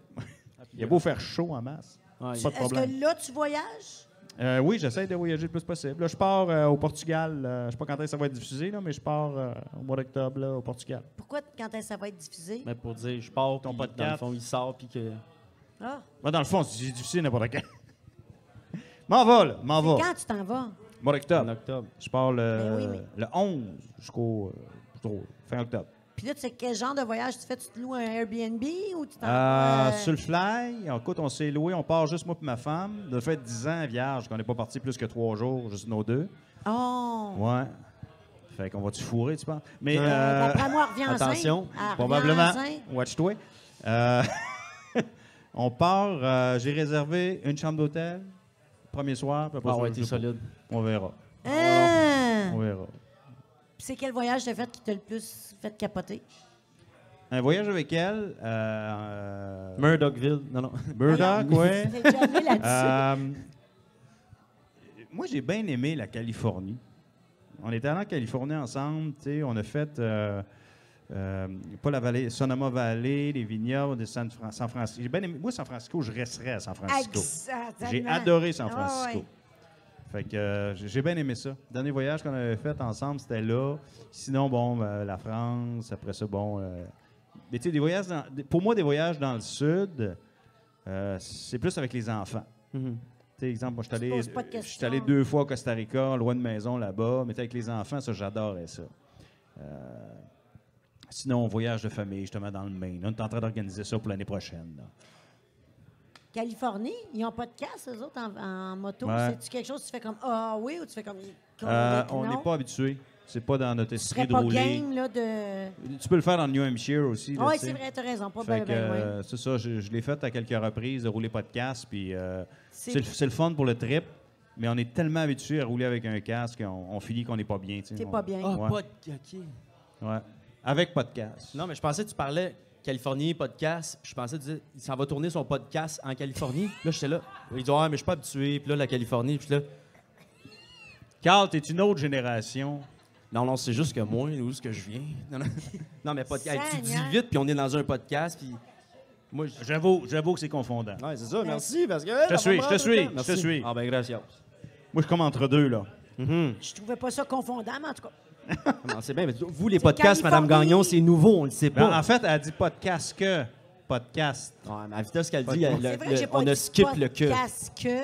Il y a beau faire chaud en masse.
Ouais,
pas de
Est-ce
problème.
que là, tu voyages?
Euh, oui, j'essaie de voyager le plus possible. Là, je pars euh, au Portugal. euh, je sais pas quand est-ce que ça va être diffusé, là, mais je pars euh, au mois d'octobre là, au Portugal.
Pourquoi, quand est-ce que ça va être diffusé?
Mais pour dire, je pars,
Ton
ton pote, dans le
podcast.
fond, il sort, puis que.
Ah,
Moi, dans le fond, c'est diffusé n'importe quand. *laughs* m'en va, là, m'en va.
quand tu t'en vas?
Au
En
mois d'octobre.
octobre.
Je pars le,
Ben oui, mais-
le 11 jusqu'au euh, jusqu'au fin octobre.
Puis là, tu sais quel genre de voyage tu fais? Tu te loues un Airbnb ou tu t'en
Euh,
vas? euh,
Sur le fly, écoute, on s'est loué, on part juste moi et ma femme. De fait, 10 ans, vierge, qu'on n'est pas parti plus que trois jours, juste nos deux.
Oh!
Ouais. Fait qu'on va-tu fourrer, tu penses? Mais.
Euh,
euh,
D'après moi, reviens enceinte.
attention,
Elle revient
Probablement.
enceinte.
Watch-toi. Euh, *laughs* on part. euh, J'ai réservé une chambre d'hôtel. Premier soir. puis après
Ah
ça,
ouais,
je
t'es
sais pas.
solide.
On verra.
Hein?
On verra.
Puis C'est quel voyage t'as fait qui t'a le plus fait capoter?
Un voyage avec elle. Euh,
Murdochville. Non, non.
Murdoch, *laughs*
*laughs*
ouais.
T'es déjà allé là-dessus?
Euh, moi, j'ai bien aimé la Californie. On était allé en Californie ensemble, tu sais, on a fait, euh, euh, pas la vallée, Sonoma Valley, les vignobles de San, Fran- San Francisco. J'ai bien aimé- moi, San Francisco, je resterais à San Francisco.
Exactement.
J'ai adoré San
Ah,
Francisco.
ouais.
Fait que euh, j'ai j'ai bien aimé ça. Le dernier voyage qu'on avait fait ensemble, c'était là. Sinon, bon, euh, la France, après ça, bon. euh, mais tu sais, des voyages dans- des- pour moi, des voyages dans le sud, euh, c'est plus avec les enfants.
Mhm.
Tu sais, exemple, moi, je suis
te
allé-
poses pas de
je suis
questions.
allé deux fois au Costa Rica, loin de maison là-bas, mais tu sais, avec les enfants, ça, j'adorais ça. Euh, sinon, voyage de famille, justement, dans le Maine. On est en train d'organiser ça pour l'année prochaine. là.
Californie, ils n'ont pas de casse, eux autres, en, en moto.
Ouais.
C'est-tu quelque chose que tu fais comme Ah oui ou tu fais comme
Euh,
complètement
on
non?
n'est pas habitué. C'est pas dans notre
Tu
esprit
serais
de
pas
rouler.
game, là, de.
Tu peux le faire dans le New Hampshire aussi. là,
Oui,
tu
c'est
sais.
vrai, t'as raison. Pas
Fait
ben,
que,
ben, ouais.
euh, c'est ça, je, je l'ai fait à quelques reprises de rouler podcast, puis euh,
C'est-
c'est le- c'est le fun pour le trip, mais on est tellement habitué à rouler avec un casque qu'on on finit qu'on n'est pas bien. tu sais.
T'es
On-
pas bien.
Ah,
Ouais.
pod- ok.
ouais. Avec podcast.
Non, mais je pensais que tu parlais Californie, podcast. puis Je pensais que tu disais, il s'en va tourner son podcast en *laughs* Californie. Là, j'étais là. Il dit, ah, mais je suis pas habitué. Puis là, la Californie. Puis là,
Carl, t'es une autre génération.
non, non, c'est juste que moi, où est-ce que je viens? Non, *laughs* non, non mais podcast. Hey, tu dis
Seigneur.
vite, puis on est dans un podcast. Puis moi, je.
J'avoue, j'avoue que c'est confondant.
Ouais, c'est ça, merci. Parce que, je
te suis, je te suis, je te suis.
Ah, ben, gracias.
Moi, je suis comme entre deux, là.
Je trouvais pas ça confondant, mais en tout cas.
Non, c'est bien, mais vous, les podcasts, Madame
Californie.
Gagnon, c'est nouveau, on le sait
Ben,
pas.
en fait, elle dit podcast que podcast.
Ouais, mais à vitesse qu'elle dit, elle-
C'est
le-
vrai que j'ai
le-
pas
on a
dit
skip
pas
le
de
que.
casse que, là.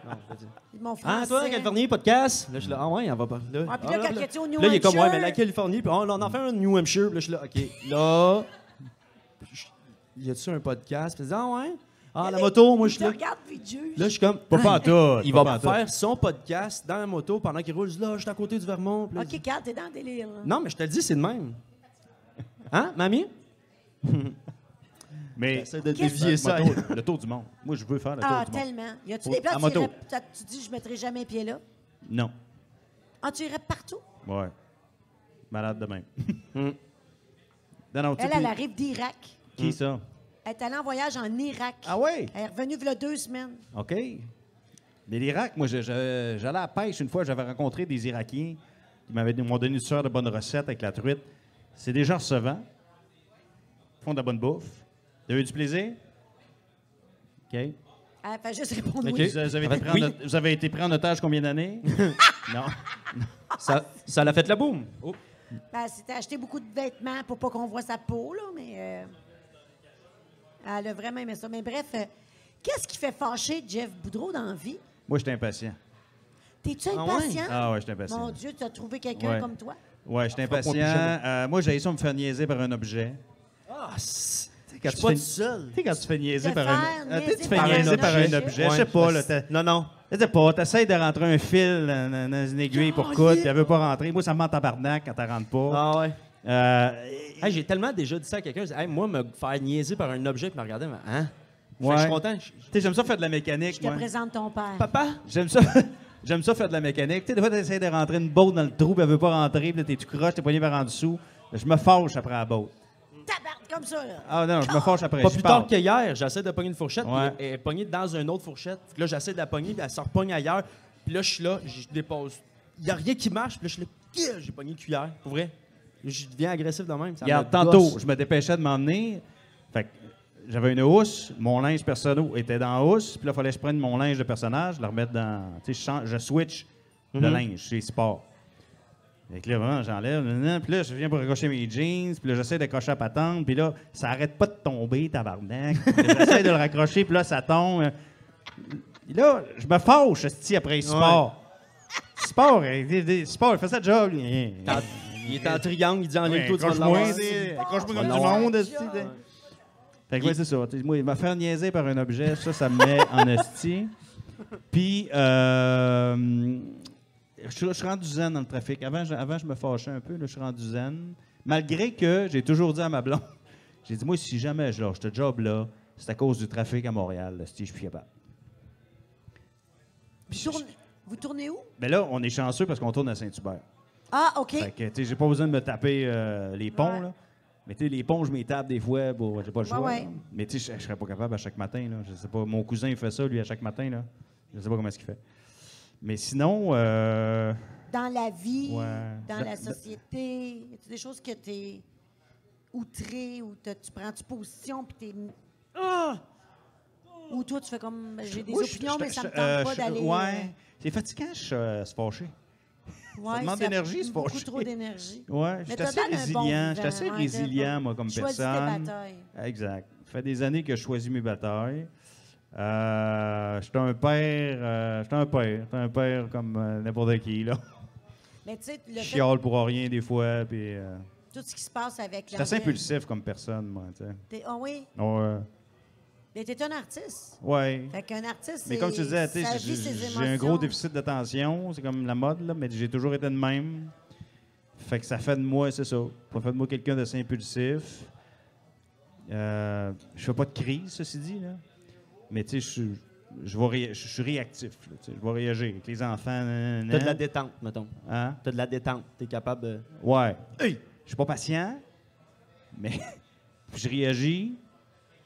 Non, je veux dire.
Mon français.
Ah, toi, la Californie, podcast? Là, je suis là, ah ouais, on va pas. Là,
Ah, puis
Ah,
là, quand
là,
il était au New
là, il est comme, ouais,
Hampshire-
mais la Californie, puis oh, là, on en fait un New Hampshire, puis là, je suis là, OK, là. je- Y a-tu un podcast? Puis il dit, ah ouais? Ah, la moto, moi, je suis là.
Regarde, puis Dieu.
Là, je suis comme,
Pas pantoute,
Il
pas
va
pantoute.
faire son podcast dans la moto pendant qu'il roule. Je dis, Là, je suis à côté du Vermont. Puis là, il dit,
OK, Carl, t'es dans le délire, là.
Non, mais je te le dis, c'est le même. Hein, mamie?
Mais Ben,
J'essaie de
Qu'est-ce-
dévier ça.
Le tour- le tour du monde. Moi, je veux faire le tour
Ah,
du monde.
tellement. Y a-tu
Au-
des plans
en
que tu,
moto.
irais- t'as- tu dis, je mettrai jamais pied là?
Non.
Ah, tu irais partout?
Ouais. Malade
*laughs*
de même.
Hmm.
Non, non, tu sais,
Elle,
puis-
elle arrive d'Irak.
Qui ça?
Elle est allée en voyage en Irak.
Ah ouais?
Elle est revenue il y a deux semaines.
OK. Mais l'Irak, moi, je- je- j'allais à la pêche une fois, j'avais rencontré des Irakiens qui m'avaient m'ont donné une soeur de bonne recette avec la truite. C'est des gens recevants, ils font de la bonne bouffe. T'as eu du plaisir? OK.
Elle fait juste répondre
OK.
oui.
Vous, vous avez
En fait,
été pris
oui.
en, ot- vous avez été pris en otage combien
*laughs*
d'années? non.
Ça ça l'a fait la boum. Oh.
Ben, elle s'était acheté beaucoup de vêtements pour pas qu'on voit sa peau, là, mais euh, elle a vraiment aimé ça. Mais bref, euh, qu'est-ce qui fait fâcher Jeff Boudreau dans la vie?
Moi, j'étais impatient.
T'es-tu
Ah
impatient?
ouais?
Ah ouais, j'étais impatient.
Mon Dieu, tu as trouvé quelqu'un
Ouais.
comme toi?
Ouais, j'étais
Frappe-moi
impatient.
plus jamais.
Euh, moi, j'avais ça me faire niaiser par un objet.
Ah, c'est-
quand
je suis
tu
pas
fais-
tout seul.
Tu sais, quand tu te fais niaiser
Te
par un...
faire
Ah, tu sais,
niaiser
tu te fais
par un
niaiser par un
objet.
objet. Je sais pas, là, t'as-
Non, non.
Je sais pas, t'essayes de rentrer un fil dans, dans une aiguille pour
Oh,
coudre,
yeah.
puis elle veut pas rentrer. Moi, ça me met en tabarnak quand elle rentre pas.
Ah ouais.
Euh,
Hey, j'ai tellement déjà dit ça à quelqu'un. je dis, Hey, moi, me faire niaiser par un objet, puis me regarder, mais, hein? Fait que je suis content. Je-
Tu sais, j'aime ça faire de la
Je
mécanique,
te
moi.
présente ton père.
Papa?
J'aime ça. *laughs* J'aime ça faire de la mécanique. Tu sais, des fois, t'essayes de rentrer une botte dans le trou, puis elle veut pas rentrer, puis là, t'es tu croches, t'es poigné par en dessous. Je me fâche après la botte.
Tabarde comme ça, là.
Ah non, je me fâche après.
Pas
je
plus
pars.
tard que hier, j'essaie de pogner une fourchette, puis
Ouais.
elle est pognée dans une autre fourchette. Fait que là, j'essaie de la pogner, puis elle se repogne ailleurs. Puis là, je suis là, je dépose. Il n'y a rien qui marche, puis là, je suis là, Yeah! j'ai pogné une cuillère, pour vrai. Je deviens agressif de même. ça me
Regarde,
gosse.
tantôt, je me dépêchais de m'emmener. Fait que j'avais une housse, mon linge personnel était dans la housse, puis là, il fallait que je prenne mon linge de personnage, le remettre dans. Tu sais, je change- je, switch le
Mhm.
linge chez Sport. Fait que là, vraiment, j'enlève, nan, nan, puis là, je viens pour accrocher mes jeans, puis là, j'essaie d'accrocher la patente, puis là, ça arrête pas de
*laughs*
tomber, tabarnak. j'essaie de le raccrocher, puis là, ça tombe. Et là, je me fâche, esti, après Sport. Sport, il- sport, il fait ça job.
Il est en- Il est en triangle, il dit en ligne, toi, tu vas
Accroche-moi,
l'avoir.
c'est- accroche-moi
Tu
comme
vas
du
l'avoir.
monde. esti, t'sais. Fait que, ouais, c'est ça. T'sais, Moi, il m'a fait niaiser par un objet, ça, ça me met en esti. Puis, euh, je suis- je suis rendu zen dans le trafic. Avant, je, avant, je me fâchais un peu, là, je suis rendu zen. Malgré que j'ai toujours dit à ma blonde, *laughs* j'ai dit, moi, si jamais je lâche ce job-là, c'est à cause du trafic à Montréal, esti, je suis plus capable.
Vous tournez- Vous tournez où?
Mais là, on est chanceux parce qu'on tourne à Saint-Hubert.
Ah, OK.
Fait que, tu sais, j'ai pas besoin de me taper euh, les ponts,
Ouais.
là. Mais, tu sais, les ponts, je m'y tape des fois, pour, j'ai pas le choix.
ouais.
là. Mais, tu sais, je je serais pas capable à chaque matin, là. Je sais pas, mon cousin, il fait ça, lui, à chaque matin, là. Je sais pas comment est-ce qu'il fait. Mais sinon, euh,
Dans la vie,
Ouais.
dans
Dans-
la société, y a-tu des choses que t'es outré ou t'as- tu prends tu position puis t'es... Ah! Ou toi, tu fais comme... J'ai des
moi, je-
opinions,
je-
mais ça
je-
me tente
euh,
pas
je-
d'aller...
Ouais. C'est fatigant, je, euh, se fâcher.
euh, ouais,
demande d'énergie, c'est pas
Beaucoup
chier.
trop d'énergie.
Ouais, je suis
t'as
assez
donné un bon
résilient. je
vivant,
suis assez
ouais, t'as-
résilient, moi, comme
Choisis tes
personne.
batailles.
Exact. Ça fait des années que je choisis mes batailles. Euh, je suis un père, euh, je suis un père, je suis un père comme euh, n'importe qui, là.
Mais tu sais, le fait-
chiale pour rien des fois. Puis, euh,
tout ce qui se passe avec
je suis assez impulsif comme personne, moi. tu sais.
T'es- Ah oui,
Ouais.
mais t'es un artiste.
Ouais.
Fait qu'un artiste,
Mais comme tu disais, tu sais,
ça
j'ai
vit ses
j'ai un gros
émotions.
déficit d'attention. C'est comme la mode, là, mais j'ai toujours été de même. Fait que ça fait de moi, c'est ça. Ça fait de moi quelqu'un d'assez impulsif. Euh, je fais pas de crise, ceci dit. Là. Mais tu sais, je suis- je vais ré- je suis réactif. là, tu sais, je vais réagir avec les enfants. nan, nan,
T'as de la
nan.
détente, mettons.
Hein?
T'as de la détente. T'es capable de.
Ouais. Je suis pas patient, mais *laughs* je réagis,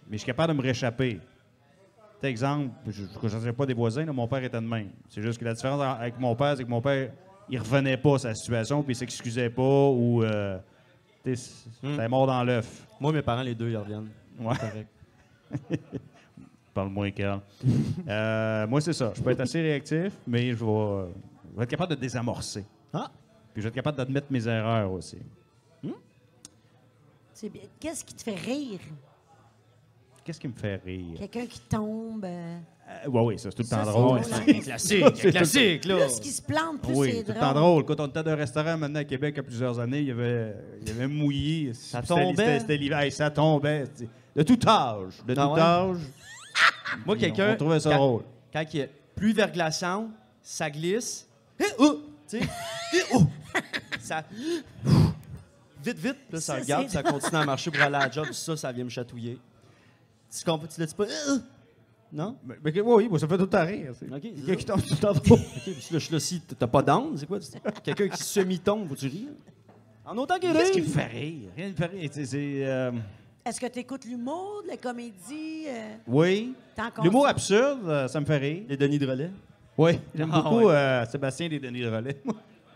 mais je suis capable de me réchapper. Par exemple, je ne connaissais pas des voisins, là, mon père était de même. C'est juste que la différence en- avec mon père, c'est que mon père, il revenait pas à sa situation, puis il s'excusait pas, ou. Euh, tu sais, c'est-
Mm.
c'est mort dans l'œuf.
Moi, mes parents, les deux, ils reviennent.
Ouais.
Correct.
Parle-moi, Carl. Euh, moi, c'est ça. Je peux être assez réactif, mais je vais, euh, je vais être capable de désamorcer.
Ah!
Puis je vais être capable d'admettre mes erreurs aussi.
C'est bien. Qu'est-ce qui te fait rire?
Qu'est-ce qui me fait rire?
Quelqu'un qui tombe. euh,
Euh, ouais, oui, ça, c'est tout le temps
Ça, c'est
drôle.
drôle, hein?
*laughs*
Classique, classique, là!
Plus qui se plante, plus
Oh. Oui,
c'est
tout le
drôle.
temps drôle. Quand on était dans un restaurant maintenant à Québec il y a plusieurs années, il y avait, il y avait mouillé.
Ça
C'était-
tombait.
c'était- C'était l'hiver. Hey, ça tombait. c'était- De tout âge. De
Ah
tout
ouais?
*laughs* âge.
Moi, quelqu'un.
On trouvait ça
quand-
drôle.
Quand il y a pluie verglaçante, ça glisse. Hé, oh! Tu sais, hé, oh! Ça. Vite, vite, là, ça
Ça,
regarde,
c'est
ça continue à marcher pour aller à la job, ça, ça vient me chatouiller. Tu comprends? Tu le dis pas? Hé, oh! Non?
Mais, mais que- oui, oui, ça fait tout le temps rire. c'est-
Ok.
Quelqu'un qui tombe tout
*laughs*
le temps drôle.
Ok, puis là, je suis là, si t'as pas d'âme, c'est quoi? Quelqu'un qui semi-tombe, faut-tu rire? En autant qu'il
Qu'est-ce qui me
rire!
fait rire? Rien ne me fait rire. C'est- c'est, euh,
Est-ce que tu écoutes l'humour, de la comédie? euh,
oui.
T'en consommes?
L'humour absurde, euh, ça me fait rire.
Les Denis de relais.
Oui. J'aime
Ah,
beaucoup
ouais.
euh, Sébastien des Denis de Relais. *laughs*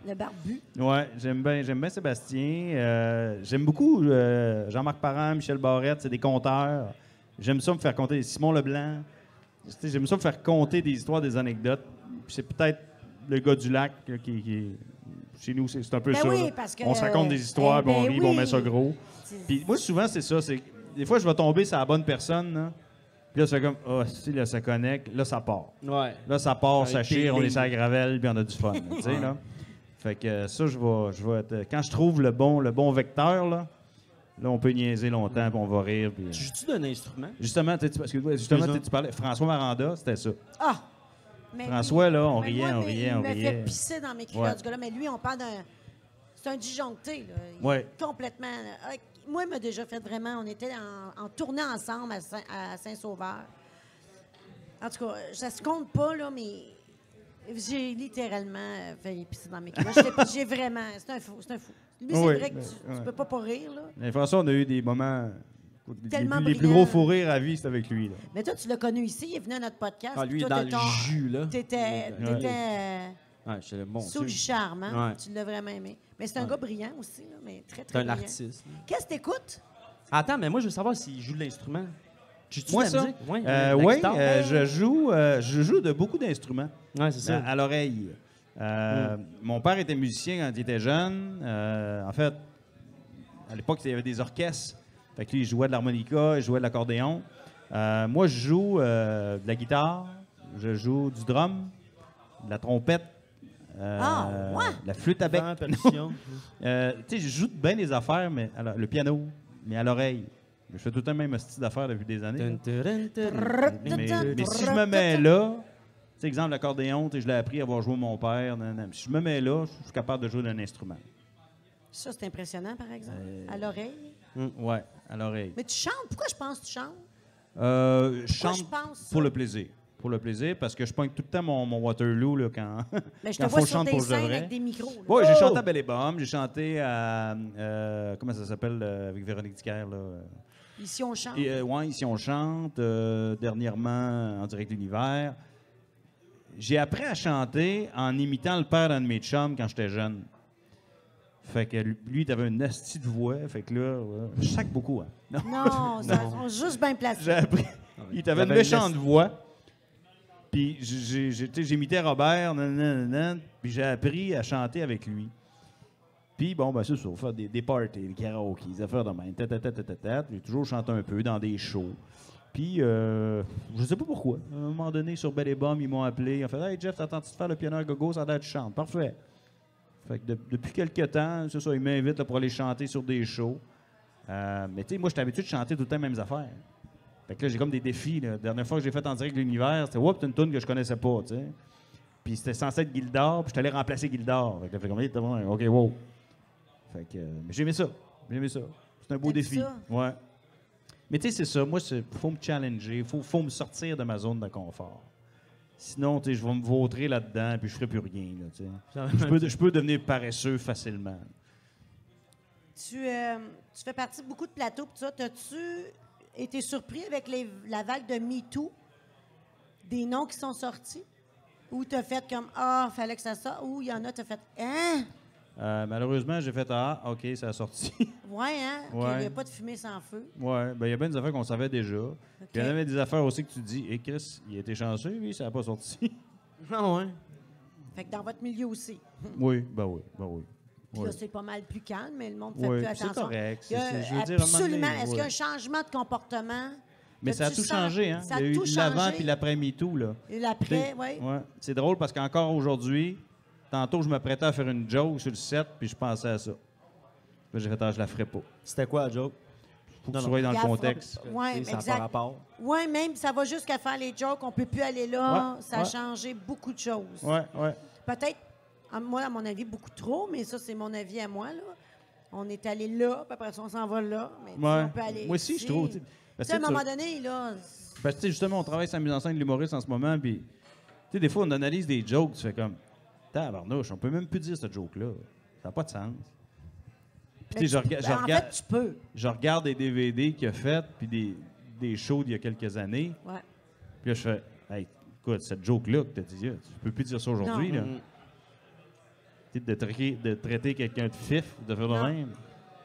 Le barbu?
Ouais, j'aime bien, j'aime bien Sébastien. Euh, j'aime beaucoup euh, Jean-Marc Parent, Michel Barrette, c'est des conteurs. J'aime ça me faire compter Simon Leblanc. Tu sais, J'aime ça me faire compter des histoires, des anecdotes. Puis c'est peut-être le gars du lac là, qui, qui- chez nous, c'est c'est un peu
Ben
ça.
oui,
là.
parce que-
on se raconte des histoires,
Eh
puis on
ben
rit, puis on
oui.
met ça gros.
C'est-
Puis moi, souvent, c'est ça. C'est des fois, je vais tomber sur la bonne personne. là. Puis là, c'est comme, ah, si, là, ça connecte. Là, ça part.
Ouais.
Là, ça part,
Ça a
ça
été
chire, on
ligne.
est sur la gravelle, puis on a du fun. là, tu sais, là. Fait que euh, ça, je vais, je vais être- euh, Quand je trouve le bon, le bon vecteur, là, là, on peut niaiser longtemps, puis on va rire. puis- euh.
Tu joues-tu d'un instrument?
Justement, tu sais, tu- parce que, ouais, justement, tu sais, tu parlais. François Maranda, c'était ça.
Ah! Mais
François, là, on
mais
riait,
moi,
on
mais
riait, on
Il me fait
riait.
pisser dans mes culottes,
Ouais.
ce gars-là. Mais lui, on parle d'un... C'est un disjoncté, là. Il est
Ouais.
Complètement... là. Ah, moi, il m'a déjà fait vraiment. On était en, en tournée ensemble à, Saint- à Saint-Sauveur. En tout cas, ça se compte pas, là, mais j'ai littéralement euh, failli pisser dans mes culottes.
*laughs*
J'étais- J'ai vraiment. C'est un fou. C'est un fou. Lui, c'est
Oui,
vrai que
ben,
tu, tu
ouais.
peux pas pas rire, là.
Mais François, on a eu des moments. Les
Tellement
plus, les plus
brillants.
gros fous rires à vie, c'est avec lui. là.
Mais toi, tu l'as connu ici. Il est venu à notre podcast.
Ah, lui,
puis
il est
toi,
dans le
t'es ton-
jus, là.
T'étais.
Ouais.
t'étais, euh,
Ouais, j'étais le bon
Sous le
Dieu.
charme, hein?
Ouais.
Tu l'as vraiment aimé. Mais c'est un gars brillant aussi, là, mais très,
C'est
très
un
brillant.
artiste.
Qu'est-ce que t'écoutes?
Attends, mais moi, je veux savoir s'il joue de l'instrument. Tu joues
Moi,
de la
ça?
musique? Oui,
Euh, oui, euh, je, joue, euh, je joue de beaucoup d'instruments.
ouais, c'est ça. Mm.
à, à l'oreille. Euh, Mon père était musicien quand il était jeune. Euh, en fait, à l'époque, il y avait des orchestres. Fait que lui, il jouait de l'harmonica, il jouait de l'accordéon. Euh, moi, je joue euh, de la guitare, je joue du drum, de la trompette, euh,
Ah, ouais?
de la flûte à bec.
Vent, percussion.
Euh, tu sais, je joue de bien des affaires, mais à la- le piano, mais à l'oreille. Je fais tout le temps le même style d'affaires depuis des années. là.
*laughs* Dun, dun, dun, dun.
Mais, mais si je me mets là, tu sais, exemple, l'accordéon, tu sais, je l'ai appris à avoir joué mon père. nan, nan. Si je me mets là, je suis capable de jouer d'un instrument.
Ça, c'est impressionnant, par exemple,
Euh,
à l'oreille.
Ouais, à l'oreille.
Mais tu chantes. Pourquoi je pense que tu chantes?
Euh, je
Pourquoi
chante
je pense ça?
pour le plaisir. Pour le plaisir, parce que je pointe tout le temps mon, mon Waterloo là, quand, *laughs*
Mais Ben, je te
quand
vois
faut
sur
chanter
tes
pour de
scènes
vrai.
avec des Oh! micros. là.
Oui, j'ai chanté à Belle et Bombe, j'ai chanté à. euh, comment ça s'appelle euh, avec Véronique Dicker, là? euh,
Ici, on chante.
Et, euh, ouais, ici on chante, euh, dernièrement en direct l'univers. J'ai appris à chanter en imitant le père d'un de mes chums quand j'étais jeune. Fait que lui, lui, il avait une nasty de voix. Fait que là, ouais, je sac beaucoup. hein. Non. *laughs*
Non, ça- on est juste bien placé.
J'ai appris. Il avait une
T'avais une
méchante
nasty-
voix. Puis j'ai- j'ai- tu sais, j'imitais Robert, nan, nan, nan, nan, puis j'ai appris à chanter avec lui. Puis bon, ben c'est ça, faire des, des parties, des karaokés, des affaires de même. tatatatatata. J'ai toujours chanté un peu dans des shows. Puis, euh, je sais pas pourquoi. À un moment donné, sur Belle et Bombe, ils m'ont appelé. Ils ont fait Hey Jeff, t'attends-tu de faire le piano à gogo Ça a l'air que tu chantes. Parfait. Fait que de- depuis quelques temps, c'est ça, ils m'invitent là, pour aller chanter sur des shows. Euh, mais tu sais, moi, j'étais habitué de chanter tout le temps les mêmes affaires. Fait que là, j'ai comme des défis. là. La dernière fois que j'ai fait en direct l'univers, c'était Whoop, c'est une tune que je connaissais pas, tu sais. Puis c'était censé être Gildor, puis je allé remplacer Gildor. Fait que là, fait comme, Hey, t'as vraiment- OK, wow. Fait que, euh, mais j'ai aimé ça. J'ai aimé ça. C'est un beau
T'aimes
défi.
ça?
Ouais. Mais tu sais, c'est ça. Moi, il faut me challenger. faut, faut me sortir de ma zone de confort. Sinon, tu sais, je vais me vautrer là-dedans, puis je ferai plus rien, là, tu sais. Je peux, je peux devenir paresseux facilement.
Tu, euh, tu fais partie de beaucoup de plateaux. pis ça. T'as-tu été surpris avec les- la vague de MeToo, des noms qui sont sortis? Ou t'as fait comme Ah, fallait que ça sorte? Ou il y en a, t'as fait Hein?
Euh, malheureusement, j'ai fait Ah, OK, ça a sorti. *laughs*
Ouais, hein? Ok, Il
Ouais.
n'y a pas de fumée sans feu.
ouais, ben il y a bien des affaires qu'on savait déjà. Puis Il y en avait des affaires aussi que tu dis Et Chris, il était chanceux, lui, ça n'a pas sorti. *laughs*
Ah ouais.
Fait que dans votre milieu aussi.
oui, ben oui, ben oui.
Puis
Oui.
là, c'est pas mal plus calme, mais le monde fait
Oui,
plus
puis c'est
attention.
correct,
Il y a
c'est- c'est- je veux dire, à un moment donné,
absolument. Est-ce qu'il y a un
oui.
changement de comportement?
Mais ça a
As-tu
tout
sent-
changé, hein?
Ça a
il y a
tout
eu l'avant
changé.
puis l'après-midi, là.
Et l'après,
T'sais,
oui.
ouais. C'est drôle parce qu'encore aujourd'hui, tantôt, je m'apprêtais à faire une joke sur le set, puis je pensais à ça. Puis J'ai fait, ah, je la ferai pas.
C'était quoi, la joke?
Faut que
Non,
tu
non.
sois dans le
Gaffe,
contexte.
Ouais,
Tu sais, ça a
exact.
pas rapport.
Oui, même, ça va jusqu'à faire les jokes. On peut plus aller là.
Ouais,
ça a
ouais.
changé beaucoup de choses.
Ouais, ouais.
Peut-être, à moi, à mon avis, beaucoup trop, mais ça, c'est mon avis à moi. Là. On est allé là, puis après ça, on s'en va là. Mais tu sais,
Ouais.
on peut aller
Moi aussi,
ici.
je trouve, tu sais,
Tu
parce
sais, à un
que tu-
moment donné, là,
Parce que, tu sais, justement, on travaille sur la mise en scène de l'humoriste en ce moment, puis, tu sais, des fois, on analyse des jokes, tu fais comme, tabarnouche, on peut même plus dire ce joke-là. Ça n'a pas de sens. Puis, tu sais, je,
Ben,
rega- je
en
regarde-
fait, tu peux.
je regarde des DVD qu'il a fait, puis des, des shows d'il y a quelques années,
Ouais.
puis là, je fais, hey, écoute, cette joke-là que t'as dit, là, tu peux plus dire ça aujourd'hui,
Non.
là. Tu sais, de, traquer- de traiter quelqu'un de fif, de faire le
Non.
même,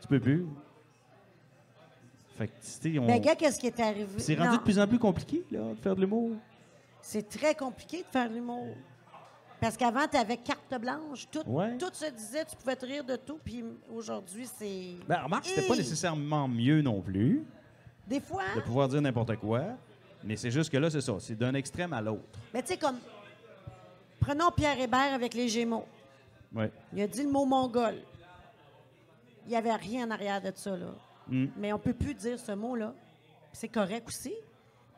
tu peux plus. Fait que, tu sais, on...
Mais Ben, gars, qu'est-ce qui est arrivé?
c'est rendu
Non.
de plus en plus compliqué, là, de faire de l'humour.
C'est très compliqué de faire l'humour. Parce qu'avant, tu avais carte blanche. Tout,
Ouais.
tout se disait, tu pouvais te rire de tout. Puis aujourd'hui, c'est.
Ben, remarque, c'était pas
Hey!
nécessairement mieux non plus
Des fois, hein?
de pouvoir dire n'importe quoi, mais c'est juste que là, c'est ça, c'est d'un extrême à l'autre.
mais tu sais, comme. Prenons Pierre Hébert avec les Gémeaux.
Ouais.
Il a dit le mot mongol. Il n'y avait rien en arrière de ça, là.
Mm.
Mais on peut plus dire ce mot-là. C'est correct aussi.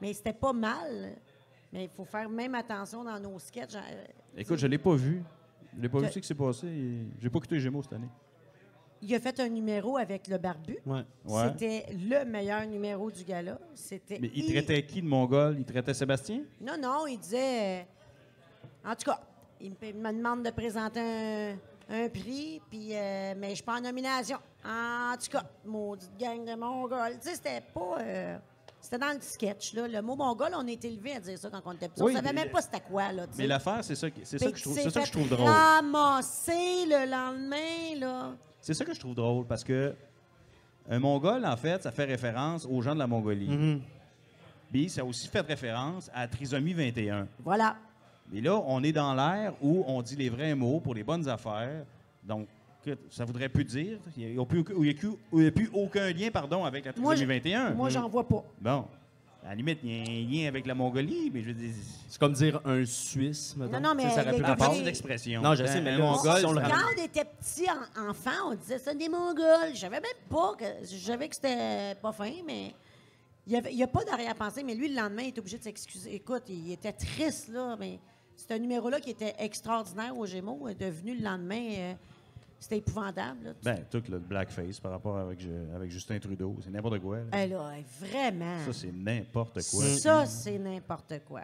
Mais c'était pas mal. Mais il faut faire même attention dans nos sketchs. Euh,
Écoute, je l'ai pas vu. Je l'ai pas
Je-
vu ce qui s'est passé. et J'ai pas écouté les Gémeaux cette année.
il a fait un numéro avec le barbu.
Ouais.
Ouais.
C'était le meilleur numéro du gala. C'était.
Mais il
hi-
traitait qui de Mongol? Il traitait Sébastien?
Non, non, il disait. euh, En tout cas, il me, il me demande de présenter un, un prix, puis, euh, mais je suis pas en nomination. En tout cas, maudite gang de Mongols. Tu sais, c'était pas. euh, c'était dans le sketch, là. Le mot mongol, on est élevé à dire ça quand on était petit.
Oui,
on savait
mais-
même pas c'était quoi, là. tu sais.
Mais l'affaire, c'est ça, qui- c'est ça
Puis
que je trouve,
tu
c'est ça
t'es
que je trouve
fait
drôle.
ramasser le lendemain, là.
C'est ça que je trouve drôle parce que un Mongol, en fait, ça fait référence aux gens de la Mongolie. Puis ça a aussi fait référence à la trisomie 21.
Voilà.
Mais là, on est dans l'ère où on dit les vrais mots pour les bonnes affaires. Donc, que- ça voudrait plus dire. Il n'y a, plus aucun- il y a plus- il y a plus aucun lien pardon, avec la
Moi,
trisomie
je-
21.
Moi, j'en vois pas.
Bon. À la limite, il y a un lien avec la Mongolie, mais je veux dire.
C'est comme dire un Suisse, mettons.
Non, non,
Tu sais,
mais
ça aurait
les-
pu
Ah,
rapport.
mais-
d'expression. Ben,
Non, je sais, mais
Un
là,
Mongol,
si on le
ça-
ramène-
Quand on était petit en, enfant, on disait ça des Mongols. Je savais même pas que. Je savais que c'était pas fin, mais. Il n'y a pas d'arrière-pensée, mais lui, le lendemain, il est obligé de s'excuser. Écoute, il était triste, là, mais c'est un numéro-là qui était extraordinaire aux Gémeaux. est devenu le lendemain, euh, c'était épouvantable. là.
Ben, tout le blackface par rapport avec, je- avec Justin Trudeau, c'est n'importe quoi. là.
Eh là, eh, vraiment.
Ça, c'est n'importe quoi.
Ça, c'est n'importe quoi.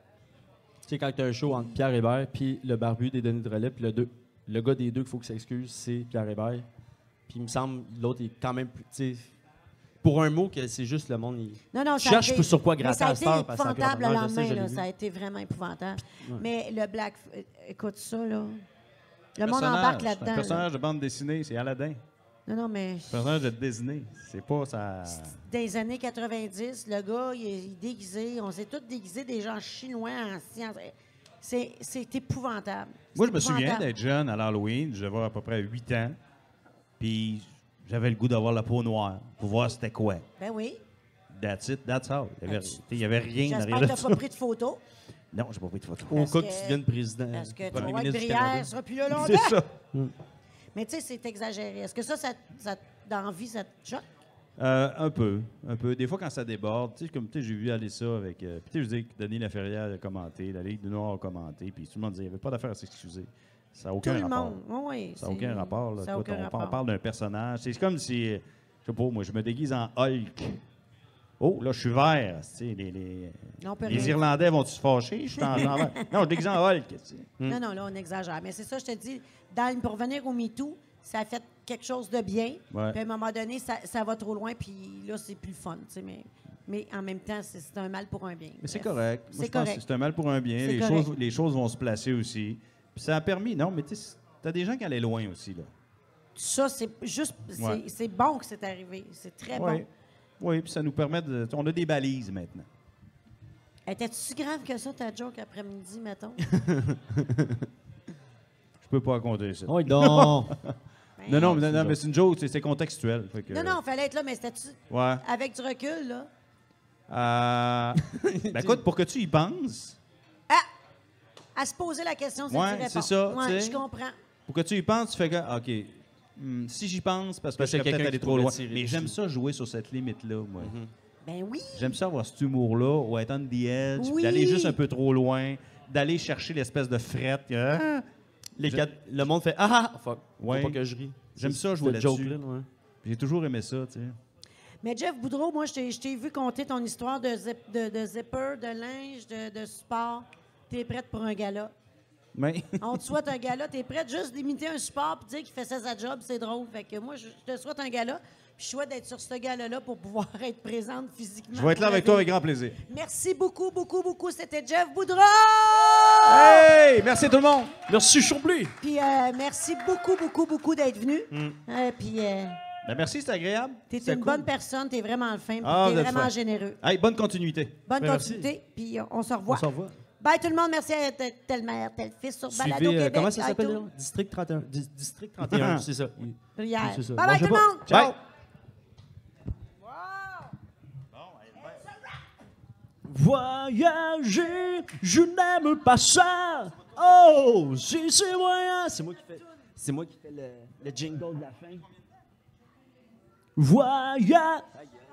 Tu sais, quand t'as un show entre Pierre Hébert, puis le barbu des Denis de relais, puis le, deux- le gars des deux qu'il faut qu'il s'excuse, c'est Pierre Hébert. Puis il me semble, l'autre est quand même plus. tu sais, Pour un mot, que c'est juste le monde. il-
Non, non, ça
Cherche
a été-
plus sur quoi
mais
gratter
ça a
à cette heure,
été
parce que ça a plus
épouvantable le
rapport. Je sais,
lendemain,
je l'ai
là,
vu.
ça a été vraiment épouvantable. Mais le black... euh, Écoute ça, là. Le monde
Personnage,
embarque
c'est un
là-dedans. là.
personnage de bande dessinée, c'est Aladdin.
Non, non, mais
personnage de Disney. C'est pas ça.
dans les années 90, le gars, il est il est déguisé. On s'est tous déguisés des gens chinois en science. C'est c'est épouvantable.
Moi, je
C'est
me souviens
épouvantable.
d'être jeune à l'Halloween. J'avais à peu près 8 ans. Puis j'avais le goût d'avoir la peau noire pour voir c'était quoi.
Ben oui.
That's it, that's all. Il n'y
Ah,
avait,
tu-
il y avait rien
J'espère
derrière
que
de
t'as
ça.
pas pris de
*laughs*
photos.
Non, j'ai pas pris de photo.
Au
Parce
cas que, tu
que-
deviennes président.
Parce
*laughs*
que tu vas
premier
voir que
ministre du
Brière
Canada.
sera plus là longtemps.
C'est ça.
Mais tu sais, c'est exagéré. Est-ce que ça, ça, ça dans la vie, ça te choque?
Euh, un peu, un peu. Des fois, quand ça déborde, tu sais, comme tu sais, j'ai vu aller ça avec. euh, puis tu sais, je dis que Denis Laferrière a commenté, la Ligue du Noir a commenté, puis tout le monde disait, il n'y avait pas d'affaire à s'excuser. Ça n'a
Tout
aucun
le
rapport.
monde. Oui, oui,
Ça
c'est-
n'a aucun rapport. Là.
ça a
Écoute,
aucun
on,
rapport.
on parle d'un personnage. C'est comme si, euh, je sais pas, moi, je me déguise en Hulk. Oh, là, je suis vert. tu sais, Les, les,
On peut
les
rien.
Irlandais vont se fâcher? Je suis en en vert. Non, je déguise en Hulk. tu sais.
Non, non, là, on exagère. Mais c'est ça, je te dis, dans, le- pour revenir au MeToo, ça a fait quelque chose de bien.
Ouais.
Puis à un moment donné, ça, ça va trop loin, puis là, c'est plus le fun. tu sais, Mais, mais en même temps, c'est c'est un mal pour un bien.
Mais c'est
Bref.
correct. Moi,
C'est
je pense
correct.
que c'est un mal pour un bien.
C'est
Les
correct.
choses, les choses vont se placer aussi. Puis ça a permis. Non, mais tu sais, t'as des gens qui allaient loin aussi, là.
Ça, c'est juste. c'est-
Ouais.
C'est bon que c'est arrivé. C'est très
Oui.
bon.
Oui, puis ça nous permet de. On a des balises maintenant.
Était-tu si grave que ça, ta joke après-midi,
*laughs*
mettons?
Je peux pas raconter ça.
Oh, *laughs* donc!
Ben,
Non, non, mais,
c'est
non,
une
mais c'est une joke, c'est- c'est contextuel. fait que-
Non, non, fallait être là, mais c'était-tu.
Ouais.
Avec du recul, là?
*laughs*
Euh, ben, écoute, pour que tu y penses,
Ah! À se poser la question, c'est d'y
Ouais, c'est
répondre.
ça, tu
Ouais,
sais.
je comprends.
pour que tu y penses, tu fais que, OK, hmm, si j'y pense, parce que
Parce
je serais
qu'il y a
peut-être
quelqu'un
allé
qui
trop loin.
pourrait tirer Mhm.
Mais
dessus.
j'aime ça jouer sur cette limite-là, moi.
Ben oui!
J'aime ça avoir cet humour-là, ou être on the edge, puis
Oui.
d'aller juste un peu trop loin, d'aller chercher l'espèce de fret. que, ah,
Les
Je-
quatre- le monde fait Ah ah! Fuck.
Ouais.
Faut pas que je ris.
J'aime
C'est-
ça jouer
cette
là-dessus.
joke-là, ouais.
J'ai toujours aimé ça, tu sais.
Mais Jeff Boudreau, moi, je t'ai- je t'ai vu compter ton histoire de, zip- de, de zipper, de linge, de, de support. T'es prête pour un gala.
Mais
On te souhaite un gala. T'es prête juste d'imiter un support puis dire qu'il faisait sa job. C'est drôle. Fait que moi, je je te souhaite un gala. Puis je souhaite d'être sur ce gala-là pour pouvoir être présente physiquement.
*laughs* je vais être là
pour
avec
la
toi avec
vivre.
grand plaisir.
Merci beaucoup, beaucoup, beaucoup. C'était Jeff Boudreau!
Hey! Merci tout le monde!
Merci, Chourblis!
Puis euh, merci beaucoup, beaucoup, beaucoup d'être venu. Euh, puis euh,
Ben, merci, c'était agréable.
t'es une
C'était Hmm. cool.
bonne personne. T'es vraiment le fin. puis
Ah, vous
t'es
êtes
vraiment
fin.
généreux.
Hey, bonne continuité.
Bonne
Ben, merci.
continuité. Puis on se
On
revoit.
se revoit.
Bye tout le monde, merci à t- telle mère, tel fils sur Balado
Suivez, euh,
Québec.
comment ça s'appelle?
iTunes,
là? District 31. Di- *laughs* District 31, c'est ça. oui.
Brière.
C'est ça.
Bye bye
Mangez
tout le
pas.
monde!
Ciao!
Bye.
Voyager, je n'aime pas ça. Oh, si c'est voyage. C'est moi qui fais, c'est moi qui fais le, le jingle de la fin. Voyage.